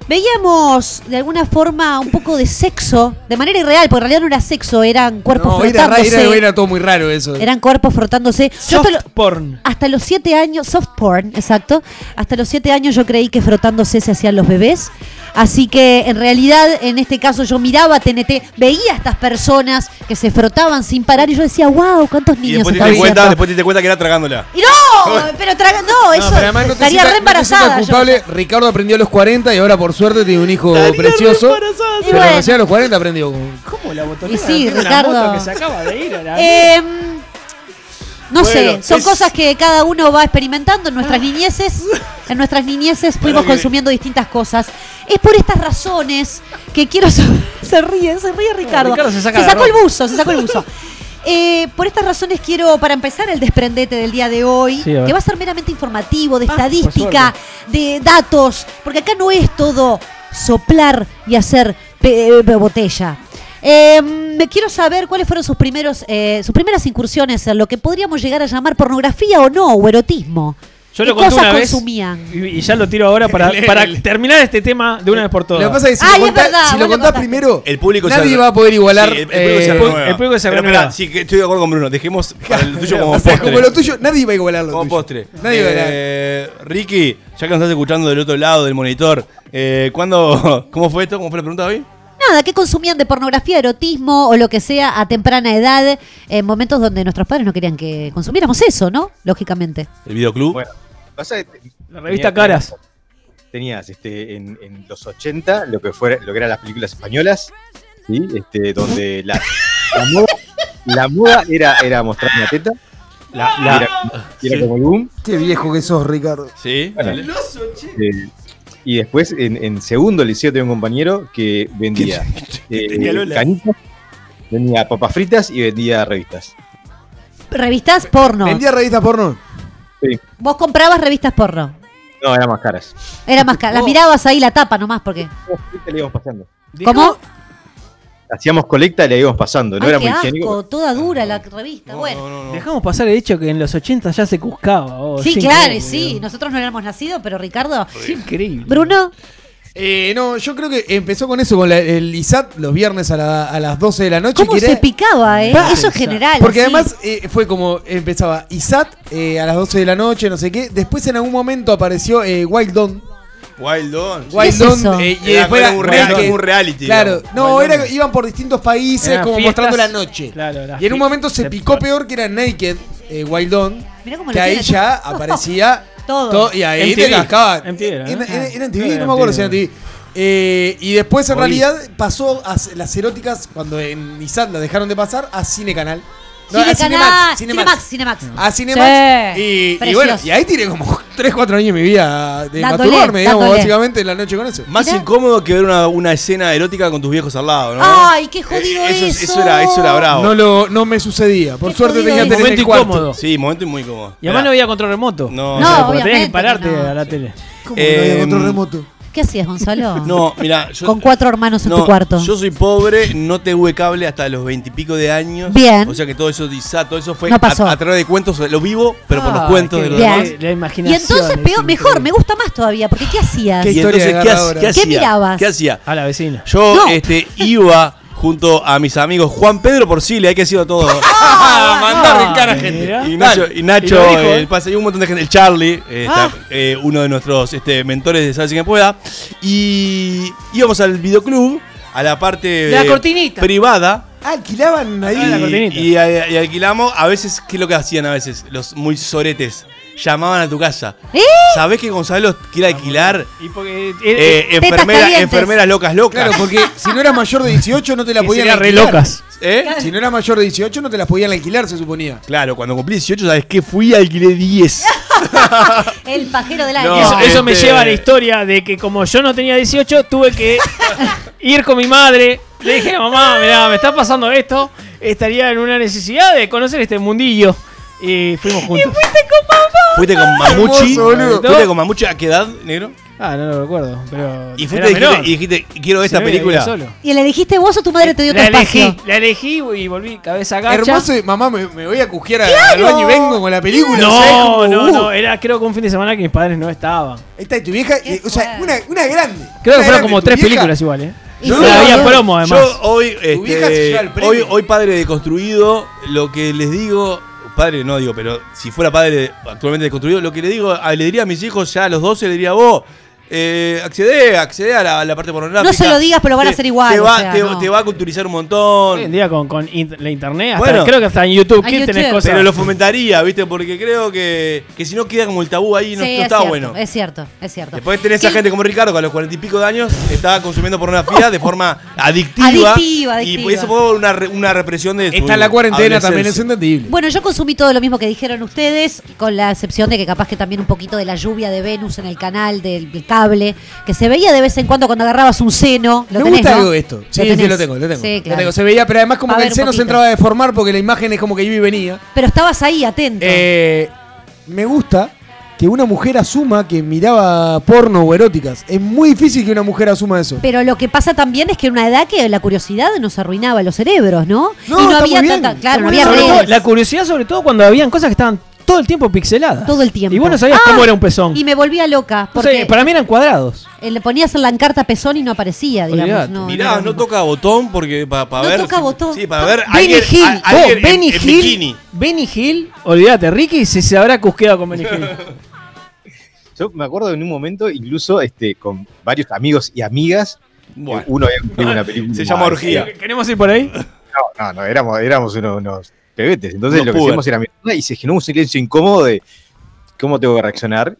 [SPEAKER 5] Veíamos de alguna forma un poco de sexo, de manera irreal, porque en realidad no era sexo, eran cuerpos
[SPEAKER 3] No, era, ra-
[SPEAKER 5] frotándose.
[SPEAKER 3] era, era todo muy raro eso.
[SPEAKER 5] Eran cuerpos frotándose. Yo
[SPEAKER 4] Soft
[SPEAKER 5] hasta, lo-
[SPEAKER 4] porn.
[SPEAKER 5] hasta los siete años, soft porn, exacto. Hasta los siete años yo creí que frotándose se hacían los bebés. Así que en realidad, en este caso, yo miraba TNT, veía a estas personas que se frotaban sin parar y yo decía, wow, cuántos
[SPEAKER 2] Y
[SPEAKER 5] niños
[SPEAKER 2] después te,
[SPEAKER 5] están
[SPEAKER 2] diste cuenta,
[SPEAKER 5] haciendo".
[SPEAKER 2] después te diste cuenta que era tragándola.
[SPEAKER 5] Y no,
[SPEAKER 3] <laughs>
[SPEAKER 5] pero traga, no, eso
[SPEAKER 3] pero además no te sientas-
[SPEAKER 5] estaría re
[SPEAKER 3] no te sientas
[SPEAKER 5] embarazada. yo.
[SPEAKER 3] culpable. Ricardo aprendió a los 40 y ahora por suerte tiene un hijo precioso.
[SPEAKER 4] embarazada.
[SPEAKER 5] Y
[SPEAKER 3] Pero
[SPEAKER 5] bueno.
[SPEAKER 3] recién a los 40 aprendió.
[SPEAKER 4] ¿Cómo la botonera?
[SPEAKER 5] Y sí,
[SPEAKER 4] Tiene una
[SPEAKER 5] Ricardo.
[SPEAKER 4] moto que se acaba de ir a la-
[SPEAKER 5] Em, no sé,
[SPEAKER 2] Bueno,
[SPEAKER 5] son
[SPEAKER 2] es-
[SPEAKER 5] cosas que cada uno va experimentando en
[SPEAKER 4] <laughs>
[SPEAKER 5] nuestras niñeces. En nuestras niñeces fuimos
[SPEAKER 2] que-
[SPEAKER 5] consumiendo distintas cosas. Es por estas razones que quiero <laughs> sa- se ríe, se ríe Ricardo.
[SPEAKER 4] Ricardo se saca la
[SPEAKER 5] sacó el
[SPEAKER 4] ropa.
[SPEAKER 5] buzo, se sacó
[SPEAKER 4] <laughs>
[SPEAKER 5] el buzo. Eh, por estas razones quiero, para empezar, el desprendete del día de hoy,
[SPEAKER 4] Sí, a ver.
[SPEAKER 5] que va a ser meramente informativo, de
[SPEAKER 4] Ah, por
[SPEAKER 5] estadística,
[SPEAKER 4] suerte.
[SPEAKER 5] de datos, porque acá no es todo soplar y hacer pe- pe- botella. Eh, me quiero saber cuáles fueron sus primeros, eh, sus primeras incursiones en lo que podríamos llegar a llamar pornografía o no, o erotismo.
[SPEAKER 4] Yo
[SPEAKER 5] ¿Qué
[SPEAKER 4] lo conté
[SPEAKER 5] cosas
[SPEAKER 4] una vez
[SPEAKER 5] consumían?
[SPEAKER 4] y, y ya lo tiro ahora
[SPEAKER 2] <laughs>
[SPEAKER 4] para,
[SPEAKER 3] Lele.
[SPEAKER 4] para terminar este tema de una vez por
[SPEAKER 3] Lo
[SPEAKER 4] todas.
[SPEAKER 3] que pasa es que si
[SPEAKER 5] Ay,
[SPEAKER 3] lo
[SPEAKER 5] es
[SPEAKER 3] contás,
[SPEAKER 5] verdad,
[SPEAKER 3] si
[SPEAKER 5] vos
[SPEAKER 3] lo
[SPEAKER 5] lo
[SPEAKER 3] contás
[SPEAKER 5] contaste.
[SPEAKER 3] primero,
[SPEAKER 2] El público
[SPEAKER 3] nadie
[SPEAKER 2] se-
[SPEAKER 3] va a poder igualar.
[SPEAKER 2] Sí, el público se
[SPEAKER 3] eh,
[SPEAKER 2] renueva.
[SPEAKER 4] el público se
[SPEAKER 2] Pero
[SPEAKER 4] renueva.
[SPEAKER 2] pará, sí, que estoy de acuerdo con Bruno.
[SPEAKER 3] <laughs>
[SPEAKER 2] Dejemos para el tuyo como
[SPEAKER 3] o sea,
[SPEAKER 2] postre.
[SPEAKER 3] como lo tuyo, nadie va a igualar lo
[SPEAKER 2] Como
[SPEAKER 3] tuyo.
[SPEAKER 2] postre.
[SPEAKER 3] Nadie va a igualar.
[SPEAKER 2] Eh, Ricky, ya que nos estás escuchando del otro lado del monitor, eh, ¿cuándo, <laughs> ¿cómo fue esto? ¿Cómo fue la pregunta hoy?
[SPEAKER 5] Nada, ¿qué consumían de pornografía, erotismo o lo que sea a temprana edad, en momentos donde nuestros padres no querían que consumiéramos eso, ¿no? Lógicamente.
[SPEAKER 2] <laughs> El videoclub.
[SPEAKER 8] Bueno, pasa que
[SPEAKER 4] La revista Caras.
[SPEAKER 8] tenías este, en, en los 80 lo que fuera, lo que eran las películas españolas, ¿sí? este, donde la, la moda, la moda era, era mostrar una teta,
[SPEAKER 2] La-
[SPEAKER 8] y
[SPEAKER 2] la-
[SPEAKER 8] era, y era como el boom.
[SPEAKER 3] Qué viejo que sos, Ricardo.
[SPEAKER 2] Ah, Sí.
[SPEAKER 8] Bueno,
[SPEAKER 2] dale.
[SPEAKER 8] eh, y después en, en segundo liceo tenía un compañero que vendía eh,
[SPEAKER 2] <laughs> Tenía Lola.
[SPEAKER 8] canicas, vendía papas fritas y vendía revistas.
[SPEAKER 5] Revistas porno.
[SPEAKER 3] Vendía revistas porno.
[SPEAKER 5] Vos comprabas revistas porno.
[SPEAKER 8] No, eran más caras.
[SPEAKER 5] Era más cara. Las mirabas ahí la tapa nomás porque.
[SPEAKER 8] Colecta le íbamos pasando.
[SPEAKER 5] ¿Cómo?
[SPEAKER 8] Hacíamos colecta y la íbamos pasando, no
[SPEAKER 5] Ay,
[SPEAKER 8] era
[SPEAKER 5] qué
[SPEAKER 8] muy higiénico.
[SPEAKER 5] asco, toda dura la revista. bueno.
[SPEAKER 4] Dejamos pasar el hecho que en los 80 ya se cuscaba. oh,
[SPEAKER 5] Sí,
[SPEAKER 4] es
[SPEAKER 5] claro,
[SPEAKER 4] increíble,
[SPEAKER 5] sí.
[SPEAKER 4] digamos.
[SPEAKER 5] Nosotros no éramos nacidos, pero Ricardo.
[SPEAKER 4] Es increíble.
[SPEAKER 5] Bruno,
[SPEAKER 3] Eh, no, yo creo que empezó con eso, con la- el ISAT los viernes a, la- a las 12 de la noche.
[SPEAKER 5] ¿cómo
[SPEAKER 3] que era-
[SPEAKER 5] se picaba, eh?
[SPEAKER 3] Pa-
[SPEAKER 5] Eso es general.
[SPEAKER 3] Porque
[SPEAKER 5] sí.
[SPEAKER 3] además eh, fue como empezaba ISAT eh, a las 12 de la noche, no sé qué. Después en algún momento apareció eh, Wild Dawn.
[SPEAKER 2] Wild Dawn.
[SPEAKER 3] Wild
[SPEAKER 5] es
[SPEAKER 3] Dawn,
[SPEAKER 5] eso?
[SPEAKER 3] eh, y
[SPEAKER 2] Era
[SPEAKER 3] después
[SPEAKER 2] como un real-
[SPEAKER 3] Naked.
[SPEAKER 2] como un reality,
[SPEAKER 3] Claro,
[SPEAKER 2] digamos.
[SPEAKER 3] no,
[SPEAKER 2] Wild
[SPEAKER 3] era,
[SPEAKER 2] Dawn.
[SPEAKER 3] iban por distintos países
[SPEAKER 4] Eran
[SPEAKER 3] como
[SPEAKER 4] fiestas-
[SPEAKER 3] mostrando la noche.
[SPEAKER 4] Claro, las
[SPEAKER 3] y en un
[SPEAKER 4] fie-
[SPEAKER 3] momento se
[SPEAKER 4] se-
[SPEAKER 3] picó peor que era Naked, eh, Wild Dawn.
[SPEAKER 5] Mirá cómo
[SPEAKER 3] Que
[SPEAKER 5] lo
[SPEAKER 3] ahí
[SPEAKER 5] tiene
[SPEAKER 3] ya
[SPEAKER 5] todo.
[SPEAKER 3] aparecía
[SPEAKER 5] <laughs> Todo.
[SPEAKER 3] todo. Y ahí te
[SPEAKER 4] MTV.
[SPEAKER 3] cascaban.
[SPEAKER 4] MTV era, ¿no?
[SPEAKER 3] En- en- Era en TV,
[SPEAKER 4] Ah,
[SPEAKER 3] no
[SPEAKER 4] era
[SPEAKER 3] me acuerdo
[SPEAKER 4] MTV.
[SPEAKER 3] si era en TV. Eh, y después en
[SPEAKER 4] Morí.
[SPEAKER 3] realidad pasó a s- las eróticas cuando en Isanda dejaron de pasar a Cine Canal. No, a Cinemax,
[SPEAKER 5] Cinecanal, Cinemax,
[SPEAKER 3] Cinemax.
[SPEAKER 5] Cinemax.
[SPEAKER 3] A Cinemax.
[SPEAKER 5] Sí.
[SPEAKER 3] Y- Y,
[SPEAKER 5] Precioso.
[SPEAKER 3] bueno, y ahí tiré como 3, 4 años de mi vida de
[SPEAKER 5] Dándole,
[SPEAKER 3] masturbarme, digamos,
[SPEAKER 5] dándole.
[SPEAKER 3] básicamente la noche con eso.
[SPEAKER 2] Más incómodo que ver una, una escena erótica con tus viejos al lado, ¿no?
[SPEAKER 5] Ay, qué jodido
[SPEAKER 2] Eh,
[SPEAKER 5] Ah, eso.
[SPEAKER 2] eso, eso era, eso era bravo.
[SPEAKER 3] No, lo, no me sucedía. Por suerte
[SPEAKER 2] jodido
[SPEAKER 3] tenía
[SPEAKER 2] eso.
[SPEAKER 3] tele en el
[SPEAKER 2] Momento
[SPEAKER 3] cuarto.
[SPEAKER 2] incómodo. Sí, momento muy cómodo.
[SPEAKER 4] Y además
[SPEAKER 2] Mirá.
[SPEAKER 4] no había control remoto.
[SPEAKER 2] No,
[SPEAKER 5] No,
[SPEAKER 4] porque tenías que
[SPEAKER 5] obviamente
[SPEAKER 4] pararte
[SPEAKER 5] que no.
[SPEAKER 4] a la tele.
[SPEAKER 5] ¿Cómo
[SPEAKER 2] que no había Eh, control
[SPEAKER 3] remoto?
[SPEAKER 5] ¿Qué hacías, Gonzalo?
[SPEAKER 2] <laughs> No, mira, yo.
[SPEAKER 5] Con cuatro hermanos en
[SPEAKER 2] no,
[SPEAKER 5] tu cuarto.
[SPEAKER 2] Yo soy pobre, no tuve cable hasta los veintipico de años.
[SPEAKER 5] Bien.
[SPEAKER 2] O sea que todo eso disa- todo eso fue
[SPEAKER 5] No
[SPEAKER 2] a-
[SPEAKER 5] pasó.
[SPEAKER 2] a, través de cuentos, lo vivo, pero por los
[SPEAKER 4] Ah,
[SPEAKER 2] cuentos
[SPEAKER 4] qué
[SPEAKER 2] de los
[SPEAKER 5] bien.
[SPEAKER 2] demás.
[SPEAKER 4] La
[SPEAKER 5] y
[SPEAKER 4] imaginación.
[SPEAKER 5] entonces peor, mejor, me gusta más todavía, porque ¿qué hacías?
[SPEAKER 2] Y entonces, ¿qué, hacía?
[SPEAKER 5] ¿Qué mirabas?
[SPEAKER 2] ¿Qué hacía?
[SPEAKER 4] A la vecina.
[SPEAKER 2] Yo
[SPEAKER 5] No.
[SPEAKER 2] este, iba junto a mis amigos Juan Pedro Porcile, hay que decirlo
[SPEAKER 5] <laughs>
[SPEAKER 2] todo.
[SPEAKER 5] Ah,
[SPEAKER 2] a mandarle en cara a gente. Y Nacho, y Nacho,
[SPEAKER 7] Y lo dijo,
[SPEAKER 2] eh,
[SPEAKER 7] ¿eh?
[SPEAKER 2] pasa, y un montón de gente. El Charlie, eh, está,
[SPEAKER 7] Ah.
[SPEAKER 2] eh, uno de nuestros este, mentores de Sabes Quien Pueda. Y íbamos al videoclub, a la parte
[SPEAKER 3] De la
[SPEAKER 2] eh,
[SPEAKER 3] cortinita.
[SPEAKER 2] privada.
[SPEAKER 3] Ah, alquilaban ahí.
[SPEAKER 2] Y, y a- y alquilamos, a veces, ¿qué es lo que hacían a veces? Los muy soretes. Llamaban a tu casa. ¿Sabés que Gonzalo quiere alquilar?
[SPEAKER 4] Y porque.
[SPEAKER 2] Eh, enfermera- enfermeras locas, locas.
[SPEAKER 3] Claro, porque si no eras mayor de 18 no te la
[SPEAKER 2] Que
[SPEAKER 3] podían
[SPEAKER 2] serían re
[SPEAKER 3] alquilar.
[SPEAKER 2] locas. ¿Eh?
[SPEAKER 3] Si no eras mayor de 18 no te las podían alquilar, se suponía.
[SPEAKER 2] Claro, cuando cumplí 18, ¿sabes qué? Fui y alquilé 10.
[SPEAKER 5] <laughs> El pajero del año.
[SPEAKER 2] No,
[SPEAKER 4] eso eso me
[SPEAKER 2] este-
[SPEAKER 4] lleva a la historia de que como yo no tenía 18, tuve
[SPEAKER 5] <laughs>
[SPEAKER 4] que ir con mi madre. Le dije, mamá, mirá, me está pasando esto. Estaría en una necesidad de conocer este mundillo. Y fuimos juntos.
[SPEAKER 2] Fuiste con Mamuchi.
[SPEAKER 4] Hermoso, boludo.
[SPEAKER 2] Fuiste con Mamuchi a qué edad, negro.
[SPEAKER 4] Ah, no lo recuerdo. Pero
[SPEAKER 2] Y
[SPEAKER 4] era
[SPEAKER 2] fuiste y dijiste,
[SPEAKER 4] menor.
[SPEAKER 2] y dijiste, quiero
[SPEAKER 4] Si
[SPEAKER 2] esta
[SPEAKER 4] no, iba
[SPEAKER 2] película.
[SPEAKER 4] solo.
[SPEAKER 5] ¿Y la elegiste vos o tu madre te dio tu
[SPEAKER 4] La
[SPEAKER 5] espacio?
[SPEAKER 4] elegí, la elegí y volví cabeza gacha.
[SPEAKER 3] Hermoso, y mamá, me, me voy a cujear a-
[SPEAKER 4] ¡Claro!
[SPEAKER 3] al baño y vengo con la película. ¿sabes?
[SPEAKER 4] No,
[SPEAKER 3] Como,
[SPEAKER 4] no,
[SPEAKER 3] uh,
[SPEAKER 4] no. Era creo que un fin de semana que mis padres no estaban.
[SPEAKER 3] Ahí está, y tu vieja, eh, o sea, una, una grande. Una
[SPEAKER 4] Creo que fueron
[SPEAKER 3] grande,
[SPEAKER 4] como
[SPEAKER 3] tu
[SPEAKER 4] tres
[SPEAKER 3] vieja.
[SPEAKER 4] películas igual, ¿eh?
[SPEAKER 3] Y
[SPEAKER 4] Y
[SPEAKER 3] sí,
[SPEAKER 4] había
[SPEAKER 3] boludo.
[SPEAKER 4] promo además.
[SPEAKER 2] Yo hoy, este,
[SPEAKER 3] vieja se lleva el premio.
[SPEAKER 2] hoy, hoy padre deconstruido, lo que les digo, padre no digo, pero si fuera padre actualmente deconstruido, lo que le digo, a- le diría a mis hijos ya a los 12, le diría vos. Eh, accede, accede a la, a la parte pornográfica.
[SPEAKER 5] No se lo digas, pero lo van a
[SPEAKER 2] Te-
[SPEAKER 5] hacer igual,
[SPEAKER 2] Te
[SPEAKER 5] o
[SPEAKER 2] va,
[SPEAKER 5] sea,
[SPEAKER 2] te-
[SPEAKER 5] no.
[SPEAKER 2] te va a culturizar un montón.
[SPEAKER 4] Hoy en día con, con in- la internet, hasta-
[SPEAKER 2] Bueno.
[SPEAKER 4] creo que hasta en YouTube,
[SPEAKER 5] En
[SPEAKER 4] ¿quién tenés
[SPEAKER 5] YouTube.
[SPEAKER 4] cosas?
[SPEAKER 2] Pero lo fomentaría, ¿viste? Porque creo que, que si no queda como el tabú ahí, no,
[SPEAKER 5] Sí,
[SPEAKER 2] no
[SPEAKER 5] es
[SPEAKER 2] está
[SPEAKER 5] cierto,
[SPEAKER 2] bueno.
[SPEAKER 5] Es cierto, es cierto.
[SPEAKER 2] Después tenés a gente como Ricardo que a los cuarenta y pico de años estaba consumiendo pornografía de forma adictiva.
[SPEAKER 5] Adictiva,
[SPEAKER 2] Y
[SPEAKER 5] adictiva.
[SPEAKER 2] por eso fue una, re- una represión de su
[SPEAKER 3] Está la cuarentena, también es
[SPEAKER 2] adolescencia.
[SPEAKER 3] entendible.
[SPEAKER 5] Bueno, yo consumí todo lo mismo que dijeron ustedes, con la excepción de que capaz que también un poquito de la lluvia de Venus en el canal del, del cable, que se veía de vez en cuando cuando agarrabas un seno. Lo
[SPEAKER 3] Me
[SPEAKER 5] tenés,
[SPEAKER 3] gusta
[SPEAKER 5] ¿no?
[SPEAKER 3] algo de esto. Sí, sí,
[SPEAKER 5] tenés.
[SPEAKER 3] lo tengo, lo tengo.
[SPEAKER 5] Sí,
[SPEAKER 3] Lo
[SPEAKER 5] claro.
[SPEAKER 3] tengo. Se veía, pero además como
[SPEAKER 5] Va a
[SPEAKER 3] que el
[SPEAKER 5] haber un
[SPEAKER 3] seno se
[SPEAKER 5] poquito.
[SPEAKER 3] entraba a deformar porque la imagen es como que iba y venía.
[SPEAKER 5] Pero estabas ahí, atento.
[SPEAKER 3] Eh, me gusta que una mujer asuma que miraba porno o eróticas. Es muy difícil que una mujer asuma eso.
[SPEAKER 5] Pero lo que pasa también es que en una edad que la curiosidad nos arruinaba los cerebros, ¿no?
[SPEAKER 3] No,
[SPEAKER 5] y no
[SPEAKER 3] está
[SPEAKER 5] había
[SPEAKER 3] muy bien,
[SPEAKER 5] tanta.
[SPEAKER 3] está
[SPEAKER 5] Claro, no
[SPEAKER 3] muy
[SPEAKER 5] había
[SPEAKER 3] bien.
[SPEAKER 4] Sobre todo,
[SPEAKER 5] redes.
[SPEAKER 4] la curiosidad sobre todo cuando habían cosas que estaban todo el tiempo pixeladas.
[SPEAKER 5] Todo el tiempo.
[SPEAKER 4] Y vos no sabías
[SPEAKER 5] Ah,
[SPEAKER 4] cómo era un pezón.
[SPEAKER 5] Y me volvía loca.
[SPEAKER 4] No
[SPEAKER 5] Porque
[SPEAKER 4] sé, para mí eran cuadrados.
[SPEAKER 5] eh, le ponías en la encarta pezón y no aparecía, digamos.
[SPEAKER 4] Olvidate.
[SPEAKER 5] No,
[SPEAKER 2] Mirá, no, toca botón porque para
[SPEAKER 5] No
[SPEAKER 2] ver.
[SPEAKER 5] toca botón.
[SPEAKER 2] Sí, para ver.
[SPEAKER 4] Benny
[SPEAKER 2] alguien-
[SPEAKER 4] Hill.
[SPEAKER 2] a- alguien
[SPEAKER 4] Vos,
[SPEAKER 2] en-
[SPEAKER 4] Benny
[SPEAKER 2] en
[SPEAKER 4] Hill.
[SPEAKER 2] bikini.
[SPEAKER 4] Benny Hill, olvídate, Ricky se, se habrá cusqueado con Benny Hill.
[SPEAKER 8] Yo me acuerdo en un momento, incluso este, con varios amigos y amigas, eh,
[SPEAKER 2] Bueno.
[SPEAKER 8] uno había cumplido
[SPEAKER 2] <laughs>
[SPEAKER 8] una película.
[SPEAKER 2] Se llama orgía.
[SPEAKER 4] Eh, ¿Queremos ir por ahí?
[SPEAKER 8] No, no, no, éramos, éramos unos, unos pebetes. Entonces
[SPEAKER 2] Unos
[SPEAKER 8] lo que
[SPEAKER 2] puber.
[SPEAKER 8] hacíamos era mierda y se generó un silencio incómodo de cómo tengo que
[SPEAKER 5] <laughs>
[SPEAKER 8] reaccionar.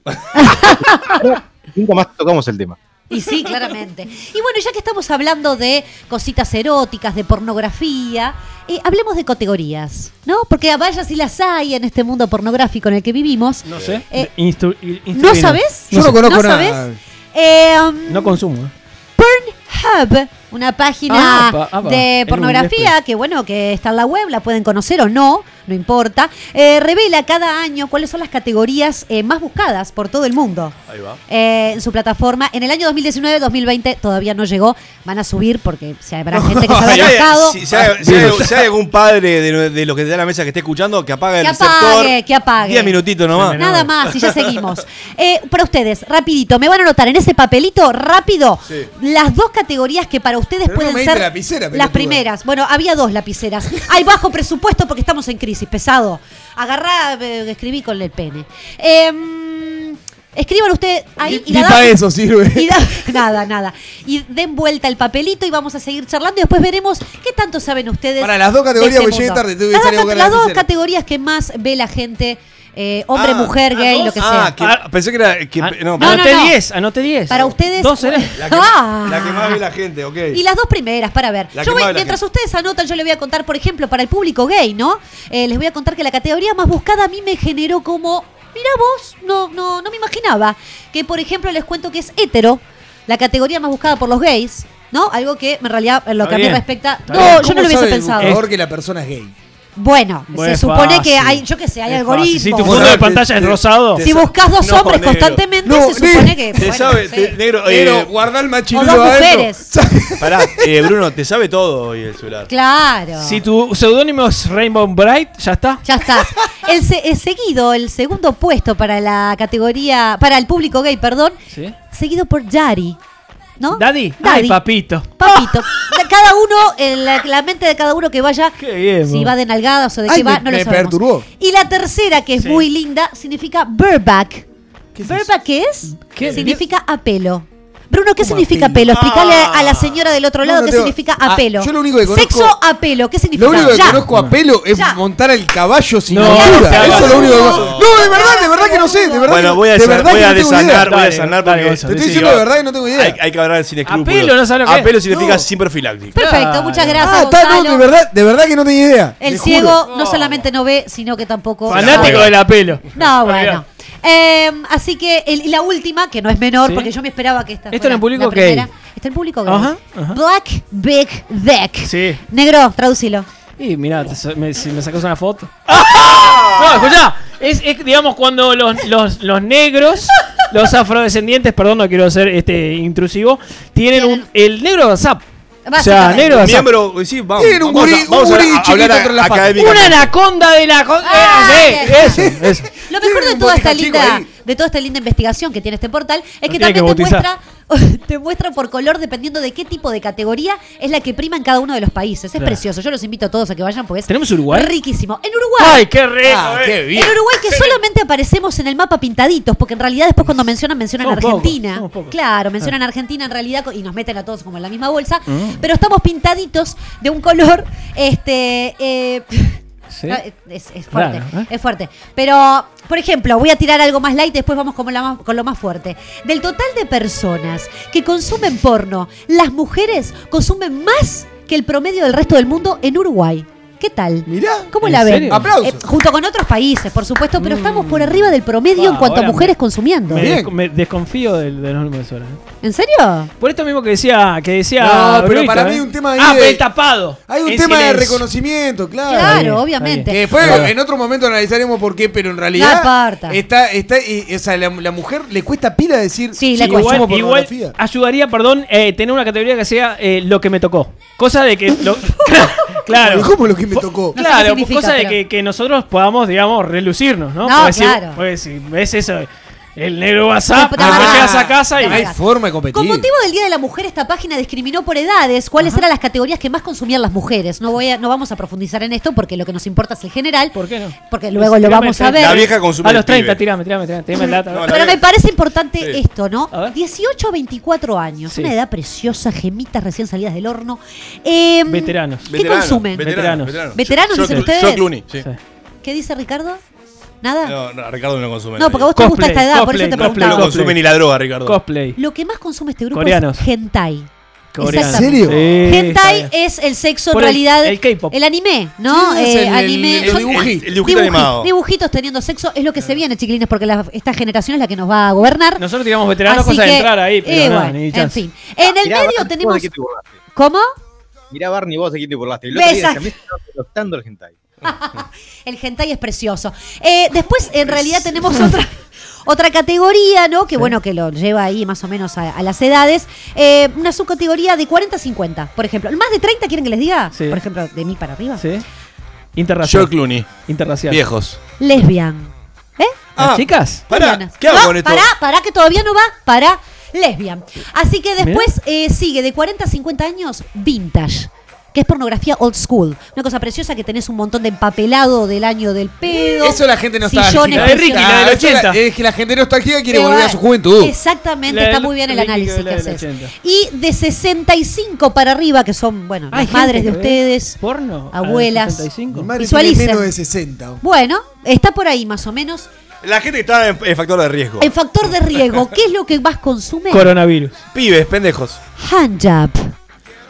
[SPEAKER 8] Nunca más tocamos el tema.
[SPEAKER 5] Y sí, claramente. Y bueno, ya que estamos hablando de cositas eróticas, de pornografía, eh, hablemos de categorías, ¿no? Porque vaya si las hay en este mundo pornográfico en el que vivimos.
[SPEAKER 4] No sé.
[SPEAKER 5] Eh,
[SPEAKER 4] Instru-
[SPEAKER 5] ¿No
[SPEAKER 4] instruinos.
[SPEAKER 5] sabes?
[SPEAKER 3] Yo no
[SPEAKER 5] sé.
[SPEAKER 3] conozco nada.
[SPEAKER 5] sabes? Eh, um,
[SPEAKER 4] No consumo. ¿eh?
[SPEAKER 5] Pornhub, una página
[SPEAKER 4] Ah, apa, apa.
[SPEAKER 5] de
[SPEAKER 4] En inglés,
[SPEAKER 5] pornografía que, bueno, que está en la web, la pueden conocer o no, no importa. eh, revela cada año cuáles son las categorías eh, más buscadas por todo el mundo
[SPEAKER 2] Ahí va.
[SPEAKER 5] eh, en su plataforma. En el año 2019-2020 todavía no llegó. Van a subir porque si habrá gente
[SPEAKER 2] <laughs>
[SPEAKER 5] que se
[SPEAKER 2] Si
[SPEAKER 5] habrá
[SPEAKER 2] hay-
[SPEAKER 5] bajado.
[SPEAKER 2] Si si hay si hay- si hay algún padre de, de los que está en la mesa que esté escuchando, que apague el
[SPEAKER 5] Que
[SPEAKER 2] receptor.
[SPEAKER 5] apague, que apague.
[SPEAKER 2] 10 minutitos nomás.
[SPEAKER 5] Nada más, y
[SPEAKER 2] <laughs>
[SPEAKER 5] ya seguimos. Eh, para ustedes, rapidito, me van a anotar en ese papelito, rápido, las dos categorías que para ustedes
[SPEAKER 3] Pero no
[SPEAKER 5] pueden
[SPEAKER 3] me diste
[SPEAKER 5] ser
[SPEAKER 3] la lapicera,
[SPEAKER 5] las
[SPEAKER 3] pelotuda.
[SPEAKER 5] primeras. Bueno, había dos lapiceras. Hay bajo presupuesto porque estamos en crisis, pesado. Agarrá, eh, escribí con el pene. Em, escriban ustedes ahí y la
[SPEAKER 3] Ni
[SPEAKER 5] data-
[SPEAKER 3] para eso sirve.
[SPEAKER 5] <laughs> y da- nada, nada. Y den vuelta el papelito y vamos a seguir charlando y después veremos qué tanto saben ustedes.
[SPEAKER 3] Para las dos categorías,
[SPEAKER 5] de este
[SPEAKER 3] porque llegué
[SPEAKER 5] mundo.
[SPEAKER 3] tarde, tuve que
[SPEAKER 5] Las,
[SPEAKER 3] salir a
[SPEAKER 5] dos
[SPEAKER 3] buscar
[SPEAKER 5] cate-
[SPEAKER 3] la
[SPEAKER 5] las dos
[SPEAKER 3] lapicera.
[SPEAKER 5] categorías que más ve la gente eh,
[SPEAKER 2] Ah,
[SPEAKER 5] hombre, mujer, gay, lo que
[SPEAKER 4] Ah,
[SPEAKER 5] sea.
[SPEAKER 2] pensé que era. Que, Ah. no,
[SPEAKER 5] no,
[SPEAKER 4] anoté
[SPEAKER 5] no.
[SPEAKER 4] 10, anoté 10.
[SPEAKER 5] Para ustedes,
[SPEAKER 4] Dos
[SPEAKER 5] <laughs>
[SPEAKER 4] será.
[SPEAKER 2] La que,
[SPEAKER 5] Ah.
[SPEAKER 2] la que más ve la gente, ok.
[SPEAKER 5] Y las dos primeras, para ver.
[SPEAKER 2] La que
[SPEAKER 5] Yo voy-
[SPEAKER 2] más la
[SPEAKER 5] mientras
[SPEAKER 2] gente.
[SPEAKER 5] ustedes anotan, yo les voy a contar, por ejemplo, para el público gay, ¿no? Eh, les voy a contar que la categoría más buscada a mí me generó como, mira vos, no, no, no me imaginaba. Que, por ejemplo, les cuento que es hetero, la categoría más buscada por los gays, ¿no? Algo que en realidad, en lo
[SPEAKER 3] Está
[SPEAKER 5] que a mí
[SPEAKER 3] bien.
[SPEAKER 5] respecta,
[SPEAKER 3] Está bien.
[SPEAKER 5] no, yo
[SPEAKER 3] ¿Cómo
[SPEAKER 5] no lo hubiese
[SPEAKER 3] sabe el
[SPEAKER 5] pensado.
[SPEAKER 3] buscador que la persona es gay.
[SPEAKER 5] Bueno,
[SPEAKER 3] Bueno,
[SPEAKER 5] se
[SPEAKER 3] es
[SPEAKER 5] supone que
[SPEAKER 3] fácil.
[SPEAKER 5] hay, yo qué sé, hay
[SPEAKER 3] Es fácil.
[SPEAKER 5] algoritmos.
[SPEAKER 4] Si tu fondo de pantalla es rosado.
[SPEAKER 5] Si buscas dos
[SPEAKER 4] No,
[SPEAKER 5] hombres
[SPEAKER 4] negro.
[SPEAKER 5] constantemente,
[SPEAKER 4] No,
[SPEAKER 5] se supone
[SPEAKER 4] ne-
[SPEAKER 5] que.
[SPEAKER 2] Te
[SPEAKER 5] bueno,
[SPEAKER 2] sabe,
[SPEAKER 5] sí.
[SPEAKER 2] te- negro.
[SPEAKER 3] Negro,
[SPEAKER 2] guardá el
[SPEAKER 5] O dos mujeres.
[SPEAKER 2] Eh, Pará, eh, Bruno, te sabe todo hoy el celular.
[SPEAKER 5] Claro.
[SPEAKER 4] Si tu seudónimo es Rainbow Bright, ya está.
[SPEAKER 5] Ya estás. El, se- eh, seguido, el segundo puesto para la categoría, para el público gay, perdón,
[SPEAKER 4] ¿Sí?
[SPEAKER 5] seguido por Yari. ¿No?
[SPEAKER 4] Daddy. Ay,
[SPEAKER 5] Daddy.
[SPEAKER 4] papito.
[SPEAKER 5] Papito. De Cada uno, en la, la mente de cada uno que vaya,
[SPEAKER 4] bien,
[SPEAKER 5] si
[SPEAKER 4] vos.
[SPEAKER 5] va de nalgadas o de
[SPEAKER 4] Ay,
[SPEAKER 5] qué va,
[SPEAKER 4] me-
[SPEAKER 5] no lo
[SPEAKER 4] me
[SPEAKER 5] sabemos.
[SPEAKER 4] perturbó.
[SPEAKER 5] Y la tercera, que es
[SPEAKER 4] Sí.
[SPEAKER 5] muy linda, significa burback. ¿Burback qué es? Significa apelo. Bruno, ¿qué significa apelo? Explícale a
[SPEAKER 4] Ah.
[SPEAKER 5] la señora del otro
[SPEAKER 3] No,
[SPEAKER 5] lado
[SPEAKER 3] no
[SPEAKER 5] qué
[SPEAKER 3] tengo-
[SPEAKER 5] significa
[SPEAKER 3] Ah,
[SPEAKER 5] apelo.
[SPEAKER 3] yo lo único que conozco-
[SPEAKER 5] Sexo apelo, ¿qué significa?
[SPEAKER 3] Lo único que
[SPEAKER 5] Ya.
[SPEAKER 3] conozco a pelo es montar el caballo sin
[SPEAKER 2] No,
[SPEAKER 3] montura.
[SPEAKER 2] no,
[SPEAKER 3] Eso es lo único que conozco.
[SPEAKER 2] no.
[SPEAKER 3] No, de verdad, de verdad que no sé. De verdad que
[SPEAKER 2] Bueno,
[SPEAKER 3] no-
[SPEAKER 2] voy a,
[SPEAKER 3] de
[SPEAKER 2] desanar-
[SPEAKER 3] verdad
[SPEAKER 2] voy
[SPEAKER 3] que
[SPEAKER 2] a
[SPEAKER 3] no tengo idea.
[SPEAKER 2] desanar, voy a
[SPEAKER 3] Dale,
[SPEAKER 2] desanar
[SPEAKER 3] dale,
[SPEAKER 2] porque.
[SPEAKER 3] Gonzalo. Te estoy diciendo la verdad que no tengo idea.
[SPEAKER 2] Hay, hay que hablar sin escrúpulos.
[SPEAKER 3] Apelo, no sabe lo que es.
[SPEAKER 2] Apelo significa
[SPEAKER 3] No.
[SPEAKER 2] sin perfilactic.
[SPEAKER 5] Perfecto, muchas gracias.
[SPEAKER 3] Ah, está, no,
[SPEAKER 5] Gonzalo.
[SPEAKER 3] de verdad, de verdad que no tenía idea.
[SPEAKER 5] El
[SPEAKER 3] Te
[SPEAKER 5] ciego
[SPEAKER 3] juro.
[SPEAKER 5] no solamente no ve, sino que tampoco.
[SPEAKER 4] Fanático
[SPEAKER 5] sabe.
[SPEAKER 4] del apelo.
[SPEAKER 5] No, bueno. Eh, así que, el- y la última, que no es menor,
[SPEAKER 4] Sí.
[SPEAKER 5] porque yo me esperaba que esta.
[SPEAKER 4] Esto
[SPEAKER 5] fuera
[SPEAKER 4] en el público
[SPEAKER 5] la
[SPEAKER 4] gay.
[SPEAKER 5] primera. Está en público gay.
[SPEAKER 4] Ajá, ajá.
[SPEAKER 5] Black Big Deck.
[SPEAKER 4] Sí.
[SPEAKER 5] Negro, traducilo.
[SPEAKER 4] Y mirá, te sa- me, si me sacas una
[SPEAKER 5] <laughs>
[SPEAKER 4] foto.
[SPEAKER 5] ¡Ah!
[SPEAKER 4] No, escuchá. Es, es, digamos, cuando los, los, los negros, los afrodescendientes, perdón, no quiero ser este intrusivo, tienen un, el negro de WhatsApp. O sea,
[SPEAKER 2] Básicamente.
[SPEAKER 4] negro de WhatsApp.
[SPEAKER 2] Miembro, pues sí, vamos, Tienen un vamos a- gurí- un vamos a gurí hablar- chiquito hablar entre las patas. académicamente.
[SPEAKER 4] Una anaconda
[SPEAKER 3] <laughs>
[SPEAKER 4] de la. con- eh,
[SPEAKER 5] Ah,
[SPEAKER 4] sí, eso, eso.
[SPEAKER 5] Lo mejor de
[SPEAKER 4] un
[SPEAKER 5] toda
[SPEAKER 4] botica
[SPEAKER 5] esta
[SPEAKER 4] chico
[SPEAKER 5] linda,
[SPEAKER 4] ahí.
[SPEAKER 5] de toda esta linda investigación que tiene este portal, es
[SPEAKER 4] Lo
[SPEAKER 5] que
[SPEAKER 4] tiene que
[SPEAKER 5] también te
[SPEAKER 4] bautizar.
[SPEAKER 5] muestra, te muestra <laughs> por color dependiendo de qué tipo de categoría es la que prima en cada uno de los países. Es
[SPEAKER 4] Claro.
[SPEAKER 5] precioso. Yo los invito a todos a que vayan, pues.
[SPEAKER 4] ¿Tenemos Uruguay?
[SPEAKER 5] Riquísimo. En Uruguay.
[SPEAKER 4] ¡Ay, qué rico, Ah, eh! qué bien.
[SPEAKER 5] En Uruguay que solamente aparecemos en el mapa pintaditos, porque en realidad después cuando mencionan mencionan
[SPEAKER 4] Somos pocos,
[SPEAKER 5] Argentina.
[SPEAKER 4] somos pocos.
[SPEAKER 5] Claro, mencionan
[SPEAKER 4] Ah.
[SPEAKER 5] Argentina en realidad co- y nos meten a todos como en la misma bolsa,
[SPEAKER 4] Mm.
[SPEAKER 5] pero estamos pintaditos de un color este eh,
[SPEAKER 4] <laughs> Sí.
[SPEAKER 5] no, es, es fuerte,
[SPEAKER 4] Raro, ¿eh?
[SPEAKER 5] es fuerte. Pero, por ejemplo, voy a tirar algo más light y después vamos con, la más- con lo más fuerte. Del total de personas que consumen porno, las mujeres consumen más que el promedio del resto del mundo en Uruguay. ¿Qué tal? Mirá. ¿Cómo
[SPEAKER 3] ¿En
[SPEAKER 5] la ven?
[SPEAKER 3] serio? Aplausos.
[SPEAKER 5] Eh, junto con otros países, por supuesto, pero estamos por arriba del promedio en
[SPEAKER 4] Ah,
[SPEAKER 5] cuanto a
[SPEAKER 4] Mm. ahora
[SPEAKER 5] mujeres
[SPEAKER 4] me- <laughs>
[SPEAKER 5] consumiendo.
[SPEAKER 4] Me, des- me desconfío del, del nombre de Sora. ¿eh?
[SPEAKER 5] ¿En serio?
[SPEAKER 4] Por esto mismo que decía. Que decía
[SPEAKER 3] No, pero
[SPEAKER 4] Brunito,
[SPEAKER 3] para mí
[SPEAKER 4] ¿eh?
[SPEAKER 3] hay un tema ahí
[SPEAKER 4] Ah,
[SPEAKER 3] de-
[SPEAKER 4] pero el tapado.
[SPEAKER 3] Hay un
[SPEAKER 4] En
[SPEAKER 3] tema de
[SPEAKER 4] silencio.
[SPEAKER 3] reconocimiento, claro.
[SPEAKER 5] Claro, Está bien, obviamente. está bien.
[SPEAKER 3] Que después
[SPEAKER 5] Eh, Claro.
[SPEAKER 3] en otro momento analizaremos por qué, pero en
[SPEAKER 5] No
[SPEAKER 3] realidad
[SPEAKER 5] importa.
[SPEAKER 3] está, está, y- o sea, la, la mujer le cuesta pila decir
[SPEAKER 5] Sí,
[SPEAKER 3] "Yo consumo
[SPEAKER 4] igual, igual
[SPEAKER 3] pornografía".
[SPEAKER 4] ayudaría, perdón, eh, tener una categoría que sea eh, lo que me tocó. Cosa de que. lo- <laughs> claro.
[SPEAKER 3] ¿Cómo lo que me tocó?
[SPEAKER 5] No sé
[SPEAKER 4] Claro, pues,
[SPEAKER 5] qué significa,
[SPEAKER 4] cosa de
[SPEAKER 5] pero-
[SPEAKER 4] que, que nosotros podamos, digamos, relucirnos, ¿no?
[SPEAKER 5] No,
[SPEAKER 4] Porque si-
[SPEAKER 5] claro.
[SPEAKER 4] porque si ves eso, el negro WhatsApp,
[SPEAKER 5] Te-
[SPEAKER 4] te
[SPEAKER 5] te amargas.
[SPEAKER 4] llegas a casa y.
[SPEAKER 5] Te amargas. Hay
[SPEAKER 3] forma de competir.
[SPEAKER 5] Con motivo del Día de la Mujer, esta página discriminó por edades cuáles eran las categorías que más consumían las mujeres. No, voy a- no vamos a profundizar en esto porque lo que nos importa es el general. ¿Por
[SPEAKER 4] qué no?
[SPEAKER 5] Porque luego lo
[SPEAKER 4] Tirame
[SPEAKER 5] vamos
[SPEAKER 4] el
[SPEAKER 5] a ver.
[SPEAKER 4] treinta. A los 30, tirame, tirame, tirame, tirame el dato.
[SPEAKER 5] Pero me parece importante esto, ¿no?
[SPEAKER 4] A ver.
[SPEAKER 5] 18 a 24 años,
[SPEAKER 4] Sí.
[SPEAKER 5] una edad preciosa, gemitas recién salidas del horno. Eh,
[SPEAKER 4] Veteranos.
[SPEAKER 5] ¿Qué consumen?
[SPEAKER 4] Veteranos.
[SPEAKER 5] ¿Veteranos
[SPEAKER 2] Yo-
[SPEAKER 5] dicen
[SPEAKER 2] yo-
[SPEAKER 5] ustedes?
[SPEAKER 2] Yo Clooney, sí.
[SPEAKER 5] ¿Qué dice Ricardo? ¿Nada?
[SPEAKER 2] No, no, Ricardo no consume.
[SPEAKER 5] No, porque a vos te gusta
[SPEAKER 4] Cosplay,
[SPEAKER 5] esta edad, por eso
[SPEAKER 4] cosplay,
[SPEAKER 5] te
[SPEAKER 2] No,
[SPEAKER 5] preguntaba.
[SPEAKER 2] no consume ni la droga, Ricardo.
[SPEAKER 4] Cosplay.
[SPEAKER 5] Lo que más consume este grupo
[SPEAKER 4] Coreanos.
[SPEAKER 5] es hentai.
[SPEAKER 4] Coreano.
[SPEAKER 5] Exactamente.
[SPEAKER 4] ¿En serio? Sí,
[SPEAKER 5] hentai
[SPEAKER 4] está
[SPEAKER 5] es el sexo
[SPEAKER 4] Por
[SPEAKER 5] en
[SPEAKER 4] el-
[SPEAKER 5] realidad.
[SPEAKER 4] el K-pop.
[SPEAKER 5] anime, ¿no?
[SPEAKER 3] Sí, es
[SPEAKER 5] Eh,
[SPEAKER 3] el- el-
[SPEAKER 5] anime.
[SPEAKER 3] el
[SPEAKER 5] son-
[SPEAKER 3] dibuji-
[SPEAKER 2] el dibujito animado.
[SPEAKER 5] Dibujitos teniendo sexo es lo que se viene, chiquilines, porque la- esta generación es la que nos va a gobernar.
[SPEAKER 4] Nosotros tiramos veteranos,
[SPEAKER 5] Así
[SPEAKER 4] cosa de
[SPEAKER 5] que,
[SPEAKER 4] entrar ahí, pero
[SPEAKER 5] eh,
[SPEAKER 4] nada,
[SPEAKER 5] bueno,
[SPEAKER 4] ni
[SPEAKER 5] en
[SPEAKER 4] chance.
[SPEAKER 5] fin. En el
[SPEAKER 8] Mirá,
[SPEAKER 5] medio
[SPEAKER 8] Barney,
[SPEAKER 5] tenemos.
[SPEAKER 8] vos de quién te burlaste.
[SPEAKER 5] ¿Cómo?
[SPEAKER 8] Mirá, Barney, vos de quién te burlaste. El otro día
[SPEAKER 5] Besa-
[SPEAKER 8] también estaba adoptando el hentai.
[SPEAKER 5] El hentai es precioso. Eh, después, en realidad, tenemos otra. Otra categoría, ¿no? Que bueno, que lo lleva ahí más o menos a, a las edades. Eh, una subcategoría de 40 a 50, por ejemplo. ¿Más de 30 quieren que les diga?
[SPEAKER 4] Sí.
[SPEAKER 5] Por ejemplo, de mí para arriba.
[SPEAKER 4] Sí. Interracial.
[SPEAKER 7] George Clooney.
[SPEAKER 4] Interracial.
[SPEAKER 7] Viejos.
[SPEAKER 5] Lesbian. ¿Eh?
[SPEAKER 4] ¿Las
[SPEAKER 3] Ah,
[SPEAKER 4] chicas?
[SPEAKER 2] Pará, ¿qué hago
[SPEAKER 5] No,
[SPEAKER 2] con esto?
[SPEAKER 5] Pará, pará, que todavía no va. Pará, lesbian. Así que después eh, sigue de 40 a 50 años, vintage. que es pornografía old school. Una cosa preciosa que tenés un montón de empapelado del año del pedo.
[SPEAKER 3] Eso la gente no está.
[SPEAKER 5] sillones preciosos.
[SPEAKER 3] Es que la gente nostálgica quiere
[SPEAKER 5] Pero,
[SPEAKER 3] volver a
[SPEAKER 5] eh,
[SPEAKER 3] su juventud.
[SPEAKER 5] Exactamente,
[SPEAKER 3] La
[SPEAKER 5] está
[SPEAKER 3] del-
[SPEAKER 5] muy bien el
[SPEAKER 3] la del-
[SPEAKER 5] análisis
[SPEAKER 3] la
[SPEAKER 5] que
[SPEAKER 3] del
[SPEAKER 5] haces. Y de 65 para arriba, que son, bueno,
[SPEAKER 4] Hay
[SPEAKER 5] las madres de
[SPEAKER 3] ¿eh?
[SPEAKER 4] gente que ve
[SPEAKER 5] ustedes,
[SPEAKER 4] porno
[SPEAKER 3] Ah,
[SPEAKER 4] a los
[SPEAKER 5] abuelas,
[SPEAKER 4] 65.
[SPEAKER 3] Mi madre
[SPEAKER 5] visualicen.
[SPEAKER 3] tiene menos de 60.
[SPEAKER 5] Bueno, está por ahí más o menos.
[SPEAKER 2] La gente que está en, en factor de riesgo.
[SPEAKER 5] En factor
[SPEAKER 4] <laughs>
[SPEAKER 5] de riesgo, ¿qué es lo que más consume?
[SPEAKER 4] Coronavirus.
[SPEAKER 2] Pibes, pendejos.
[SPEAKER 5] Handjob.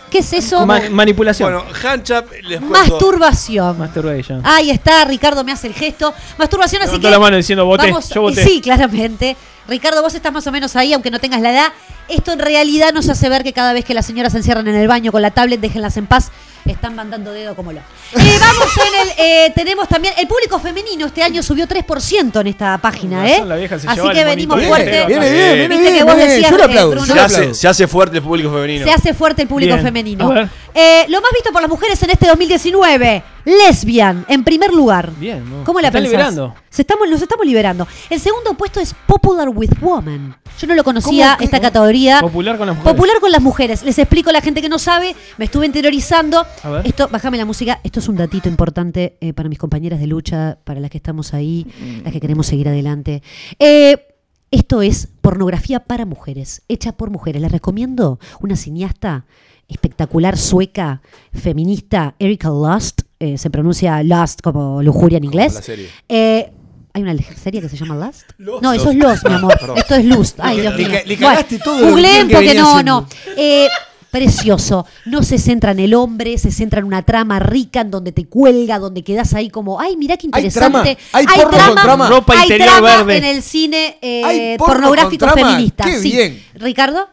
[SPEAKER 5] ¿Qué es eso?
[SPEAKER 4] manipulación.
[SPEAKER 2] Bueno, handjob les cuento.
[SPEAKER 5] Masturbación.
[SPEAKER 4] Masturbation.
[SPEAKER 5] Ahí está, Ricardo me hace el gesto. Masturbación, así
[SPEAKER 4] Levantó
[SPEAKER 5] que.
[SPEAKER 4] la mano diciendo, "Voté,
[SPEAKER 5] vamos-
[SPEAKER 4] yo voté".
[SPEAKER 5] y Sí, claramente. Ricardo, vos estás más o menos ahí, aunque no tengas la edad. Esto en realidad nos hace ver que cada vez que las señoras se encierran en el baño con la tablet, déjenlas en paz, están mandando dedo como lo. Eh, vamos en el. eh, tenemos también. El público femenino este año subió 3% en esta página, ¿eh?
[SPEAKER 4] razón, la vieja se
[SPEAKER 5] Así
[SPEAKER 4] llevaba
[SPEAKER 5] que
[SPEAKER 4] el
[SPEAKER 5] venimos
[SPEAKER 4] monito.
[SPEAKER 5] fuerte.
[SPEAKER 4] Bien, viene bien, viene
[SPEAKER 5] Viste
[SPEAKER 4] bien,
[SPEAKER 5] que
[SPEAKER 4] viene
[SPEAKER 5] vos
[SPEAKER 4] bien.
[SPEAKER 5] decías,
[SPEAKER 4] Yo lo
[SPEAKER 5] eh,
[SPEAKER 4] aplaudo,
[SPEAKER 5] Bruno,
[SPEAKER 2] Se hace, se hace fuerte el público femenino.
[SPEAKER 5] se hace fuerte el público
[SPEAKER 2] Bien.
[SPEAKER 5] femenino.
[SPEAKER 2] A ver.
[SPEAKER 5] Eh, lo más visto por las mujeres en este 2019, lesbian, en primer lugar.
[SPEAKER 4] Bien, no.
[SPEAKER 5] ¿Cómo
[SPEAKER 4] Se
[SPEAKER 5] la
[SPEAKER 4] está
[SPEAKER 5] pensás?
[SPEAKER 4] liberando.
[SPEAKER 5] Se estamos, nos estamos liberando. El segundo puesto es Popular with Woman. Yo no lo conocía,
[SPEAKER 4] ¿Cómo?
[SPEAKER 5] esta categoría.
[SPEAKER 4] Popular con las mujeres.
[SPEAKER 5] Popular con las mujeres. Les explico a la gente que no sabe, me estuve interiorizando.
[SPEAKER 4] A ver.
[SPEAKER 5] Esto, bájame la música. Esto es un datito importante eh, para mis compañeras de lucha, para las que estamos ahí, las que queremos seguir adelante. Eh, esto es pornografía para mujeres, hecha por mujeres. Les recomiendo una cineasta espectacular sueca, feminista, Erika Lust. Eh, se pronuncia Lust como lujuria en inglés.
[SPEAKER 15] la serie.
[SPEAKER 5] Eh, hay una serie que se llama Lust.
[SPEAKER 15] Lost.
[SPEAKER 5] No, eso es
[SPEAKER 15] Lost.
[SPEAKER 5] Lost,
[SPEAKER 3] Ah,
[SPEAKER 5] mi amor.
[SPEAKER 15] Perdón.
[SPEAKER 5] Esto es Lust. Ay,
[SPEAKER 15] Le-
[SPEAKER 5] Dios
[SPEAKER 15] le
[SPEAKER 5] mío.
[SPEAKER 15] ca- le
[SPEAKER 5] Bueno,
[SPEAKER 15] cagaste todo lo
[SPEAKER 5] Googleen
[SPEAKER 15] bien que
[SPEAKER 5] porque
[SPEAKER 15] venía
[SPEAKER 5] no,
[SPEAKER 15] haciendo.
[SPEAKER 5] no. Eh, precioso. No se centra en el hombre, se centra en una trama rica en donde te cuelga, donde quedas ahí como, ay, mirá qué interesante.
[SPEAKER 3] trama? ¿Hay porno con trama? Ropa
[SPEAKER 5] hay
[SPEAKER 3] interior
[SPEAKER 5] trama
[SPEAKER 3] verde.
[SPEAKER 5] en el cine eh,
[SPEAKER 3] ¿Hay porno
[SPEAKER 5] pornográfico
[SPEAKER 3] con trama?
[SPEAKER 5] feminista.
[SPEAKER 3] ¡Qué
[SPEAKER 5] sí.
[SPEAKER 3] bien!
[SPEAKER 5] Ricardo,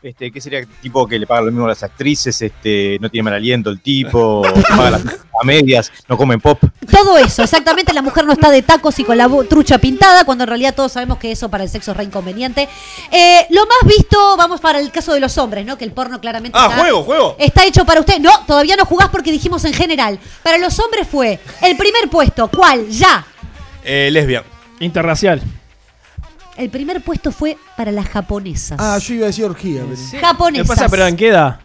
[SPEAKER 8] Este, ¿Qué sería tipo que le pagan lo mismo a las actrices? Este, no tiene mal aliento el tipo, <laughs> paga las a medias, no comen pop.
[SPEAKER 5] todo eso, exactamente. La mujer no está de tacos y con la bo- trucha pintada, cuando en realidad todos sabemos que eso para el sexo es re inconveniente. Eh, lo más visto, vamos para el caso de los hombres, ¿no? Que el porno claramente.
[SPEAKER 2] Ah,
[SPEAKER 5] está-
[SPEAKER 2] juego, juego.
[SPEAKER 5] Está hecho para usted. No, todavía no jugás porque dijimos en general. Para los hombres fue el primer puesto. ¿Cuál? Ya.
[SPEAKER 2] Eh, lesbian.
[SPEAKER 4] Interracial.
[SPEAKER 5] El primer puesto fue para las japonesas.
[SPEAKER 3] Ah, yo iba a decir orgía. pero-
[SPEAKER 5] Japonesas.
[SPEAKER 4] ¿Qué pasa, pero en qué edad?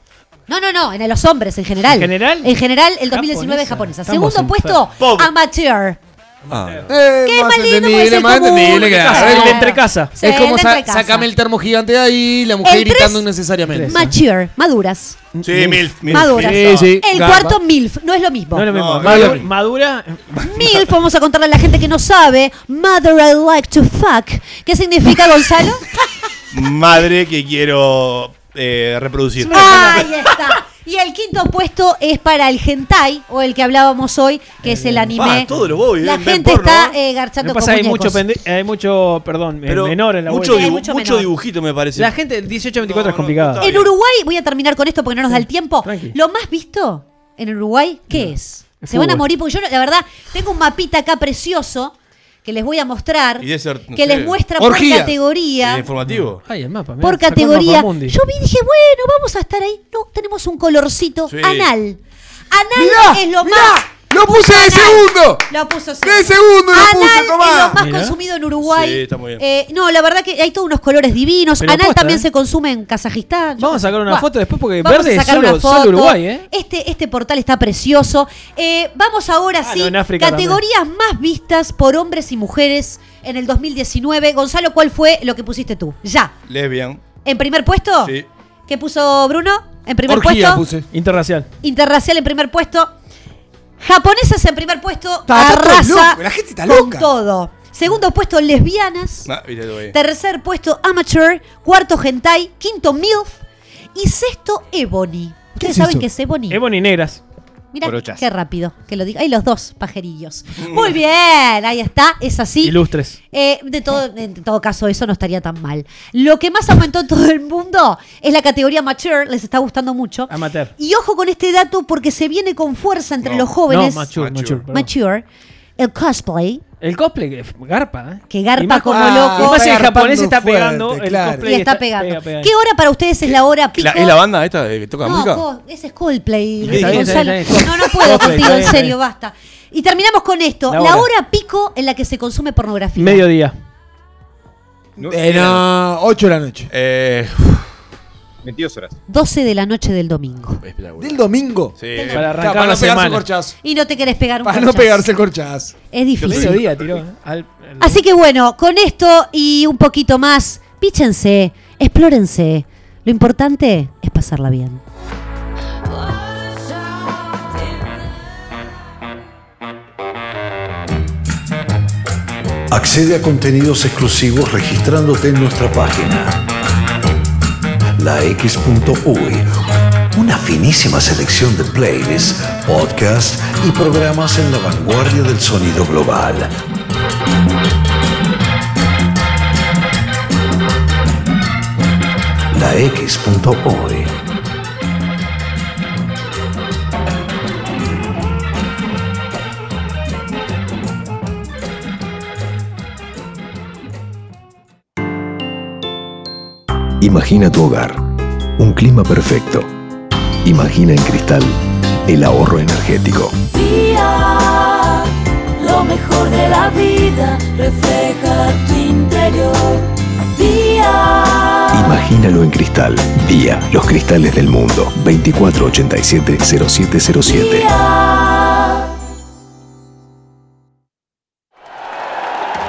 [SPEAKER 5] No, no, no, en los hombres en general.
[SPEAKER 4] ¿En general?
[SPEAKER 5] En general, el 2019
[SPEAKER 4] Japonesa.
[SPEAKER 5] japonesa. Segundo
[SPEAKER 4] Estamos
[SPEAKER 5] puesto, amateur.
[SPEAKER 3] Eh,
[SPEAKER 5] Qué
[SPEAKER 3] más
[SPEAKER 5] más lindo
[SPEAKER 3] entendible,
[SPEAKER 5] que es el
[SPEAKER 3] más
[SPEAKER 5] común.
[SPEAKER 3] entendible, claro.
[SPEAKER 5] Claro.
[SPEAKER 3] Es como-
[SPEAKER 5] El de entre casa. Sí,
[SPEAKER 3] Es como
[SPEAKER 5] el de
[SPEAKER 3] sa-
[SPEAKER 5] entre casa.
[SPEAKER 3] sacame el termo gigante de ahí la mujer
[SPEAKER 5] El tres,
[SPEAKER 3] gritando innecesariamente.
[SPEAKER 5] Mature, maduras.
[SPEAKER 2] Sí, milf. milf.
[SPEAKER 5] Maduras.
[SPEAKER 3] Sí, sí.
[SPEAKER 5] El
[SPEAKER 3] Garpa.
[SPEAKER 5] cuarto, MILF. No es lo mismo.
[SPEAKER 4] No es lo mismo.
[SPEAKER 2] no,
[SPEAKER 4] Madu-
[SPEAKER 2] no.
[SPEAKER 4] madura.
[SPEAKER 5] MILF, vamos a contarle a la gente que no sabe. Mother I like to fuck. ¿Qué significa, Gonzalo?
[SPEAKER 2] <laughs> Madre que quiero eh, reproducir.
[SPEAKER 5] Ahí está. Y el quinto puesto es para el hentai, o el que hablábamos hoy, que es el anime.
[SPEAKER 2] Ah, todos los bobby
[SPEAKER 5] la
[SPEAKER 2] ven- ven
[SPEAKER 5] gente
[SPEAKER 2] porno,
[SPEAKER 5] está
[SPEAKER 2] ¿no?
[SPEAKER 5] eh, garchando
[SPEAKER 4] Lo que pasa
[SPEAKER 5] con
[SPEAKER 4] hay mucho,
[SPEAKER 5] muñecos.
[SPEAKER 4] pende- hay mucho, perdón, eh,
[SPEAKER 2] Pero
[SPEAKER 4] menor en la
[SPEAKER 2] mucho,
[SPEAKER 4] vuelta.
[SPEAKER 2] dibu-
[SPEAKER 5] Hay mucho
[SPEAKER 2] mucho
[SPEAKER 5] menor.
[SPEAKER 2] dibujito me parece.
[SPEAKER 4] La gente del 18-24 es complicada.
[SPEAKER 5] En Uruguay, voy a terminar con esto porque no nos da el tiempo. Lo más visto en Uruguay, ¿qué es?
[SPEAKER 2] El
[SPEAKER 5] Se van a
[SPEAKER 2] fútbol.
[SPEAKER 5] morir porque yo, la verdad, tengo un mapita acá precioso que les voy a mostrar,
[SPEAKER 2] Ah, Y debe ser, no
[SPEAKER 5] que
[SPEAKER 2] sé,
[SPEAKER 5] les muestra por
[SPEAKER 2] orgía.
[SPEAKER 5] categoría.
[SPEAKER 2] ¿El informativo?
[SPEAKER 5] Ah.
[SPEAKER 4] Ay, el mapa. mirá,
[SPEAKER 5] por
[SPEAKER 4] sacó el
[SPEAKER 5] categoría.
[SPEAKER 4] mapa
[SPEAKER 5] Yo vi
[SPEAKER 4] mundi.
[SPEAKER 5] y dije, bueno, vamos a estar ahí. No, tenemos un colorcito
[SPEAKER 2] Sí.
[SPEAKER 5] anal. Anal
[SPEAKER 3] Mirá,
[SPEAKER 5] es lo
[SPEAKER 3] mirá,
[SPEAKER 5] más.
[SPEAKER 3] ¡Lo puse de
[SPEAKER 5] Anal.
[SPEAKER 3] segundo!
[SPEAKER 5] Lo puso sí.
[SPEAKER 3] ¡De segundo lo
[SPEAKER 5] Anal
[SPEAKER 3] puse,
[SPEAKER 5] es
[SPEAKER 3] tomá!
[SPEAKER 5] lo más
[SPEAKER 3] Mirá.
[SPEAKER 5] consumido en Uruguay.
[SPEAKER 2] Sí, está muy bien.
[SPEAKER 5] Eh, no, la verdad que hay todos unos colores divinos.
[SPEAKER 4] Pero
[SPEAKER 5] Anal
[SPEAKER 4] posta,
[SPEAKER 5] también
[SPEAKER 4] ¿eh?
[SPEAKER 5] se consume en Kazajistán. Yo
[SPEAKER 4] Vamos a
[SPEAKER 5] no sé.
[SPEAKER 4] sacar una
[SPEAKER 5] Buah.
[SPEAKER 4] foto después porque
[SPEAKER 5] Vamos
[SPEAKER 4] verde
[SPEAKER 5] a
[SPEAKER 4] es
[SPEAKER 5] sacar
[SPEAKER 4] solo,
[SPEAKER 5] una foto.
[SPEAKER 4] solo Uruguay, ¿eh?
[SPEAKER 5] Este, este portal está precioso. Eh, vamos ahora sí.
[SPEAKER 4] Ah, no, en África
[SPEAKER 5] categorías más vistas por hombres y mujeres en el 2019. Gonzalo, ¿cuál fue lo que pusiste tú? Ya.
[SPEAKER 2] Lesbian.
[SPEAKER 5] ¿En primer puesto?
[SPEAKER 2] Sí.
[SPEAKER 5] ¿Qué puso Bruno? En primer
[SPEAKER 4] Orgía
[SPEAKER 5] puesto.
[SPEAKER 4] puse. Interracial.
[SPEAKER 5] Interracial en primer puesto. Japonesas en primer puesto.
[SPEAKER 4] Está- está todo
[SPEAKER 5] arrasa
[SPEAKER 4] loco, la gente está
[SPEAKER 5] con
[SPEAKER 4] loca.
[SPEAKER 5] todo. Segundo puesto, lesbianas.
[SPEAKER 2] Ah, mirá, lo ve.
[SPEAKER 5] Tercer puesto, amateur. Cuarto, hentai. Quinto, milf. Y sexto, ebony. Ustedes
[SPEAKER 4] es
[SPEAKER 5] saben
[SPEAKER 4] eso?
[SPEAKER 5] que es ebony.
[SPEAKER 4] Ebony negras.
[SPEAKER 5] Mira,
[SPEAKER 4] Morochas.
[SPEAKER 5] qué rápido que lo diga. Hay los dos pajerillos. Muy bien, ahí está, es así.
[SPEAKER 4] Ilustres.
[SPEAKER 5] Eh, de todo, en todo caso, eso no estaría tan mal. Lo que más aumentó en todo el mundo es la categoría mature, les está gustando mucho.
[SPEAKER 4] Amateur.
[SPEAKER 5] Y ojo con este dato porque se viene con fuerza entre los jóvenes.
[SPEAKER 4] No, mature, mature. perdón.
[SPEAKER 5] Mature, El cosplay,
[SPEAKER 4] El cosplay que garpa, ¿eh?
[SPEAKER 5] que
[SPEAKER 4] Y
[SPEAKER 5] garpa
[SPEAKER 4] más
[SPEAKER 5] como
[SPEAKER 4] ah,
[SPEAKER 5] loco.
[SPEAKER 4] y más el japonés está pegando. el
[SPEAKER 5] Y
[SPEAKER 4] cosplay
[SPEAKER 5] está pegando.
[SPEAKER 4] pega, pega.
[SPEAKER 5] ¿Qué hora para ustedes es la hora pico?
[SPEAKER 7] ¿La- ¿Es la banda esta de que toca
[SPEAKER 5] No,
[SPEAKER 7] música?
[SPEAKER 5] co- ese es Coldplay,
[SPEAKER 7] Está bien, está
[SPEAKER 5] Gonzalo.
[SPEAKER 7] bien, está bien.
[SPEAKER 5] No, no puedo
[SPEAKER 7] Coldplay,
[SPEAKER 5] contigo,
[SPEAKER 7] está
[SPEAKER 5] en
[SPEAKER 7] bien,
[SPEAKER 5] serio,
[SPEAKER 7] está
[SPEAKER 5] basta. Y terminamos con esto, la
[SPEAKER 4] La
[SPEAKER 5] hora.
[SPEAKER 4] hora.
[SPEAKER 5] pico en la que se consume pornografía.
[SPEAKER 4] Mediodía.
[SPEAKER 3] Eh, no, 8 de la noche.
[SPEAKER 2] Eh,
[SPEAKER 8] 22 horas.
[SPEAKER 5] 12 de la noche del domingo.
[SPEAKER 3] ¿Del domingo?
[SPEAKER 8] Sí.
[SPEAKER 3] Del-
[SPEAKER 4] Para arrancar
[SPEAKER 3] Claro, para
[SPEAKER 4] la
[SPEAKER 3] no pegarse
[SPEAKER 4] semana.
[SPEAKER 3] el
[SPEAKER 4] <laughs>
[SPEAKER 3] corchazo.
[SPEAKER 5] Y no te querés pegar un
[SPEAKER 3] Para no
[SPEAKER 5] corchazo.
[SPEAKER 3] pegarse el corchazo.
[SPEAKER 5] Es difícil.
[SPEAKER 4] Medio día tiró. ¿eh? Al-
[SPEAKER 5] Así que bueno, con esto y un poquito más, píchense, explórense. Lo importante es pasarla bien.
[SPEAKER 10] Accede a contenidos exclusivos registrándote en nuestra página. La X.UI. Una finísima selección de playlists, podcasts y programas en la vanguardia del sonido global. La X.UI.
[SPEAKER 11] Imagina
[SPEAKER 10] tu hogar, un clima perfecto. Imagina en cristal el ahorro energético.
[SPEAKER 15] Día, lo mejor de la vida refleja tu interior. Día,
[SPEAKER 10] Imagínalo en cristal. Día, los cristales del mundo. 2487-0707.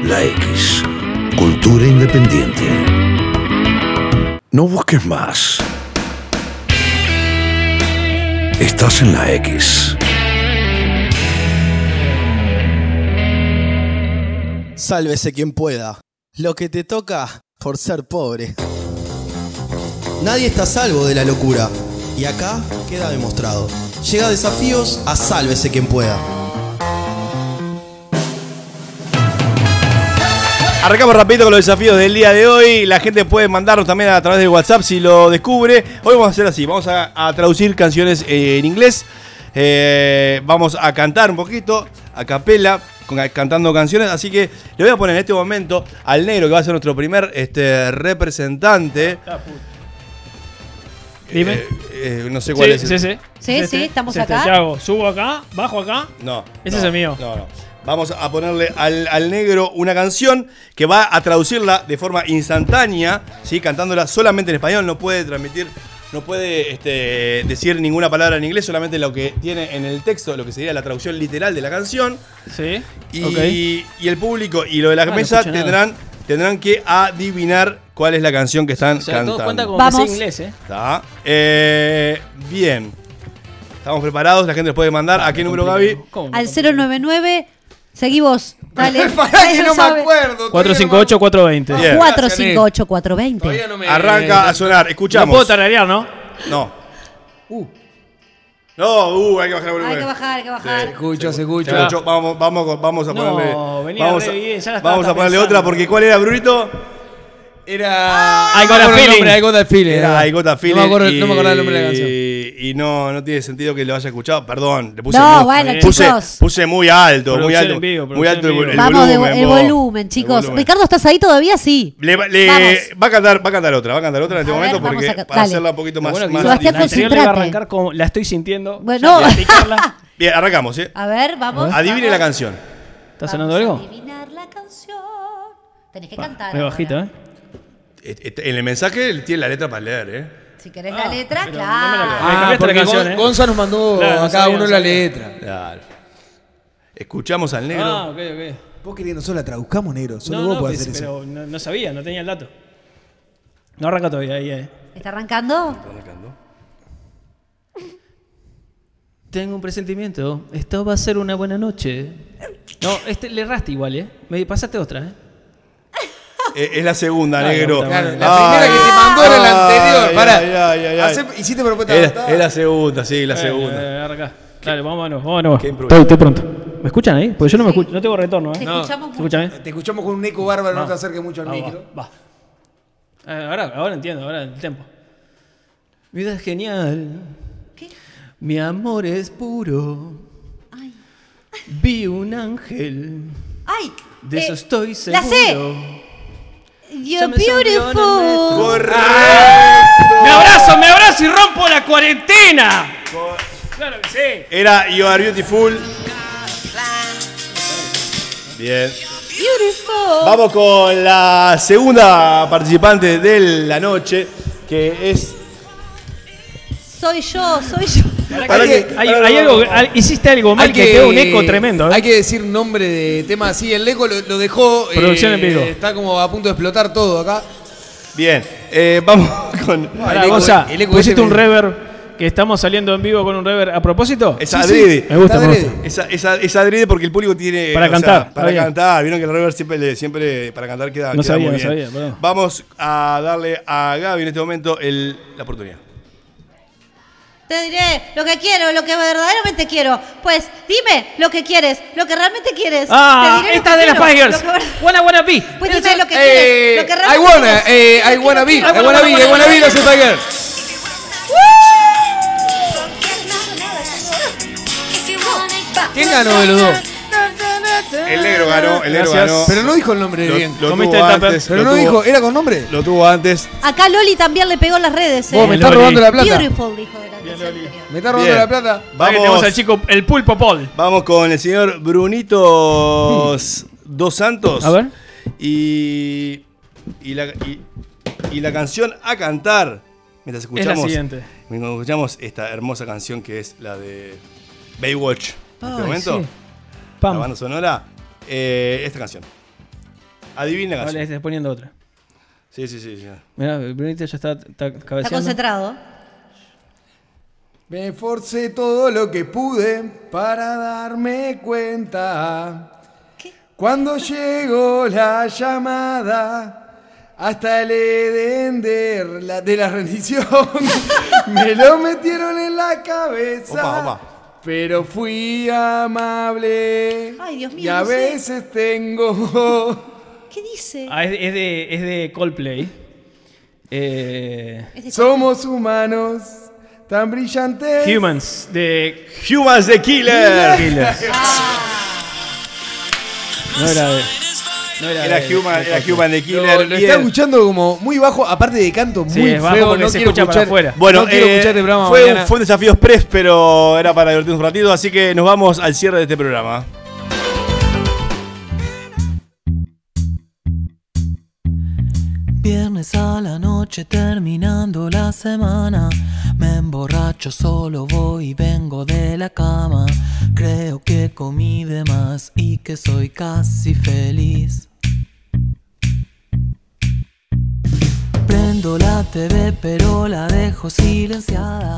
[SPEAKER 10] La X. Cultura independiente. No busques más. Estás en la X.
[SPEAKER 9] Sálvese quien pueda. Lo que te toca por ser pobre. Nadie está a salvo de la locura. Y acá queda demostrado. Llega desafíos a sálvese quien pueda.
[SPEAKER 2] Arrancamos rapidito con los desafíos del día de hoy. La gente puede mandarnos también a través de WhatsApp si lo descubre. Hoy vamos a hacer así, vamos a, a traducir canciones eh, en inglés. Eh, vamos a cantar un poquito, a capela, con- cantando canciones. Así que le voy a poner en este momento al negro, que va a ser nuestro primer este, representante.
[SPEAKER 4] Ah, Dime.
[SPEAKER 2] Eh, eh, no sé cuál es.
[SPEAKER 4] Sí, sí, sí.
[SPEAKER 5] Sí,
[SPEAKER 4] Es
[SPEAKER 5] sí,
[SPEAKER 4] este,
[SPEAKER 5] estamos
[SPEAKER 4] es este.
[SPEAKER 5] acá.
[SPEAKER 4] ¿Qué hago? ¿Subo acá? ¿Bajo acá?
[SPEAKER 2] No.
[SPEAKER 4] Ese
[SPEAKER 2] no,
[SPEAKER 4] es el mío.
[SPEAKER 2] No, no. Vamos a ponerle al, al negro una canción que va a traducirla de forma instantánea, ¿sí? cantándola solamente en español, no puede transmitir, no puede este, decir ninguna palabra en inglés, solamente lo que tiene en el texto, lo que sería la traducción literal de la canción.
[SPEAKER 4] Sí.
[SPEAKER 2] Y,
[SPEAKER 4] ok.
[SPEAKER 2] y el público y lo de la
[SPEAKER 4] Ah, no
[SPEAKER 2] mesa
[SPEAKER 4] escucho nada.
[SPEAKER 2] tendrán, tendrán que adivinar cuál es la canción que están
[SPEAKER 4] O sea, todo cuenta
[SPEAKER 2] cantando.
[SPEAKER 4] como
[SPEAKER 5] Vamos.
[SPEAKER 4] que sé inglés, ¿eh?
[SPEAKER 2] Está. Eh, bien. Estamos preparados, la gente les puede mandar.
[SPEAKER 4] Ah,
[SPEAKER 2] ¿A qué número, Gaby?
[SPEAKER 5] Al 099, seguí vos. Dale.
[SPEAKER 3] <laughs> Pará que no me
[SPEAKER 5] Sabe.
[SPEAKER 3] acuerdo.
[SPEAKER 4] 458, 420.
[SPEAKER 2] Bien.
[SPEAKER 5] 458 420.
[SPEAKER 2] Arranca a sonar, escuchamos.
[SPEAKER 4] No puedo tararear, ¿no?
[SPEAKER 2] No.
[SPEAKER 4] Uh.
[SPEAKER 2] No, uh, hay que bajar el volumen.
[SPEAKER 5] Hay que bajar, hay que bajar.
[SPEAKER 3] Escucho, se
[SPEAKER 2] Se
[SPEAKER 3] escucho.
[SPEAKER 2] escuchó. Vamos, vamos, con- vamos a
[SPEAKER 4] No,
[SPEAKER 2] ponerle.
[SPEAKER 4] venía
[SPEAKER 2] vamos
[SPEAKER 4] re
[SPEAKER 2] a,
[SPEAKER 4] bien, ya la estaba
[SPEAKER 2] vamos a
[SPEAKER 4] hasta
[SPEAKER 2] ponerle
[SPEAKER 4] pensando.
[SPEAKER 2] otra porque ¿cuál era, Brunito?
[SPEAKER 5] Ah,
[SPEAKER 3] Era.
[SPEAKER 4] I got a
[SPEAKER 3] No me acuerdo el
[SPEAKER 4] feeling.
[SPEAKER 3] nombre, I got a feeling.
[SPEAKER 2] Era I Got a Feeling
[SPEAKER 3] No me acuerdo,
[SPEAKER 2] y-
[SPEAKER 3] no me acordaba el nombre de la canción.
[SPEAKER 2] Y no, no tiene sentido que lo haya escuchado. Perdón, le puse,
[SPEAKER 5] No,
[SPEAKER 2] muy,
[SPEAKER 5] bueno,
[SPEAKER 2] puse,
[SPEAKER 5] chicos.
[SPEAKER 2] puse muy alto, muy
[SPEAKER 4] Producción
[SPEAKER 2] alto.
[SPEAKER 4] en vivo,
[SPEAKER 2] muy alto el,
[SPEAKER 4] producción en
[SPEAKER 2] el
[SPEAKER 4] vivo.
[SPEAKER 5] Vamos, de-
[SPEAKER 2] volumen.
[SPEAKER 5] el
[SPEAKER 2] vos.
[SPEAKER 5] volumen, chicos.
[SPEAKER 2] volumen.
[SPEAKER 5] Ricardo, ¿estás ahí todavía? Sí.
[SPEAKER 2] Le va- le-
[SPEAKER 5] Vamos.
[SPEAKER 2] va a cantar, va a cantar otra, va a cantar otra en este
[SPEAKER 5] A ver,
[SPEAKER 2] momento
[SPEAKER 5] vamos
[SPEAKER 2] porque
[SPEAKER 5] a ca-
[SPEAKER 2] para
[SPEAKER 5] dale.
[SPEAKER 2] hacerla un poquito más,
[SPEAKER 4] Bueno,
[SPEAKER 2] más
[SPEAKER 4] que
[SPEAKER 5] Sebastián,
[SPEAKER 4] la anterior le iba a
[SPEAKER 5] concentrate.
[SPEAKER 4] arrancar como la estoy sintiendo.
[SPEAKER 5] Bueno.
[SPEAKER 4] Ya voy a picarla.
[SPEAKER 2] Bien, arrancamos, eh.
[SPEAKER 5] A ver, vamos.
[SPEAKER 2] Adivine
[SPEAKER 5] vamos.
[SPEAKER 2] la canción.
[SPEAKER 4] ¿Está sonando algo?
[SPEAKER 5] Adivinar la canción. Tenés que cantar.
[SPEAKER 4] Muy
[SPEAKER 5] ahora.
[SPEAKER 4] bajito, ¿eh?
[SPEAKER 2] Este, este, En el mensaje él tiene la letra para leer, eh.
[SPEAKER 5] Si querés la letra,
[SPEAKER 4] Ah, Me
[SPEAKER 5] claro.
[SPEAKER 3] Ah,
[SPEAKER 4] cambiaste la
[SPEAKER 3] porque
[SPEAKER 4] canción,
[SPEAKER 3] Gon-
[SPEAKER 4] ¿eh?
[SPEAKER 3] Gonza nos mandó
[SPEAKER 4] Claro,
[SPEAKER 3] a
[SPEAKER 4] no
[SPEAKER 3] cada
[SPEAKER 4] sabía,
[SPEAKER 3] uno
[SPEAKER 4] no
[SPEAKER 3] la
[SPEAKER 4] sabía.
[SPEAKER 3] letra.
[SPEAKER 2] Claro. Escuchamos al negro.
[SPEAKER 4] Ah, ok, ok.
[SPEAKER 3] Vos queriendo nosotros la traduzcamos, negro. Solo
[SPEAKER 4] No,
[SPEAKER 3] vos
[SPEAKER 4] no,
[SPEAKER 3] podés
[SPEAKER 4] pues,
[SPEAKER 3] hacer eso.
[SPEAKER 4] pero no, no sabía, no tenía el dato. No arranca todavía ahí, eh.
[SPEAKER 5] ¿Está arrancando?
[SPEAKER 4] Tengo un presentimiento. Esto va a ser una buena noche. No, este le erraste igual, eh. Me pasaste otra, eh.
[SPEAKER 2] Eh, es la segunda,
[SPEAKER 4] Claro,
[SPEAKER 2] negro. Ah.
[SPEAKER 4] está
[SPEAKER 3] Claro, la primera que te mandó era la anterior. Pará. Hacé- hiciste propuesta de
[SPEAKER 2] Es la segunda, sí, la
[SPEAKER 4] Eh,
[SPEAKER 2] segunda.
[SPEAKER 4] arranca. Dale, vámonos, vámonos.
[SPEAKER 2] Qué
[SPEAKER 4] Estoy, estoy pronto. ¿Me escuchan ahí? Porque yo no me escucho, no tengo retorno,
[SPEAKER 5] Te
[SPEAKER 4] eh.
[SPEAKER 5] escuchamos mucho.
[SPEAKER 4] Escúchame.
[SPEAKER 3] Te escuchamos con un eco
[SPEAKER 2] Ah,
[SPEAKER 3] bárbaro, no te acerques mucho al
[SPEAKER 4] Va,
[SPEAKER 3] micro.
[SPEAKER 4] va, va. Eh, ahora, ahora entiendo, ahora el tiempo. Mi vida es genial. Mi amor es puro. Vi un ángel.
[SPEAKER 5] ¡Ay!
[SPEAKER 4] De
[SPEAKER 5] eh,
[SPEAKER 4] eso estoy
[SPEAKER 5] la
[SPEAKER 4] seguro.
[SPEAKER 5] sé. You're beautiful.
[SPEAKER 4] Me abrazo, me abrazo y rompo la cuarentena. Claro que sí.
[SPEAKER 2] Era You Are Beautiful. Bien.
[SPEAKER 5] Beautiful.
[SPEAKER 2] Vamos con la segunda participante de la noche, que es.
[SPEAKER 5] Soy yo, soy yo.
[SPEAKER 4] Pará que- hay- hay algo que- al- hiciste algo mal que quedó un eco tremendo, ¿eh?
[SPEAKER 3] Hay que decir nombre de tema así. El eco lo, lo dejó. eh,
[SPEAKER 4] Producción en vivo.
[SPEAKER 3] Está como a punto de explotar todo acá.
[SPEAKER 2] Bien, eh, vamos <laughs> con.
[SPEAKER 4] Pará, Gonza, pusiste un reverb que estamos saliendo en vivo con un reverb a propósito.
[SPEAKER 2] Es adrede.
[SPEAKER 4] Me gusta, me gusta.
[SPEAKER 2] Es, a- es a- es adrede porque el público tiene.
[SPEAKER 4] Para
[SPEAKER 2] o sea,
[SPEAKER 4] cantar,
[SPEAKER 2] para
[SPEAKER 4] está bien.
[SPEAKER 2] cantar. Vieron que el reverb siempre, le- siempre para cantar queda, queda
[SPEAKER 4] No sabía,
[SPEAKER 2] muy bien.
[SPEAKER 4] no sabía, perdón.
[SPEAKER 2] Vamos a darle a Gaby en este momento el- la oportunidad.
[SPEAKER 5] Te diré lo que quiero, lo que verdaderamente quiero. Pues dime lo que quieres, lo que realmente quieres.
[SPEAKER 4] Ah,
[SPEAKER 5] Te diré lo
[SPEAKER 4] esta
[SPEAKER 5] que
[SPEAKER 4] de las
[SPEAKER 5] quiero,
[SPEAKER 4] Fighters.
[SPEAKER 5] lo que-
[SPEAKER 4] Wanna Wanna Be.
[SPEAKER 5] Pues dime lo que
[SPEAKER 3] Eh,
[SPEAKER 5] quieres, lo que
[SPEAKER 3] I
[SPEAKER 5] realmente
[SPEAKER 3] wanna,
[SPEAKER 5] quieres.
[SPEAKER 3] eh, I wanna be, I
[SPEAKER 5] quiero,
[SPEAKER 3] wanna be, I wanna be los Spikers. ¿Quién ganó de los dos?
[SPEAKER 2] El negro ganó, el negro ganó.
[SPEAKER 3] Pero no dijo el nombre
[SPEAKER 2] Lo-
[SPEAKER 3] bien.
[SPEAKER 2] lo Comiste tuvo el tupper. antes,
[SPEAKER 3] Pero
[SPEAKER 2] lo
[SPEAKER 3] no
[SPEAKER 2] tuvo.
[SPEAKER 3] dijo, ¿era con nombre?
[SPEAKER 2] Lo tuvo antes.
[SPEAKER 5] Acá Loli también le pegó en las redes. eh.
[SPEAKER 3] Vos me estás robando la plata.
[SPEAKER 5] Beautiful, dijo de la
[SPEAKER 3] Me está robando
[SPEAKER 2] Bien.
[SPEAKER 3] la plata.
[SPEAKER 2] Vamos.
[SPEAKER 4] Tenemos al chico, el pulpo Paul.
[SPEAKER 2] Vamos con el señor Brunito S- Dos Santos.
[SPEAKER 4] A ver.
[SPEAKER 2] Y, y, la, y, y la canción a cantar. Mientras
[SPEAKER 4] Es
[SPEAKER 2] escuchamos,
[SPEAKER 4] la siguiente.
[SPEAKER 2] mientras escuchamos esta hermosa canción que es la de Baywatch. En este
[SPEAKER 4] Ay,
[SPEAKER 2] momento,
[SPEAKER 4] sí. Pam.
[SPEAKER 2] la banda sonora. eh, esta canción. Adivina la
[SPEAKER 4] Vale,
[SPEAKER 2] canción.
[SPEAKER 4] estás poniendo otra.
[SPEAKER 2] Sí, sí, sí. sí.
[SPEAKER 4] Mirá, Brunito ya está, está cabeceando.
[SPEAKER 5] Está concentrado.
[SPEAKER 3] Me esforcé todo lo que pude para darme cuenta. Cuando llegó la llamada hasta el Edén de la, de la rendición, <laughs> me lo metieron en la cabeza.
[SPEAKER 2] Opa, opa.
[SPEAKER 3] Pero fui amable.
[SPEAKER 5] Ay, Dios mío,
[SPEAKER 3] Y a
[SPEAKER 5] no sé.
[SPEAKER 3] veces tengo.
[SPEAKER 5] ¿Qué dice?
[SPEAKER 4] Ah, es, es de, es de Coldplay. Eh,
[SPEAKER 3] Somos humanos tan brillantes.
[SPEAKER 4] Humans de
[SPEAKER 2] Humans de Killer. Ah.
[SPEAKER 4] Killers. No era de. No era,
[SPEAKER 2] Era
[SPEAKER 4] de-
[SPEAKER 2] Human,
[SPEAKER 4] de
[SPEAKER 2] era
[SPEAKER 4] Coldplay.
[SPEAKER 2] Human de
[SPEAKER 3] Lo,
[SPEAKER 2] Killer.
[SPEAKER 3] lo
[SPEAKER 2] bien.
[SPEAKER 3] está escuchando como muy bajo, aparte de canto muy
[SPEAKER 4] Sí, es bajo
[SPEAKER 3] feo.
[SPEAKER 4] porque
[SPEAKER 3] No
[SPEAKER 4] se
[SPEAKER 3] quiero
[SPEAKER 4] escucha para
[SPEAKER 3] escuchar.
[SPEAKER 4] afuera.
[SPEAKER 2] Bueno,
[SPEAKER 3] no quiero
[SPEAKER 2] eh,
[SPEAKER 3] escuchar este programa
[SPEAKER 2] fue,
[SPEAKER 3] mañana.
[SPEAKER 2] un, fue un desafío express, pero era para divertirnos un ratito, así que nos vamos al cierre de este programa.
[SPEAKER 17] Viernes a la noche terminando la semana Me emborracho, solo voy y vengo de la cama Creo que comí de más y que soy casi feliz Prendo la TV pero la dejo silenciada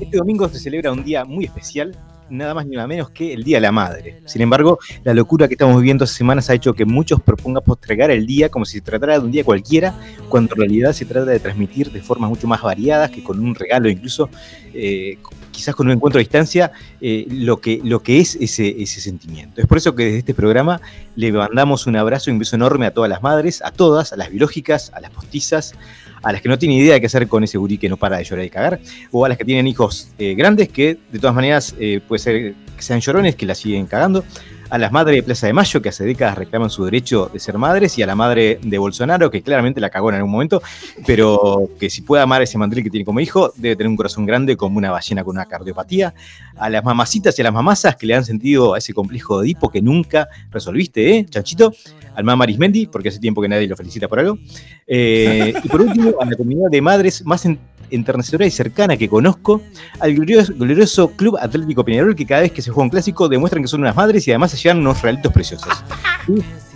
[SPEAKER 8] Este domingo se celebra un día muy especial, nada más ni nada menos que el Día de la Madre. Sin embargo, la locura que estamos viviendo estas semanas ha hecho que muchos propongan postergar el día como si se tratara de un día cualquiera, cuando en realidad se trata de transmitir de formas mucho más variadas que con un regalo, incluso eh, quizás con un encuentro a distancia, eh, lo, que, lo que es ese, ese sentimiento. Es por eso que desde este programa le mandamos un abrazo y un beso enorme a todas las madres, a todas, a las biológicas, a las postizas, a las que no tienen idea de qué hacer con ese gurí que no para de llorar y cagar, o a las que tienen hijos eh, grandes que de todas maneras eh, puede ser que sean llorones, que la siguen cagando, a las madres de Plaza de Mayo que hace décadas reclaman su derecho de ser madres, y a la madre de Bolsonaro que claramente la cagó en algún momento, pero que si puede amar a ese mandril que tiene como hijo, debe tener un corazón grande como una ballena con una cardiopatía, a las mamacitas y a las mamazas que le han sentido a ese complejo de Edipo que nunca resolviste, ¿eh, chanchito? Al mamá Arismendi, porque hace tiempo que nadie lo felicita por algo. Eh, y por último, a la comunidad de madres más en- enternecedora y cercana que conozco, al glorioso, glorioso Club Atlético Peñarol, que cada vez que se juega un clásico demuestran que son unas madres y además se llevan unos regalitos preciosos.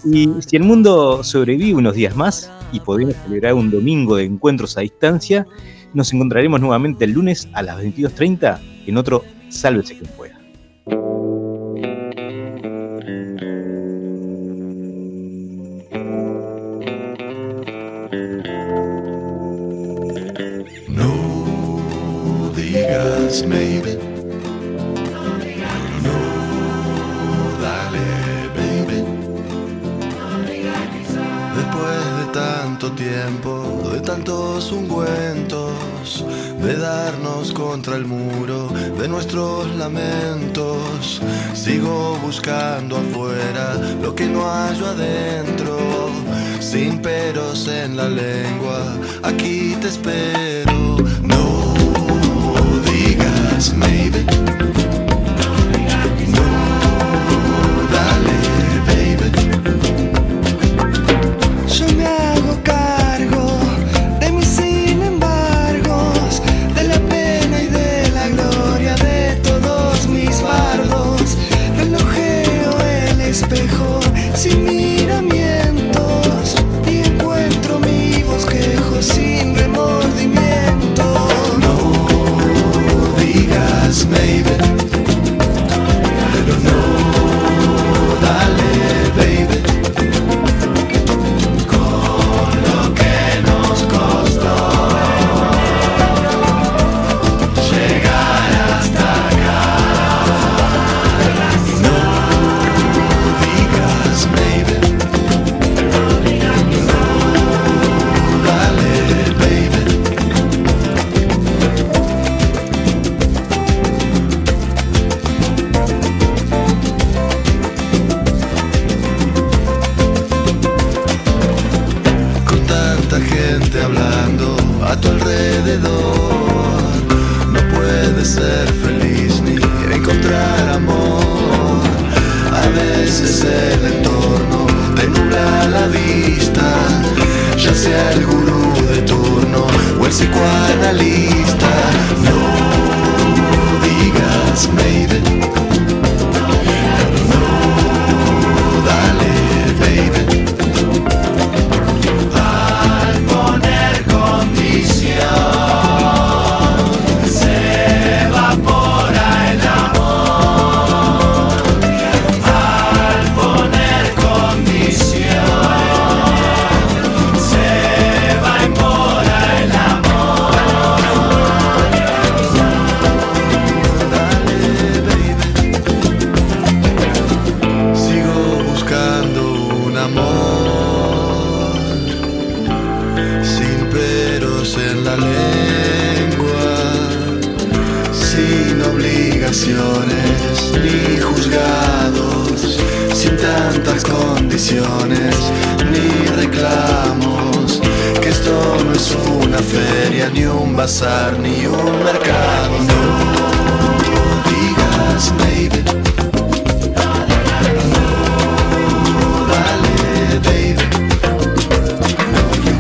[SPEAKER 8] Y si el mundo sobrevive unos días más y podemos celebrar un domingo de encuentros a distancia, nos encontraremos nuevamente el lunes a las 22.30 en otro Sálvese quien pueda.
[SPEAKER 10] No digas maybe. No, dale, baby. Después de tanto.
[SPEAKER 18] tanto tiempo, de tantos ungüentos, de darnos contra el muro, de nuestros lamentos. Sigo buscando afuera lo que no hallo adentro, sin peros en la lengua, aquí te espero. No digas maybe. No, dale, baby.
[SPEAKER 15] Yo me hago cargo de mis sin embargos, de la pena y de la gloria de todos mis bardos. Relojeo el espejo sin miramientos y encuentro mi bosquejo sin remordimiento.
[SPEAKER 18] No digas maybe, pero no dale baby. Con lo que nos costó llegar hasta acá. No digas maybe, no dale baby. con tanta gente hablando a tu alrededor. No puedes ser feliz ni encontrar amor. A veces el entorno te nubla la vista, ya sea el gurú de turno o el psicoanalista. No digas maybe. No, dale, baby. Al poner condición se evapora el amor. Al poner condición se evapora el amor. Dale, baby. Sigo buscando un amor sin peros en la lengua, sin obligaciones ni juzgados, sin tantas condiciones ni reclamos, que esto no es una feria, ni un bazar, ni un mercado, no digas baby. No, dale, baby.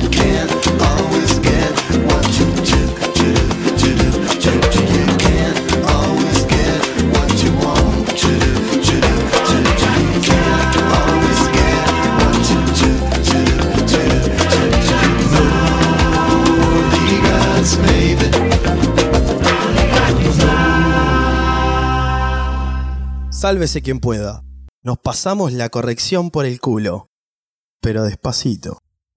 [SPEAKER 18] You can't always get what you do, do, do, do, do. You can't always get what you want, do, do, do, do, do. You can't always get what you do, do, do, do, do. No digas, baby.
[SPEAKER 9] Sálvese quien pueda. Nos pasamos la corrección por el culo, pero despacito.